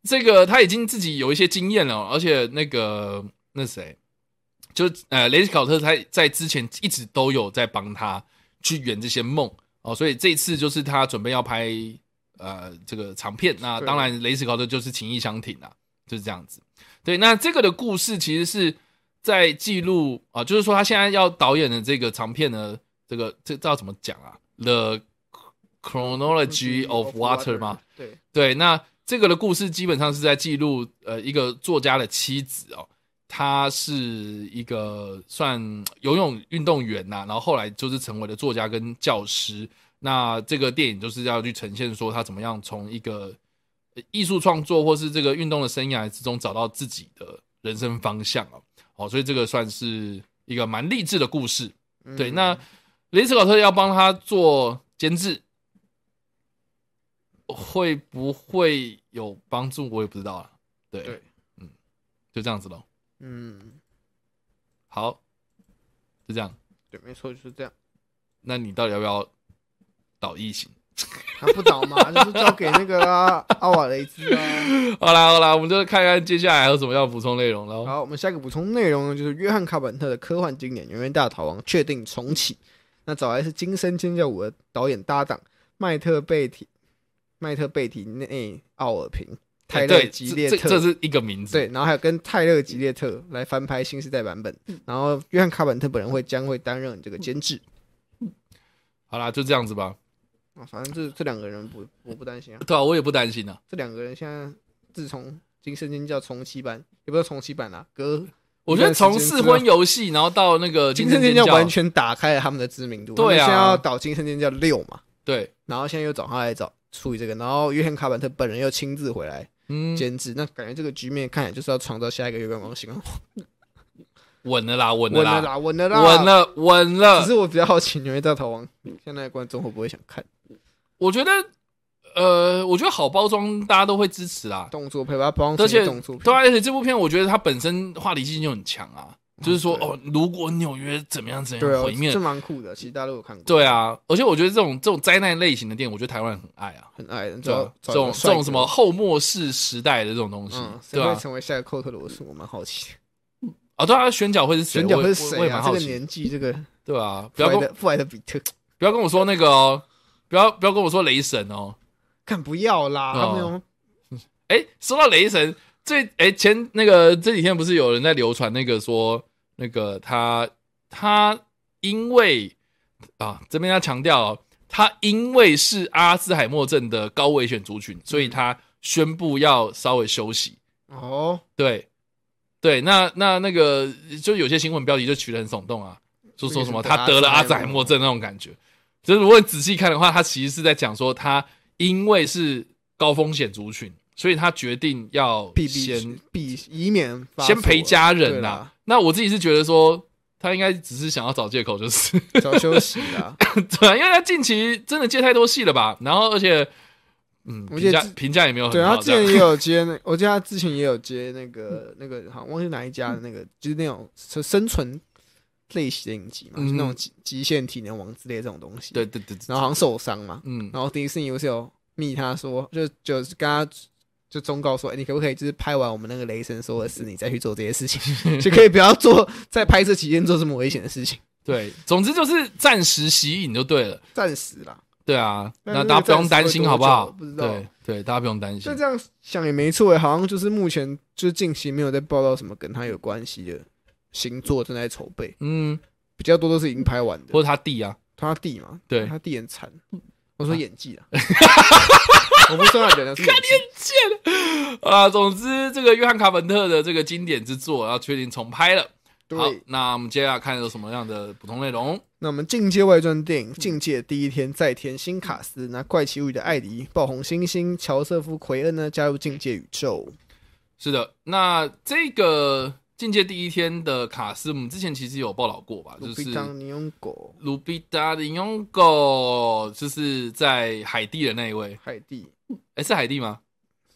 Speaker 1: 这个他已经自己有一些经验了，而且那个那谁，就呃雷斯考特他在之前一直都有在帮他去圆这些梦哦，所以这一次就是他准备要拍呃这个长片，那
Speaker 2: 对
Speaker 1: 当然雷斯考特就是情意相挺啊，就是这样子。对，那这个的故事其实是在记录啊，就是说他现在要导演的这个长片呢，这个这这要怎么讲啊？The Chronology of Water 吗？？
Speaker 2: 对，
Speaker 1: 对，那这个的故事基本上是在记录呃一个作家的妻子哦，她是一个算嗯游泳运动员呐、然后后来就是成为了作家跟教师。那这个电影就是要去呈现说她怎么样从一个呃艺术创作或是这个运动的生涯之中找到自己的人生方向哦。哦，所以这个算是一个蛮励志的故事。
Speaker 2: 嗯
Speaker 1: 对，那雷斯考特要帮他做监制，会不会有帮助？我也不知道了。对，
Speaker 2: 对
Speaker 1: 嗯，就这样子咯。
Speaker 2: 嗯，
Speaker 1: 好，就这样。
Speaker 2: 对，没错，就是这样。
Speaker 1: 那你到底要不要导疫情？
Speaker 2: 他不倒嘛，就是交给那个啊阿瓦雷兹啊。
Speaker 1: 好啦好啦，我们就看看接下来还有什么要补充内容喽。
Speaker 2: 好，我们下一个补充内容呢，就是约翰卡本特的科幻经典《永远大逃亡》确定重启。那找来是《惊声尖叫舞》的导演搭档麦特贝提、麦特贝提内奥尔平、
Speaker 1: 哎
Speaker 2: 泰勒
Speaker 1: 对
Speaker 2: 吉列
Speaker 1: 这
Speaker 2: 特
Speaker 1: 这这是一个名字。
Speaker 2: 对，然后还有跟泰勒·吉列特来翻拍新时代版本，然后约翰·卡本特本人会将会担任这个监制
Speaker 1: 好啦，就这样子吧。
Speaker 2: 啊。反正这这两个人不，我不担心啊。
Speaker 1: 对啊，我也不担心啊。
Speaker 2: 这两个人现在自从《金圣经》叫重启版，也不是重启版啦、隔《
Speaker 1: 我觉得从
Speaker 2: 时间
Speaker 1: 试
Speaker 2: 之后
Speaker 1: 婚游戏，然后到那个
Speaker 2: 金
Speaker 1: 精神
Speaker 2: 圣经》
Speaker 1: 尖
Speaker 2: 叫
Speaker 1: 叫，
Speaker 2: 完全打开了他们的知名度。
Speaker 1: 对啊
Speaker 2: 他们现在要导《金圣经》叫六嘛，
Speaker 1: 对，
Speaker 2: 然后现在又找他来找处理这个，然后约翰·卡本特本人又亲自回来
Speaker 1: 嗯，
Speaker 2: 监制，那感觉这个局面看起来就是要创造下一个月光光星了。
Speaker 1: 稳了啦，稳了
Speaker 2: 稳
Speaker 1: 啦，
Speaker 2: 了啦，稳了啦，
Speaker 1: 稳。了，稳了
Speaker 2: 只。是我比较好奇《纽约大逃亡》现在的观众会不会想看？
Speaker 1: 我觉得，呃，我觉得好包装大家都会支持啦。
Speaker 2: 动作片，把它包
Speaker 1: 而
Speaker 2: 装
Speaker 1: 且
Speaker 2: 成动作片。
Speaker 1: 对啊，而且这部片我觉得它本身话题性就很强啊，就是说
Speaker 2: 嗯对
Speaker 1: 哦，如果纽约怎么样怎
Speaker 2: 对
Speaker 1: 样
Speaker 2: 啊
Speaker 1: 毁，灭
Speaker 2: 这，蛮酷的。其实大家都有看过，
Speaker 1: 对啊，而且我觉得这种这种灾难类型的电影，我觉得台湾人很爱啊，
Speaker 2: 很爱人。
Speaker 1: 对啊，这
Speaker 2: 找找一
Speaker 1: 种
Speaker 2: 个
Speaker 1: 这
Speaker 2: 帅哥
Speaker 1: 种什么，后末世时代的这种东西
Speaker 2: 嗯，，谁
Speaker 1: 对
Speaker 2: 会
Speaker 1: 啊，
Speaker 2: 成为下一个寇特罗斯？我蛮好奇的。
Speaker 1: 啊对啊，选角会是谁？
Speaker 2: 选角
Speaker 1: 我也
Speaker 2: 会是
Speaker 1: 我
Speaker 2: 谁
Speaker 1: 也蛮
Speaker 2: 啊？这
Speaker 1: 好
Speaker 2: 个
Speaker 1: 奇，
Speaker 2: 年纪，这个
Speaker 1: 对啊，不
Speaker 2: 布
Speaker 1: 要
Speaker 2: 莱
Speaker 1: 跟
Speaker 2: 德布莱德比特，
Speaker 1: 不要跟我说那个哦，不要不要跟我说雷神哦，
Speaker 2: 看不要啦，他
Speaker 1: 哦
Speaker 2: 们那种
Speaker 1: 哎，说到雷神，最哎前那个这几天不是有人在流传那个说那个他他因为啊这边要强调、哦，他因为是阿兹海默症的高危险族群，所以他宣布要稍微休息。
Speaker 2: 哦，
Speaker 1: 对对，那那那个就有些新闻标题就取得很耸动啊，就说什么他得了阿兹海默症那种感觉。就是如果你仔细看的话，他其实是在讲说他因为是高风险族群，所以他决定要
Speaker 2: 避
Speaker 1: 先
Speaker 2: 避避，以免发
Speaker 1: 先
Speaker 2: 作
Speaker 1: 陪家人啊
Speaker 2: 对
Speaker 1: 呐、
Speaker 2: 啦，
Speaker 1: 那我自己是觉得说。他应该只是想要找借口，就是
Speaker 2: 早休息啦。
Speaker 1: 对啊，因为他近期真的接太多戏了吧？然后而且，嗯，
Speaker 2: 我
Speaker 1: 评
Speaker 2: 记得
Speaker 1: 价评价也没有
Speaker 2: 对，
Speaker 1: 很
Speaker 2: 啊他
Speaker 1: 哦好，
Speaker 2: 之
Speaker 1: 这样
Speaker 2: 前也有接那，我记得他之前也有接那个那个，好像忘记哪一家的那个，就是那种生生存类型的影集嘛，
Speaker 1: 嗯
Speaker 2: 就是那种极极限体能王之类的这种东西。
Speaker 1: 对，对对，对
Speaker 2: 然后好像受伤嘛，
Speaker 1: 嗯，
Speaker 2: 然后迪士尼不是有密他说，就就是跟他就忠告说，哎、你可不可以就是拍完我们那个雷神说的事，你再去做这些 事情，就可以不要做在拍摄期间做这么危险的事情，
Speaker 1: 对，总之就是暂时吸引就对了。
Speaker 2: 暂时啦。
Speaker 1: 对啊，
Speaker 2: 但
Speaker 1: 那
Speaker 2: 是
Speaker 1: 大家
Speaker 2: 那个
Speaker 1: 不用担
Speaker 2: 暂时
Speaker 1: 心，
Speaker 2: 会
Speaker 1: 好不
Speaker 2: 多久
Speaker 1: 好？
Speaker 2: 不知道
Speaker 1: 对对，大家不用担心
Speaker 2: 就。这样想也没错、欸，好像就是目前就是近期没有在报道什么跟他有关系的星座正在筹备，
Speaker 1: 嗯，
Speaker 2: 比较多都是已经拍完的。
Speaker 1: 或者他弟啊，
Speaker 2: 他弟嘛，
Speaker 1: 对 嗯
Speaker 2: 他弟很惨，我说演技啊， 我不是说 他人啊，是演技。
Speaker 1: 啊，总之这个约翰卡本特的这个经典之作要确定重拍了。好
Speaker 2: 对，，
Speaker 1: 那我们接下来看有什么样的补充内容？
Speaker 2: 那我们境界外传电
Speaker 1: 嗯
Speaker 2: 影《境界》第一天再添新卡司，那怪奇物语的艾迪、爆红猩猩乔瑟夫·奎恩呢加入境界宇宙。
Speaker 1: 是的，那这个境界第一天的卡斯，我们之前其实有报道过吧，
Speaker 2: 鲁
Speaker 1: 就
Speaker 2: 比
Speaker 1: 是
Speaker 2: 当尼用狗
Speaker 1: 鲁比达的勇狗，就是在海地的那一位，
Speaker 2: 海蒂
Speaker 1: 哎，是海地吗？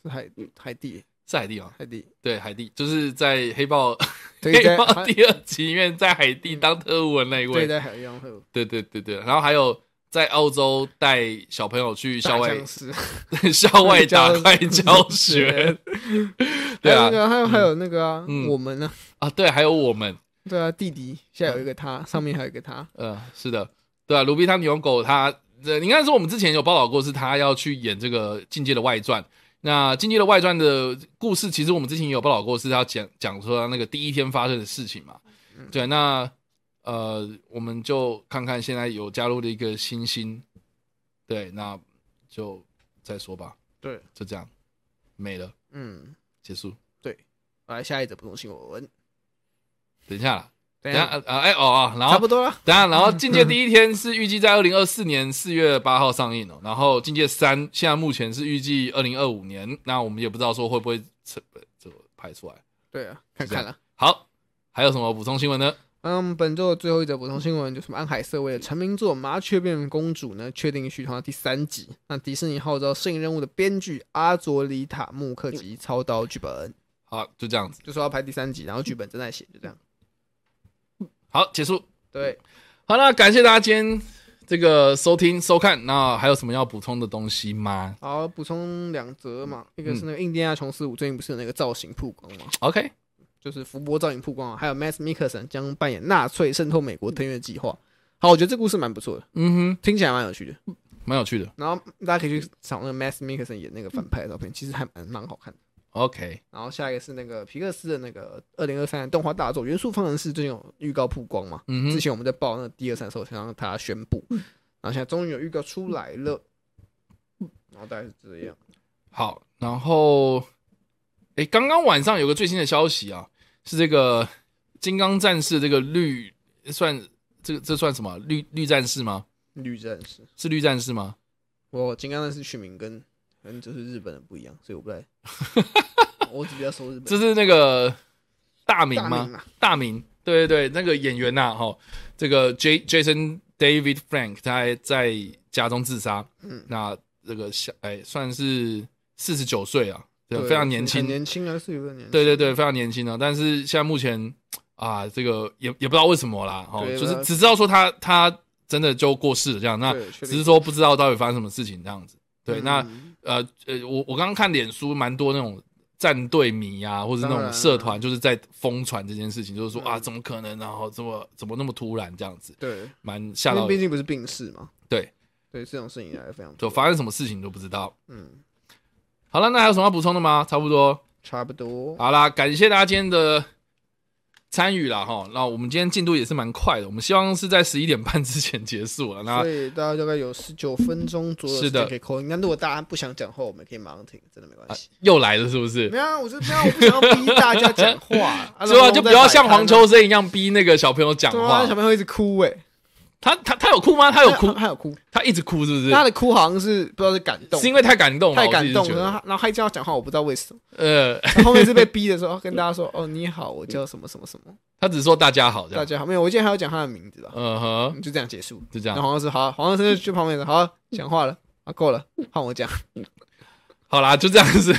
Speaker 2: 是海海蒂
Speaker 1: 是海地吗？
Speaker 2: 海蒂，
Speaker 1: 对，海地就是在黑豹
Speaker 2: 对
Speaker 1: 黑
Speaker 2: 在
Speaker 1: 豹
Speaker 2: 海
Speaker 1: 第二集里面在海地当特务的那一位
Speaker 2: 对，在海洋会有
Speaker 1: 对对对对，然后还有在澳洲带小朋友去校
Speaker 2: 大
Speaker 1: 外
Speaker 2: 僵尸，
Speaker 1: 校外 打
Speaker 2: 教
Speaker 1: 怪教 学，对
Speaker 2: 还有那
Speaker 1: 啊
Speaker 2: 个还有还有那个啊
Speaker 1: 嗯，
Speaker 2: 我们呢？
Speaker 1: 啊对，还有我们，
Speaker 2: 对啊，弟弟现在有一个
Speaker 1: 嗯
Speaker 2: 他，上面还有一个他，
Speaker 1: 呃，是的，对啊，卢比汤牛狗他，呃，应该说我们之前有报道过，是他要去演这个《境界的外传》。那《境界的外传》的故事，其实我们之前也有报道过，是要讲讲说他那个第一天发生的事情嘛。
Speaker 2: 嗯
Speaker 1: 对，那呃，我们就看看现在有加入的一个新星，对，那就再说吧。
Speaker 2: 对，
Speaker 1: 就这样，没了，
Speaker 2: 嗯，
Speaker 1: 结束。
Speaker 2: 来下一则不动新闻，
Speaker 1: 等一下啦，
Speaker 2: 等
Speaker 1: 等
Speaker 2: 一
Speaker 1: 一下，
Speaker 2: 下
Speaker 1: 呃呃哎哦啊，然
Speaker 2: 差
Speaker 1: 后
Speaker 2: 不多了，
Speaker 1: 等一下，然后《境界》第一天是预计在二零二四年四月八号上映哦，然后《境界三》现在目前是预计二零二五年，那我们也不知道说会不会成呃这拍出来。
Speaker 2: 对啊，看
Speaker 1: 是这样
Speaker 2: 看了。
Speaker 1: 好，还有什么补充新闻呢？
Speaker 2: 嗯，本周的最后一则补充新闻就是，安海瑟薇的成名作《麻雀变公主》呢，确定续团到第三集。那迪士尼号召摄影任务的编剧阿佐里塔·穆克吉操刀剧本，
Speaker 1: 好，就这样子，
Speaker 2: 就说要拍第三集，然后剧本正在写，就这样。
Speaker 1: 好，结束。
Speaker 2: 对，
Speaker 1: 好，那感谢大家今天这个收听收看，那还有什么要补充的东西吗
Speaker 2: 好，补充两则嘛，一个是那个印第安琼斯舞最近不是有那个造型曝光吗？
Speaker 1: ？OK，
Speaker 2: 就是福伯造型曝光啊，还有 Matt Mikkelsen 将扮演纳粹渗透美国登月计划。好，我觉得这故事蛮不错的，
Speaker 1: 嗯
Speaker 2: 听起来蛮有趣的。
Speaker 1: 哼，蛮有趣的。
Speaker 2: 然后大家可以去找那个 Matt Mikkelsen 演那个反派的照片，其实还蛮蛮好看的。
Speaker 1: OK，
Speaker 2: 然后下一个是那个皮克斯的那个二零二三动画大作《元素方程式》，最近有预告曝光嘛？
Speaker 1: 嗯
Speaker 2: 之
Speaker 1: 哼，
Speaker 2: 前我们在报那个第二三的时候，想让它宣布，然后现在终于有预告出来了。
Speaker 1: 嗯
Speaker 2: 然后大概是这样，
Speaker 1: 好，然后，哎，刚刚晚上有个最新的消息啊，是这个《金刚战士》这个绿算这个这算什么绿绿战士吗？
Speaker 2: 绿战士，
Speaker 1: 是绿战士吗？
Speaker 2: 我金刚战士取名跟嗯就是日本的不一样，所以我 不太，我只比较熟日本
Speaker 1: 这是那个大明
Speaker 2: 大
Speaker 1: 吗？
Speaker 2: 啊，
Speaker 1: 大明，对对对，那个演员呐、哈、这个 J Jason David Frank 他还在家中自杀，嗯，那这个小哎算是四十九岁啊，对，非常年轻
Speaker 2: 很，年轻啊，是有点年轻，
Speaker 1: 对对对，非常年轻啊，但是现在目前啊，这个也也不知道为什么啦，哦，
Speaker 2: 对
Speaker 1: 就是
Speaker 2: 那
Speaker 1: 只知道说他他真的就过世了这样，那
Speaker 2: 对确
Speaker 1: 只
Speaker 2: 定
Speaker 1: 是说不知道到底发生什么事情这样子。啊对，那
Speaker 2: 嗯
Speaker 1: 呃呃，我我刚刚看脸书蛮多那种战队迷啊，或者是那
Speaker 2: 当
Speaker 1: 种
Speaker 2: 然
Speaker 1: 社团，就是在疯传这件事情，就是说、
Speaker 2: 嗯
Speaker 1: 啊，怎么可能？然后怎么怎么那么突然这样子，
Speaker 2: 对，
Speaker 1: 蛮吓
Speaker 2: 因为
Speaker 1: 到
Speaker 2: 毕
Speaker 1: 人。
Speaker 2: 竟不是病逝嘛，
Speaker 1: 对，
Speaker 2: 对这种事情也还非常
Speaker 1: 就发生什么事情都不知道。
Speaker 2: 嗯，
Speaker 1: 好了，那还有什么要补充的吗？差不多，
Speaker 2: 差不多。
Speaker 1: 好啦，感谢大家今天的参与啦哈。那我们今天进度也是蛮快的，我们希望是在十一点半之前结束了。啊那
Speaker 2: 所以大家大概有十九分钟左右
Speaker 1: 是
Speaker 2: 时
Speaker 1: 的
Speaker 2: 间可以扣音。那如果大家不想讲话，我们可以马上停，真的没关系。
Speaker 1: 又来了是不是？
Speaker 2: 没有啊，我就没有，我不想要逼大家 讲话，啊
Speaker 1: 是吧？就不要像黄。
Speaker 2: 然后
Speaker 1: 秋生一样逼那个小朋友讲
Speaker 2: 我们再摆摊啊对啊，
Speaker 1: 话
Speaker 2: 小。朋友一直哭哎，
Speaker 1: 他他他有哭吗？他有哭，
Speaker 2: 他有哭，
Speaker 1: 他一直哭是不是？
Speaker 2: 他的哭好像是不知道是感动
Speaker 1: 是，因为太感动了，啊
Speaker 2: 太感
Speaker 1: 我
Speaker 2: 动
Speaker 1: 自己是觉
Speaker 2: 了，
Speaker 1: 得。
Speaker 2: 然后他然后他一直要讲话，我不知道为什么。
Speaker 1: 呃，
Speaker 2: 然后后面是被逼的时候，跟大家说：“哦，你好，我叫什么什么什 么，
Speaker 1: 他只是说大家好这
Speaker 2: 大
Speaker 1: 样。
Speaker 2: 家好。”没有，我今天还要讲他的名字吧？
Speaker 1: 嗯哼，
Speaker 2: 嗯，就这样结束。
Speaker 1: 就这样
Speaker 2: 然后。黄老师好，黄老师就去旁边说：“好，讲话了。”啊，够了，换我讲。
Speaker 1: 好啦，就这样子。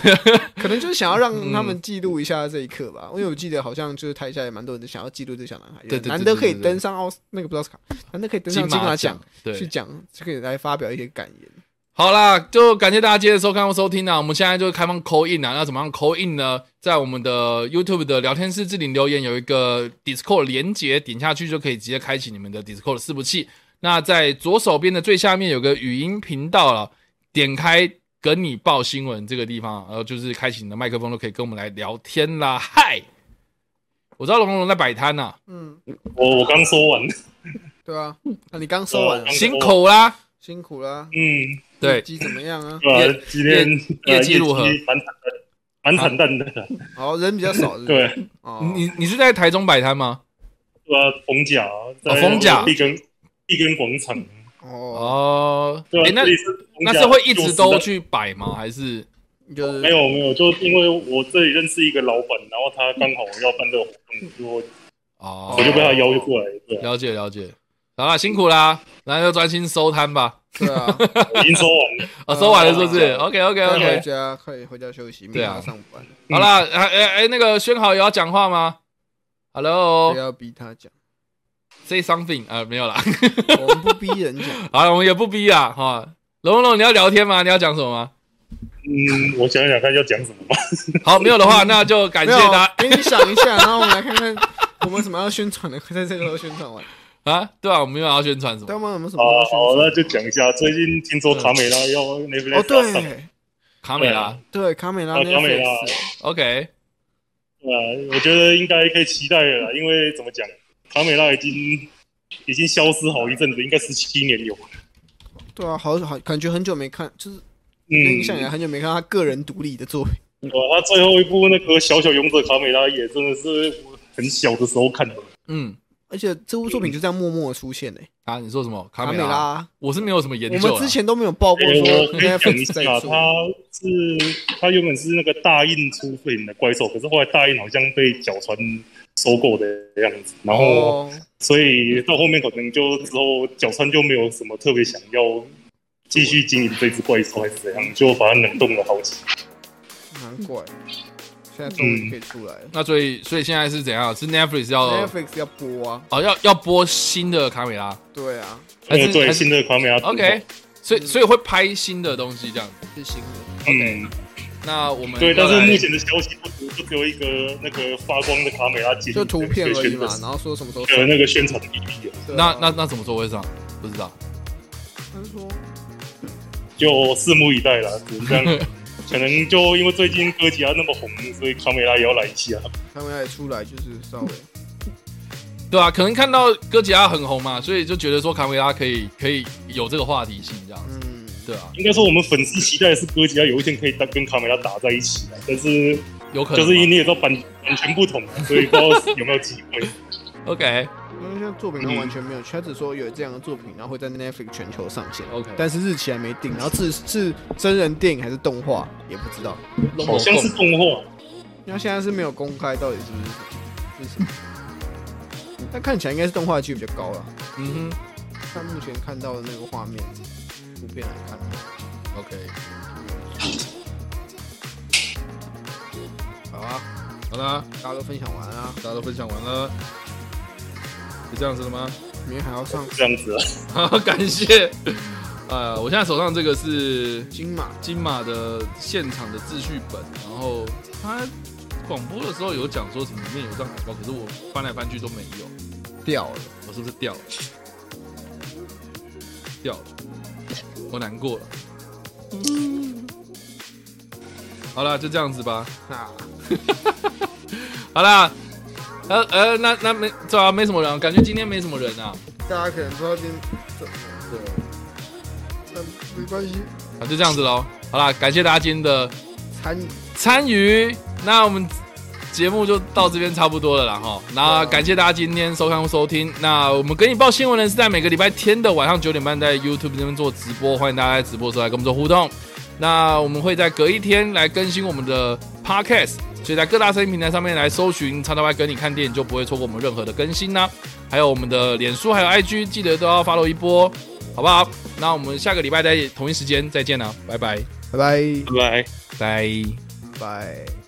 Speaker 2: 可能就是想要让他们记录一下这一刻吧，因为我记得好像就是台下也蛮多人想要记录这小男孩，
Speaker 1: 嗯对对对
Speaker 2: 难得可以
Speaker 1: 对对对
Speaker 2: 登上奥斯那个不知道是卡，难得可以登上金马奖去
Speaker 1: 对，
Speaker 2: 讲，就可以来发表一些感言。
Speaker 1: 好啦，就感谢大家今天的收看和收听啊！我们现在就开放扣印啊，那怎么样扣印呢？在我们的 YouTube 的聊天室置顶留言有一个 Discord 连接，点下去就可以直接开启你们的 Discord 伺服器。那在左手边的最下面有个语音频道了，点开“跟你报新闻”这个地方，然后就是开启你的麦克风，都可以跟我们来聊天啦。嗨，我知道龙龙在摆摊呐，
Speaker 2: 嗯，
Speaker 3: 我我刚说完，
Speaker 2: 对啊，
Speaker 1: 嗯
Speaker 2: 那你刚收完了
Speaker 3: 对，啊
Speaker 1: 辛苦啦！
Speaker 2: 辛苦啦，
Speaker 3: 嗯，
Speaker 2: 业
Speaker 1: 对，
Speaker 2: 绩怎么样啊？
Speaker 3: 对吧？今天
Speaker 1: 业
Speaker 3: 呃
Speaker 1: 业绩如何啊
Speaker 3: 业绩蛮惨淡的，蛮惨淡的。
Speaker 2: 好，人比较少，是不是
Speaker 3: 对，
Speaker 2: 哦，
Speaker 1: 你你是在台中摆摊吗？
Speaker 3: 对啊，逢甲在
Speaker 1: 逢哦甲
Speaker 3: 立根立根广场，
Speaker 2: 哦，
Speaker 1: 哦，
Speaker 3: 对啊
Speaker 1: 诶，那
Speaker 3: 这里是逢
Speaker 1: 那
Speaker 3: 甲
Speaker 1: 是会一直都
Speaker 3: 旧时
Speaker 1: 去摆吗？还是
Speaker 2: 就是
Speaker 3: 代没有没有，就因为我这里认识一个老板，然后他刚好要办这个活动，就我
Speaker 1: 哦，
Speaker 3: 我就被他邀过来，对啊，
Speaker 1: 了解了解。好啦，辛苦啦，然后就专心收摊吧。
Speaker 2: 对啊，
Speaker 3: 我已经收完了，
Speaker 1: 啊，收完了是不是
Speaker 3: 对
Speaker 1: ？OK OK
Speaker 2: 快回
Speaker 1: OK。
Speaker 2: 家，快回家休息，明
Speaker 1: 对
Speaker 2: 天
Speaker 1: 啊
Speaker 2: 要上班，
Speaker 1: 好啦，哎哎哎，那个宣豪有要讲话吗
Speaker 2: 不
Speaker 1: ？Hello，say
Speaker 2: 要逼他讲，
Speaker 1: something 啊，没有啦。
Speaker 2: 我们不逼人讲，
Speaker 1: 好了，我们也不逼啦哈。龙龙，你要聊天吗？你要讲什么吗？
Speaker 3: 嗯，我想想看要讲什么吧。
Speaker 1: 好，没有的话， 那就感
Speaker 2: 没
Speaker 1: 谢
Speaker 2: 有
Speaker 1: 大家，
Speaker 2: 给你想一下，然后我们来看看我们什么要宣传的，快在这个时候宣传 完。
Speaker 1: 啊。对啊，我们没有要宣传什
Speaker 2: 对
Speaker 1: 么
Speaker 2: 吗？我们什么
Speaker 1: 哦
Speaker 3: 好，
Speaker 2: 时候
Speaker 3: 好，
Speaker 2: 要
Speaker 3: 哦那就讲一下，最近听说卡美拉要
Speaker 2: 宣
Speaker 3: Netflix
Speaker 2: 传
Speaker 3: 要上
Speaker 2: 哦，
Speaker 1: 卡美拉。
Speaker 2: 对对，卡美拉
Speaker 3: 啊
Speaker 2: 那
Speaker 3: 卡美拉
Speaker 1: OK，
Speaker 3: 呃，我觉得应该可以期待了啦，因为怎么讲，卡美拉已经已经消失好一阵子，应该十七年有。
Speaker 2: 对啊，好好，感觉很久没看，就是印象以
Speaker 3: 嗯，
Speaker 2: 来很久没看他个人独立的作品。
Speaker 3: 哇，他最后一部那个小小勇者卡美拉也真的是我很小的时候看的，
Speaker 1: 嗯，
Speaker 2: 而且这部作
Speaker 3: 嗯
Speaker 2: 品就这样默默的出现嘞、欸
Speaker 1: 啊，你说什么？卡
Speaker 2: 卡
Speaker 1: 美
Speaker 2: 美
Speaker 1: 拉，
Speaker 2: 拉，
Speaker 1: 我是没有什么研
Speaker 2: 我
Speaker 1: 究啦。啊
Speaker 2: 们之前都没有报过
Speaker 3: 哎、我
Speaker 2: 说
Speaker 3: 可以讲一
Speaker 2: Netflix 在
Speaker 3: 下，
Speaker 2: 做，
Speaker 3: 他是他原本是那个大印出品的怪兽，可是后来大印好像被角川收购的样子，然后
Speaker 2: 哦，
Speaker 3: 所以到后面可能就之后角川就没有什么特别想要继续经营这只怪兽还是怎样，就把它冷冻了好几
Speaker 2: 难怪，现在终
Speaker 3: 嗯
Speaker 2: 于可以出来了、
Speaker 1: 那所以所以现在是怎样？是 Netflix 要
Speaker 2: n e t f l i x 要播啊，
Speaker 1: 哦要要播新的卡美拉
Speaker 2: 对啊，
Speaker 1: 还是
Speaker 3: 呃，对，
Speaker 1: 还是
Speaker 3: 新的卡美拉图
Speaker 1: ？OK，所以
Speaker 2: 嗯
Speaker 1: 所以会拍新的东西这样。
Speaker 2: 是新的，
Speaker 3: 嗯，
Speaker 1: 那我们
Speaker 3: 对，
Speaker 1: 要
Speaker 3: 但是
Speaker 1: 来
Speaker 3: 目前的消息不足，就只有一个那个发光的卡美拉进
Speaker 2: 就图片而已嘛，
Speaker 3: 的
Speaker 2: 然后说什么时候
Speaker 3: 呃
Speaker 2: 上，
Speaker 3: 那个宣传 EP 啊
Speaker 2: 对
Speaker 1: 那
Speaker 2: 啊
Speaker 1: 那那怎么说会上？不知道。
Speaker 2: 他就说
Speaker 3: 就拭目以待啦，只能这样。可能就因为最近哥吉拉那么红，所以卡美拉也要来一下。
Speaker 2: 卡美拉也出来就是稍微，
Speaker 1: 对啊，可能看到哥吉拉很红嘛，所以就觉得说卡美拉可以可以有这个话题性这样。
Speaker 2: 嗯，
Speaker 1: 对啊，
Speaker 3: 应该说我们粉丝期待的是哥吉拉有一天可以当跟卡美拉打在一起啦，但是
Speaker 1: 有可能
Speaker 3: 就
Speaker 1: 吗。
Speaker 3: 是因为你也知道版版权不同，所以不知道有没有机 会。
Speaker 1: OK
Speaker 2: 因为现在作品上完全没有，他只说有这样的作品，然后会在 Netflix 全球上线。
Speaker 1: OK，
Speaker 2: 但是日期还没定，然后是是真人电影还是动画也不知道。
Speaker 3: 好像是动画，
Speaker 2: 因为现在是没有公开，到底是不是是什么？但看起来应该是动画剧比较高了。
Speaker 1: 嗯
Speaker 2: 看目前看到的那个画面，图片来看，
Speaker 1: 哼 OK，
Speaker 2: 好啊，
Speaker 1: 好啦，
Speaker 2: 大家都分享完啊，
Speaker 1: 大家都分享完了，是这样子的吗？
Speaker 2: 明天还要上
Speaker 3: 这样子啊。
Speaker 1: 好， 感谢。呃，我现在手上这个是
Speaker 2: 金马，
Speaker 1: 金马的现场的秩序本，然后他广播的时候有讲说什么里面有一张海报，可是我翻来翻去都没有，
Speaker 2: 掉了，
Speaker 1: 我是不是掉了？掉了，我难过了。好啦，就这样子吧。
Speaker 2: 啊，
Speaker 1: 好啦，呃呃，那那没对啊，没什么人，感觉今天没什么人啊，
Speaker 2: 大家可能不知道今天怎么的，但没关系，
Speaker 1: 啊就这样子喽。好啦，感谢大家今天的
Speaker 2: 参与
Speaker 1: 参与，那我们节目就到这边差不多了啦哈。那感谢大家今天收看或收听。那我们给你报新闻呢是在每个礼拜天的晚上九点半在 YouTube 那边做直播，欢迎大家在直播的时候来跟我们做互动。那我们会在隔一天来更新我们的 Podcast，所以在各大声音平台上面来搜寻“叉叉 Y 跟你看电影”，就不会错过我们任何的更新啦、还有我们的脸书还有 IG，记得都要 follow 一波，好不好？那我们下个礼拜在同一时间再见啦，拜拜
Speaker 2: 拜拜
Speaker 3: 拜拜。
Speaker 1: 拜。
Speaker 2: 拜。